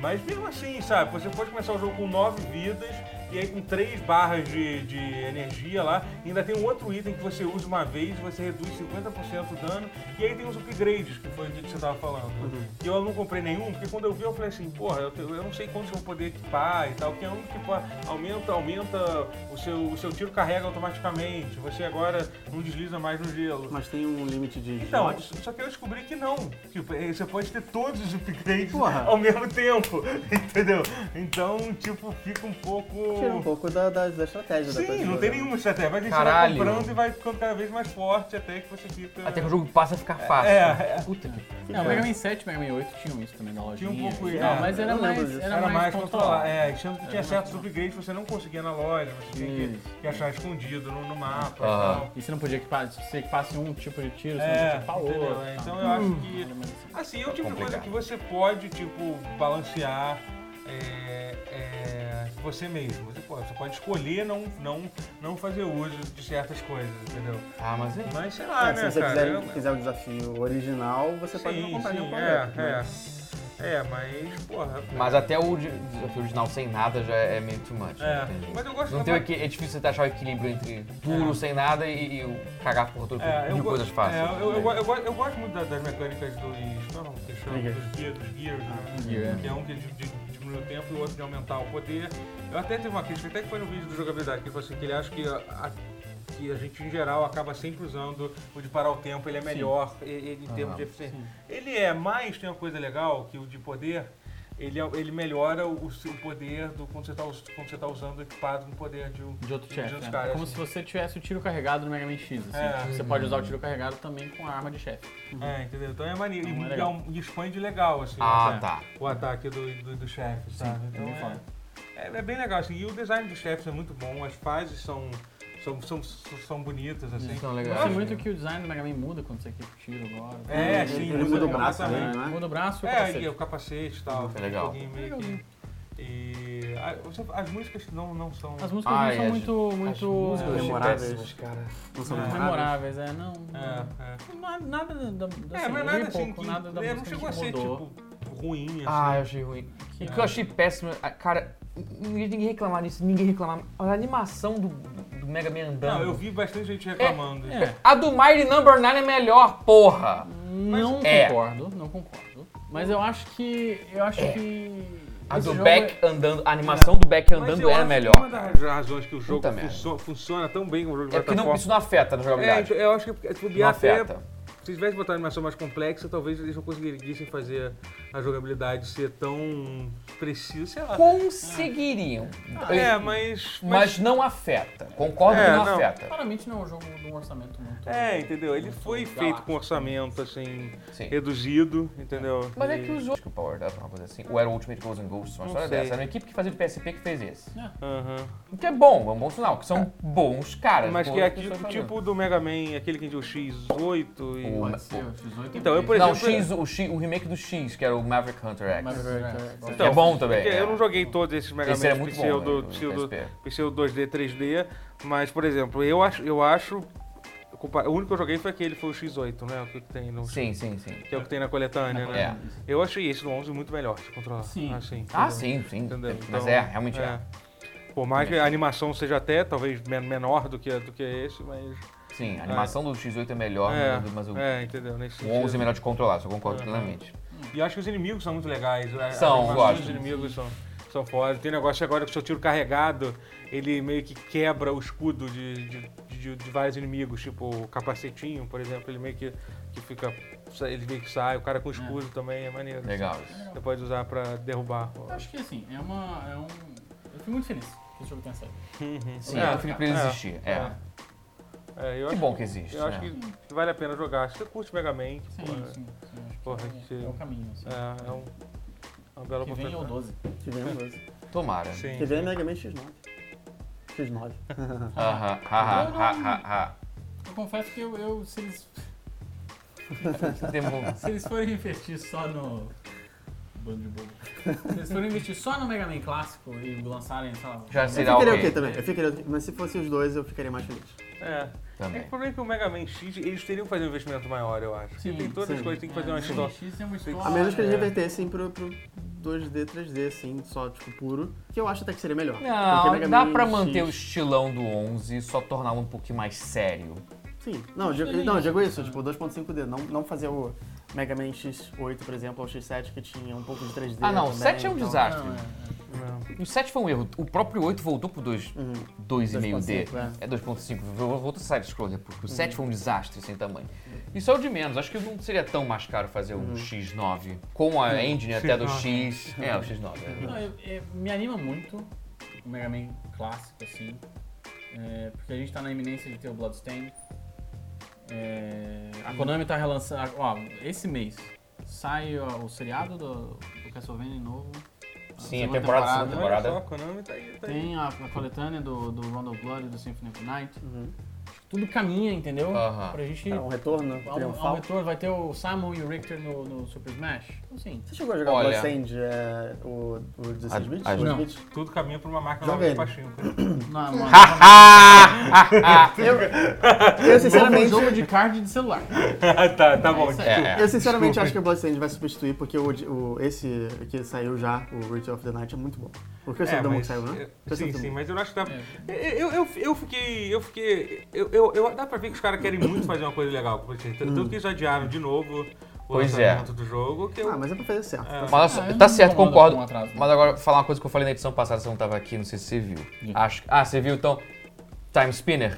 Speaker 1: Mas mesmo assim, sabe, você pode começar o jogo com 9 vidas e aí com 3 barras de, de energia lá, e ainda tem um outro item que você usa uma vez, você reduz 50% o dano, e aí tem os upgrades, que foi o que você tava falando.
Speaker 2: Uhum.
Speaker 1: E eu não comprei nenhum, porque quando eu vi eu falei assim, porra, eu, te- eu não sei quantos eu vou poder equipar e tal, que é um que pô, aumenta, aumenta, o seu, o seu tiro carrega automaticamente, você agora não desliza mais no gelo.
Speaker 4: Mas tem um limite de
Speaker 1: Então,
Speaker 4: slots.
Speaker 1: só que eu descobri que não. Tipo, eh, você pode ter todos os upgrades
Speaker 4: Porra.
Speaker 1: ao mesmo tempo, entendeu? Então, tipo, fica um pouco...
Speaker 4: Tira um pouco da, da, da estratégia da
Speaker 1: Sim,
Speaker 4: coisa
Speaker 1: não
Speaker 4: toda,
Speaker 1: tem
Speaker 4: né?
Speaker 1: nenhuma estratégia. Mas aí você vai
Speaker 2: Caralho.
Speaker 1: comprando e vai ficando cada vez mais forte até que você fica...
Speaker 2: Até que o jogo passa a ficar fácil. Né?
Speaker 1: É, é.
Speaker 2: Puta que.
Speaker 5: É, o Mega Man 7 e Mega Man 8 tinham isso também na lojinha.
Speaker 1: Tinha um pouco
Speaker 5: e
Speaker 1: isso.
Speaker 5: tal,
Speaker 1: É,
Speaker 5: mas era
Speaker 4: eu lembro
Speaker 5: mais,
Speaker 4: disso.
Speaker 5: era mais controlado.
Speaker 1: controlado. É, achando que tinha certos upgrades que você não conseguia na loja, você tinha que,
Speaker 5: Isso.
Speaker 1: que achar escondido no, no mapa
Speaker 2: Aham.
Speaker 1: e tal.
Speaker 5: E você não podia equipar, se você equipasse um tipo de tiro, você
Speaker 1: É,
Speaker 5: não podia equipar
Speaker 1: entendeu?
Speaker 5: outro.
Speaker 1: É,
Speaker 5: e tal.
Speaker 1: Então eu acho que...
Speaker 5: Era mais assim.
Speaker 1: Assim, é o tipo de coisa
Speaker 2: complicado.
Speaker 1: que você pode, tipo, balancear é, é, você mesmo. Você pode, você pode escolher não, não, não fazer uso de certas coisas, entendeu?
Speaker 2: Ah, mas é.
Speaker 1: Mas sei lá,
Speaker 4: É,
Speaker 1: né,
Speaker 4: se você
Speaker 1: cara?
Speaker 4: quiser,
Speaker 1: Eu-
Speaker 4: quiser o desafio original, você pode não
Speaker 1: sim,
Speaker 4: comprar nenhum né?
Speaker 1: sim,
Speaker 4: completo.
Speaker 1: é, é.
Speaker 4: mas-
Speaker 1: É, mas, porra.
Speaker 2: Mas até o de- desafio original sem nada já é meio too much.
Speaker 1: É,
Speaker 2: não tem jeito.
Speaker 1: mas eu gosto
Speaker 2: Não
Speaker 1: da
Speaker 2: tem o
Speaker 1: ma-
Speaker 2: equi- é difícil você achar o equilíbrio entre duro, sem nada e, e o cagar por tudo,
Speaker 1: É, eu
Speaker 2: mil
Speaker 1: go-
Speaker 2: coisas fáceis.
Speaker 1: é, eu, eu, go- eu, go- eu gosto muito da- das mecânicas dos. Não, que chama,
Speaker 5: Gears.
Speaker 1: dos gears, dos gears, né?
Speaker 5: Gear.
Speaker 1: Que é um que di- di- diminui o tempo e o outro de aumentar o poder. Eu até teve uma crítica, até que foi no vídeo do jogabilidade, que ele falou assim, que ele acha que a, a- que a gente em geral acaba sempre usando o de parar o tempo, ele é melhor e- e- em
Speaker 2: Ah,
Speaker 1: termos de eficiência. Ele é mais, tem uma coisa legal, que o de poder. Ele, é- ele melhora o, seu poder do quando você está quando você tá usando equipado com o poder de um
Speaker 5: De outro chefe.
Speaker 1: outros
Speaker 5: né?
Speaker 1: caras.
Speaker 5: É como se você tivesse o tiro carregado no Mega Man X. assim.
Speaker 1: É.
Speaker 5: Você pode usar o tiro carregado também com a arma de chefe.
Speaker 1: É, entendeu? Então é maneiro.
Speaker 5: Não, é
Speaker 1: E, é
Speaker 5: legal.
Speaker 1: um, e expande legal, assim.
Speaker 2: Ah,
Speaker 1: né?
Speaker 2: tá.
Speaker 1: O ataque do, do, do chefe, sabe? Então
Speaker 5: bem foda.
Speaker 1: é, é, é bem legal, assim. E o design dos chefes é muito bom, as fases são, são, são, são bonitas, assim.
Speaker 2: Então,
Speaker 5: Eu
Speaker 2: legal.
Speaker 5: acho muito que o design do Mega Man muda quando você equipa o tiro agora.
Speaker 1: É,
Speaker 4: Ele-
Speaker 1: sim,
Speaker 4: ele muda o
Speaker 1: legal,
Speaker 4: braço,
Speaker 1: exatamente.
Speaker 4: né? não é?
Speaker 5: Muda o braço e o
Speaker 1: É,
Speaker 5: capacete.
Speaker 1: e o capacete e tal.
Speaker 2: É legal.
Speaker 1: Um pouquinho meio que- E a- você- as músicas não, não são...
Speaker 5: As músicas
Speaker 2: Ai,
Speaker 5: não
Speaker 2: as- Ah, é,
Speaker 5: são muito,
Speaker 2: As
Speaker 5: muito né?
Speaker 2: músicas eu achei
Speaker 4: memoráveis.
Speaker 2: péssimas, cara.
Speaker 4: Não são
Speaker 1: É.
Speaker 4: memoráveis.
Speaker 5: memoráveis, é, não.
Speaker 1: É, é.
Speaker 5: não há Nada
Speaker 1: É,
Speaker 5: da, da assim,
Speaker 1: não é
Speaker 5: eu
Speaker 1: nada
Speaker 5: vi
Speaker 1: assim
Speaker 5: pouco,
Speaker 1: que...
Speaker 5: nada da
Speaker 1: é, não
Speaker 5: música
Speaker 1: chegou a
Speaker 5: que
Speaker 1: ser,
Speaker 5: mudou.
Speaker 1: tipo, ruim, assim.
Speaker 2: Ah, eu achei ruim. E o que eu achei péssimo, ah, cara, ninguém ninguém reclamar disso, ninguém reclamar. A animação do, do Mega Man andando.
Speaker 1: Não, eu vi bastante gente reclamando.
Speaker 5: É,
Speaker 2: A do Mighty Number 9 é melhor, porra!
Speaker 5: não
Speaker 2: é. É.
Speaker 5: concordo, não concordo. Mas eu acho que. Eu acho que.
Speaker 2: A
Speaker 5: esse
Speaker 2: do
Speaker 5: jogo é-
Speaker 2: Beck andando, a animação do Beck
Speaker 1: Mas
Speaker 2: andando
Speaker 1: eu acho
Speaker 2: era
Speaker 1: que
Speaker 2: melhor.
Speaker 1: Uma das razões que o jogo
Speaker 2: Puta merda.
Speaker 1: funcio- funciona tão bem como jogo de
Speaker 2: É porque não,
Speaker 1: plataforma.
Speaker 2: isso não afeta na
Speaker 1: É,
Speaker 2: jogabilidade.
Speaker 1: então, eu acho que é, tipo,
Speaker 2: não
Speaker 1: guiar até,
Speaker 2: afeta.
Speaker 1: se tivesse botar uma animação mais complexa, talvez eles não conseguissem fazer a jogabilidade ser tão precisa, sei lá.
Speaker 2: Conseguiriam.
Speaker 1: É, mas,
Speaker 2: mas não afeta. Concordo
Speaker 1: É,
Speaker 2: que não,
Speaker 1: não.
Speaker 2: afeta.
Speaker 5: Claramente não é um jogo de um orçamento muito.
Speaker 1: É, entendeu? Ele foi
Speaker 5: Galáctico.
Speaker 1: feito com orçamento, assim,
Speaker 2: Sim.
Speaker 1: reduzido, entendeu?
Speaker 2: Mas é
Speaker 1: E-
Speaker 2: que os outros. Acho que o Power Up, uma coisa assim. O Era o Ultimate Goals and Ghosts, uma
Speaker 1: Não
Speaker 2: história
Speaker 1: sei.
Speaker 2: dessa. Era uma equipe que fazia de PSP que fez esse.
Speaker 1: Aham.
Speaker 2: O que é bom, é um bom sinal, que são bons caras.
Speaker 1: Mas que
Speaker 2: boas
Speaker 1: é aqui,
Speaker 2: pessoas
Speaker 1: tipo o do Mega Man, aquele que a gente o X8 e...
Speaker 2: O-
Speaker 5: Pode ser, o X8
Speaker 1: Então, eu, por
Speaker 2: fazendo. Não, o,
Speaker 1: exemplo...
Speaker 2: X, o, X- o remake do X, que era o Maverick Hunter X.
Speaker 5: Mas,
Speaker 1: Então,
Speaker 2: é bom também.
Speaker 1: Porque
Speaker 2: é.
Speaker 1: eu não joguei todos esses Mega
Speaker 2: Esse era
Speaker 1: Man
Speaker 2: muito bom,
Speaker 1: pseudo,
Speaker 2: né,
Speaker 1: pseudo,
Speaker 2: PSP.
Speaker 1: pseudo 2D, 3D, mas, por exemplo, eu acho, eu acho, compa- o único que eu joguei foi aquele, foi o X8, né, o que que tem no...
Speaker 2: Sim, sim, sim.
Speaker 1: Que é o que tem na coletânea, né?
Speaker 2: É.
Speaker 1: Eu achei esse do 11 muito melhor de controlar.
Speaker 5: Sim.
Speaker 1: Assim,
Speaker 2: Ah,
Speaker 1: entendeu?
Speaker 2: sim, sim.
Speaker 1: Entendeu?
Speaker 2: Mas
Speaker 1: Então,
Speaker 2: é, realmente é.
Speaker 1: é. Por mais que a animação seja até, talvez, men- menor do que, do que esse, mas...
Speaker 2: Sim, a animação do X8 é melhor,
Speaker 1: É,
Speaker 2: mas o,
Speaker 1: é, entendeu? Nesse
Speaker 2: o 11 é
Speaker 1: sentido.
Speaker 2: melhor de controlar, isso eu concordo plenamente.
Speaker 1: E eu acho que os inimigos são muito legais. a- a
Speaker 2: São,
Speaker 1: animação
Speaker 2: gosto.
Speaker 1: dos inimigos são, são foda. Tem um negócio agora que o seu tiro carregado, ele meio que quebra o escudo de, de, de- de vários inimigos, tipo o capacetinho, por exemplo, ele meio que, que fica. Ele meio que sai, o cara com escudo também é maneiro.
Speaker 2: Hum. Legal isso.
Speaker 1: Você pode usar pra derrubar.
Speaker 5: Eu acho que assim, é uma. É um... Eu fico muito feliz que esse jogo tenha saído.
Speaker 2: Sim,
Speaker 1: É,
Speaker 2: eu prefiro pra ele
Speaker 1: é,
Speaker 2: existir. É.
Speaker 1: é. É, eu
Speaker 2: Que
Speaker 1: acho,
Speaker 2: bom que existe.
Speaker 1: eu acho
Speaker 2: né?
Speaker 1: que vale a pena jogar. Se você curte Mega Man, que,
Speaker 5: Sim,
Speaker 1: pô,
Speaker 5: sim, sim. acho que
Speaker 1: porra,
Speaker 5: é-
Speaker 1: que-
Speaker 5: é, o caminho. Assim.
Speaker 1: é, é um, é uma bela
Speaker 5: que vem é o
Speaker 1: oportunidade.
Speaker 5: 12.
Speaker 4: Que vem o 12.
Speaker 2: Tomara.
Speaker 1: Sim.
Speaker 4: Que vem é Mega Man X9. X9.
Speaker 2: Aham, ha, ha, ha, ha, ha.
Speaker 5: Eu confesso que eu, eu- se, eles,
Speaker 2: Demônio.
Speaker 5: se eles forem investir só no. Bando de bobo. Se eles forem investir só no Mega Man clássico e lançarem, sei lá.
Speaker 2: Já
Speaker 4: Eu
Speaker 2: será
Speaker 4: ficaria
Speaker 2: alguém.
Speaker 4: ok também. Eu ficaria ok. Mas se fosse os dois, eu ficaria mais feliz.
Speaker 1: É. É que o
Speaker 2: Também.
Speaker 1: problema é que o Mega Man X, eles teriam que fazer um investimento maior, eu acho. Porque
Speaker 5: Sim,
Speaker 1: tem todas as
Speaker 4: sim.
Speaker 1: coisas, tem que fazer um uma
Speaker 5: Mega Man
Speaker 1: história.
Speaker 5: X é uma
Speaker 1: Tem que-
Speaker 5: história.
Speaker 4: A menos que eles
Speaker 2: Ah,
Speaker 1: é.
Speaker 4: revertessem pro, pro 2D, 3D, assim, só, tipo, puro. Que eu acho até que seria melhor. Porque
Speaker 2: Não,
Speaker 4: Mega
Speaker 2: dá
Speaker 4: Man
Speaker 2: pra
Speaker 4: X-
Speaker 2: manter o estilão do 11 e só torná-lo um pouquinho mais sério.
Speaker 4: Sim. Não, eu digo, não, eu digo
Speaker 2: né?
Speaker 4: isso, tipo, 2.5D. Não, não fazer o Mega Man X8, por exemplo, ou X7, que tinha um pouco de 3D
Speaker 2: Ah, não, o
Speaker 4: também,
Speaker 2: 7 é um
Speaker 4: então-
Speaker 2: desastre.
Speaker 5: Não, é-
Speaker 2: O 7 foi um erro. O próprio 8 voltou pro 2.
Speaker 4: Uhum.
Speaker 2: 2,5D.
Speaker 4: 2.5,
Speaker 2: É 2.5. Vou vou outro side-scroller, porque o
Speaker 5: Uhum.
Speaker 2: 7 foi um desastre sem tamanho. Isso é o de menos. Acho que não seria tão mais caro fazer
Speaker 5: Uhum.
Speaker 2: um X9 com a engine até do X. É, o X9.
Speaker 5: Não, eu- eu- me anima muito o Mega Man clássico, assim. é, porque a gente tá na iminência de ter o Bloodstain. É, a Konami tá relançando. Ó, esse mês sai ó, o seriado do, do Castlevania novo. a
Speaker 2: Sim, a
Speaker 5: segunda
Speaker 2: temporada, a segunda
Speaker 1: Olha só,
Speaker 2: temporada.
Speaker 1: a Konami tá aí, tá aí.
Speaker 5: Tem a, a coletânea do, do Rondo of Blood e do Symphony of the Night.
Speaker 4: Uhum.
Speaker 5: tudo caminha, entendeu?
Speaker 2: Aham.
Speaker 5: Pra gente.
Speaker 4: É um retorno
Speaker 5: Há um, há um
Speaker 4: triunfal.
Speaker 5: retorno, vai ter o Simon e o Richter no, no Super Smash. Então, assim,
Speaker 4: Você chegou a jogar
Speaker 2: Olha.
Speaker 4: o Bloodstained, é, o, o 16 bits?
Speaker 3: a-
Speaker 5: não.
Speaker 1: Tudo caminha pra uma máquina
Speaker 4: Joga
Speaker 1: nova de
Speaker 4: ele.
Speaker 1: pachinko.
Speaker 5: na, na,
Speaker 2: Ah, é
Speaker 4: Eu
Speaker 5: sinceramente,
Speaker 4: sinceramente,
Speaker 5: jogo de card de celular.
Speaker 1: tá, tá bom.
Speaker 5: É isso aí.
Speaker 1: desculpa.
Speaker 2: É, é.
Speaker 4: eu sinceramente acho que o Bloodstained vai substituir, porque o, de- o- esse que saiu já, o Ritual of the Night, é muito bom. O Curse of the Moon que
Speaker 1: É, mas-
Speaker 4: saiu, né?
Speaker 1: eu-
Speaker 4: Curse
Speaker 1: Sim,
Speaker 4: of the
Speaker 1: sim,
Speaker 4: Moon.
Speaker 1: mas eu acho que
Speaker 2: Ah.
Speaker 1: dá.
Speaker 5: É.
Speaker 1: Eu, eu, eu fiquei. Eu fiquei. Eu, eu, eu- dá pra ver que os caras querem muito fazer uma coisa legal. com o Bloodstained. Tanto que eles adiaram de novo o
Speaker 2: Pois é.
Speaker 1: lançamento do jogo. Que eu,
Speaker 4: Ah, mas é pra fazer certo.
Speaker 1: É.
Speaker 2: Mas olha só,
Speaker 5: Ah, eu não
Speaker 2: tá certo,
Speaker 5: incomodo
Speaker 2: concordo.
Speaker 5: com o atraso.
Speaker 2: Mas agora, falar uma coisa que eu falei na edição passada, você não tava aqui, não sei se você viu.
Speaker 5: Sim.
Speaker 2: Acho que- Ah, você viu então Time Spinner?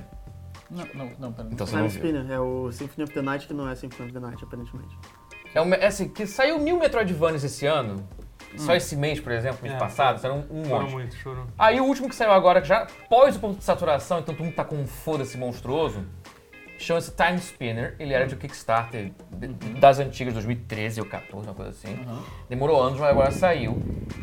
Speaker 5: Não, não, não, pera.
Speaker 2: Então você
Speaker 4: Time
Speaker 2: não viu.
Speaker 4: Spinner é o Symphony of the Night, que não é Symphony of the Night, aparentemente.
Speaker 2: É, um, é assim, que saiu mil Metroidvanias esse ano.
Speaker 5: Hum.
Speaker 2: Só esse mês, por exemplo, mês
Speaker 1: É.
Speaker 2: passado, saíram um
Speaker 1: Chorou
Speaker 2: monte.
Speaker 1: muito, chorou.
Speaker 2: Aí o último que saiu agora, que já pós o ponto de saturação, então todo mundo tá com um foda-se monstruoso, chama-se Time Spinner. Ele era de Kickstarter de- das antigas, 2013 ou 14, uma coisa assim. Demorou anos, mas agora saiu.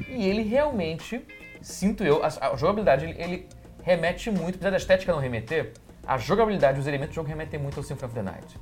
Speaker 2: E ele realmente, sinto eu, a, a jogabilidade, ele, ele remete muito, apesar da estética não remeter, a jogabilidade, os elementos do jogo remetem muito ao Symphony of the Night.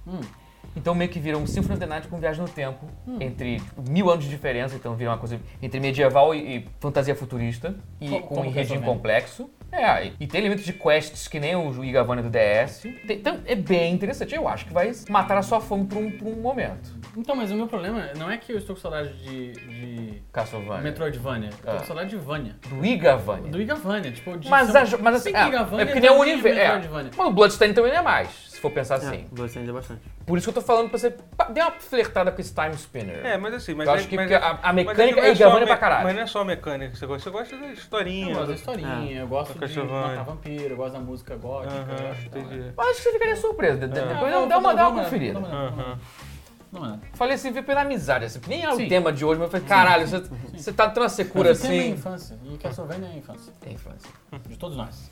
Speaker 2: Então meio que vira um Symphony of the Night com viagem no tempo, entre tipo, mil anos de diferença, então vira uma coisa entre medieval e, e fantasia futurista, e
Speaker 5: Como-
Speaker 2: com um
Speaker 5: como
Speaker 2: enredo
Speaker 5: Castlevania.
Speaker 2: complexo. É, e- e tem elementos de quests que nem o Igavania do DS. Tem- Então é bem interessante, eu acho que vai matar a sua fome por um, por um momento.
Speaker 5: Então, mas o meu problema não é que eu estou com saudade de, de
Speaker 2: Castlevania.
Speaker 5: Metroidvania. Eu tô
Speaker 2: Ah.
Speaker 5: com saudade de Vania.
Speaker 2: Do Igavania.
Speaker 5: Do Igavania, tipo, de
Speaker 2: Mas,
Speaker 5: ser-
Speaker 2: a, jo- mas assim,
Speaker 5: Sim,
Speaker 2: é,
Speaker 5: Igavania
Speaker 2: é porque nem o
Speaker 5: também é
Speaker 2: universo. É,
Speaker 5: Metroidvania.
Speaker 2: mas o Bloodstained também não é mais, se for pensar
Speaker 4: É,
Speaker 2: assim.
Speaker 4: o Bloodstained é bastante.
Speaker 2: Por isso que eu tô falando pra você, pá, dê uma flertada com esse Time Spinner.
Speaker 1: É, mas assim, mas
Speaker 2: Eu
Speaker 1: é-
Speaker 2: acho que
Speaker 1: mas
Speaker 2: porque
Speaker 1: é-
Speaker 2: a- a
Speaker 1: mas é que
Speaker 2: mecânica
Speaker 1: não
Speaker 2: é
Speaker 1: só a
Speaker 2: gavana pra
Speaker 1: me-
Speaker 2: caralho.
Speaker 1: Mas não é só a mecânica que você gosta, você gosta da
Speaker 5: Eu
Speaker 1: historinha.
Speaker 5: gosto da
Speaker 1: do-
Speaker 5: historinha, eu gosto
Speaker 1: Do
Speaker 5: de
Speaker 1: Castlevania.
Speaker 5: matar vampiro, eu gosto da música gótica.
Speaker 1: Aham,
Speaker 5: eu gosto e tal, né?
Speaker 1: entendi.
Speaker 2: Eu acho que você ficaria surpreso. de-
Speaker 1: É.
Speaker 2: de-
Speaker 5: Ah,
Speaker 2: Depois dá
Speaker 5: vou-
Speaker 2: uma,
Speaker 5: vou-
Speaker 2: dá
Speaker 5: vou
Speaker 2: uma
Speaker 5: olhar,
Speaker 2: conferida.
Speaker 5: vou olhar, vou olhar.
Speaker 1: Aham.
Speaker 5: Não é.
Speaker 2: Falei assim, veio pela amizade, assim, que nem é o
Speaker 5: Sim.
Speaker 2: tema de hoje, mas eu falei, caralho, você, você tá tendo uma secura
Speaker 5: Você tem minha
Speaker 2: assim.
Speaker 5: infância, e Castlevania é a infância,
Speaker 2: Tem infância.
Speaker 5: de todos nós.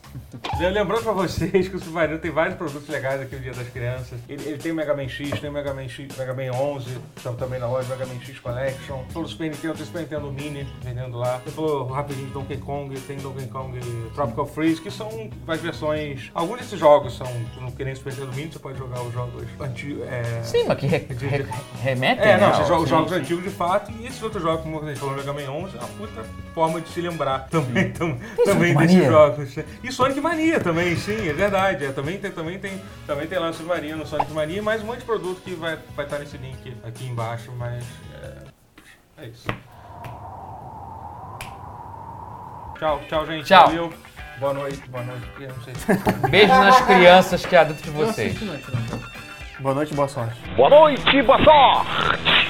Speaker 1: Eu Lembrando pra vocês que o Submarino tem vários produtos legais aqui no Dia das Crianças. Ele, ele tem o Mega Man X, tem o Mega Man, X, Mega Man 11, estão também na loja, Mega Man X Collection. Todo Super Nintendo, tem Super Nintendo Mini vendendo lá. Ele falou rapidinho de Donkey Kong, tem Donkey Kong Tropical Freeze, que são as versões... Alguns desses jogos são, não que nem Super Nintendo Mini, você pode jogar os jogos antigos... É...
Speaker 2: Sim, mas que re,
Speaker 1: de-
Speaker 2: re- remete,
Speaker 1: É,
Speaker 2: né,
Speaker 1: não,
Speaker 2: ao-
Speaker 1: você joga os jogos antigos de fato e esses outros jogos, como a gente falou, Mega Man 11, é uma puta forma de se lembrar também, tam- também
Speaker 2: Sonic
Speaker 1: desses
Speaker 2: Mania.
Speaker 1: jogos. E Sonic Mania também, sim, é verdade. É, também, tem, também, tem, também tem lá no Submarino, Sonic Mania, mais um monte de produto que vai estar vai tá nesse link aqui embaixo, mas é, é isso. Tchau, tchau, gente.
Speaker 2: Tchau.
Speaker 1: Valeu. Boa noite, boa noite. Eu não sei.
Speaker 2: Beijo nas crianças que é adulto de
Speaker 5: Eu
Speaker 2: vocês.
Speaker 5: assisti, não, assisti, não.
Speaker 4: Boa noite e boa sorte.
Speaker 6: Boa noite, boa sorte!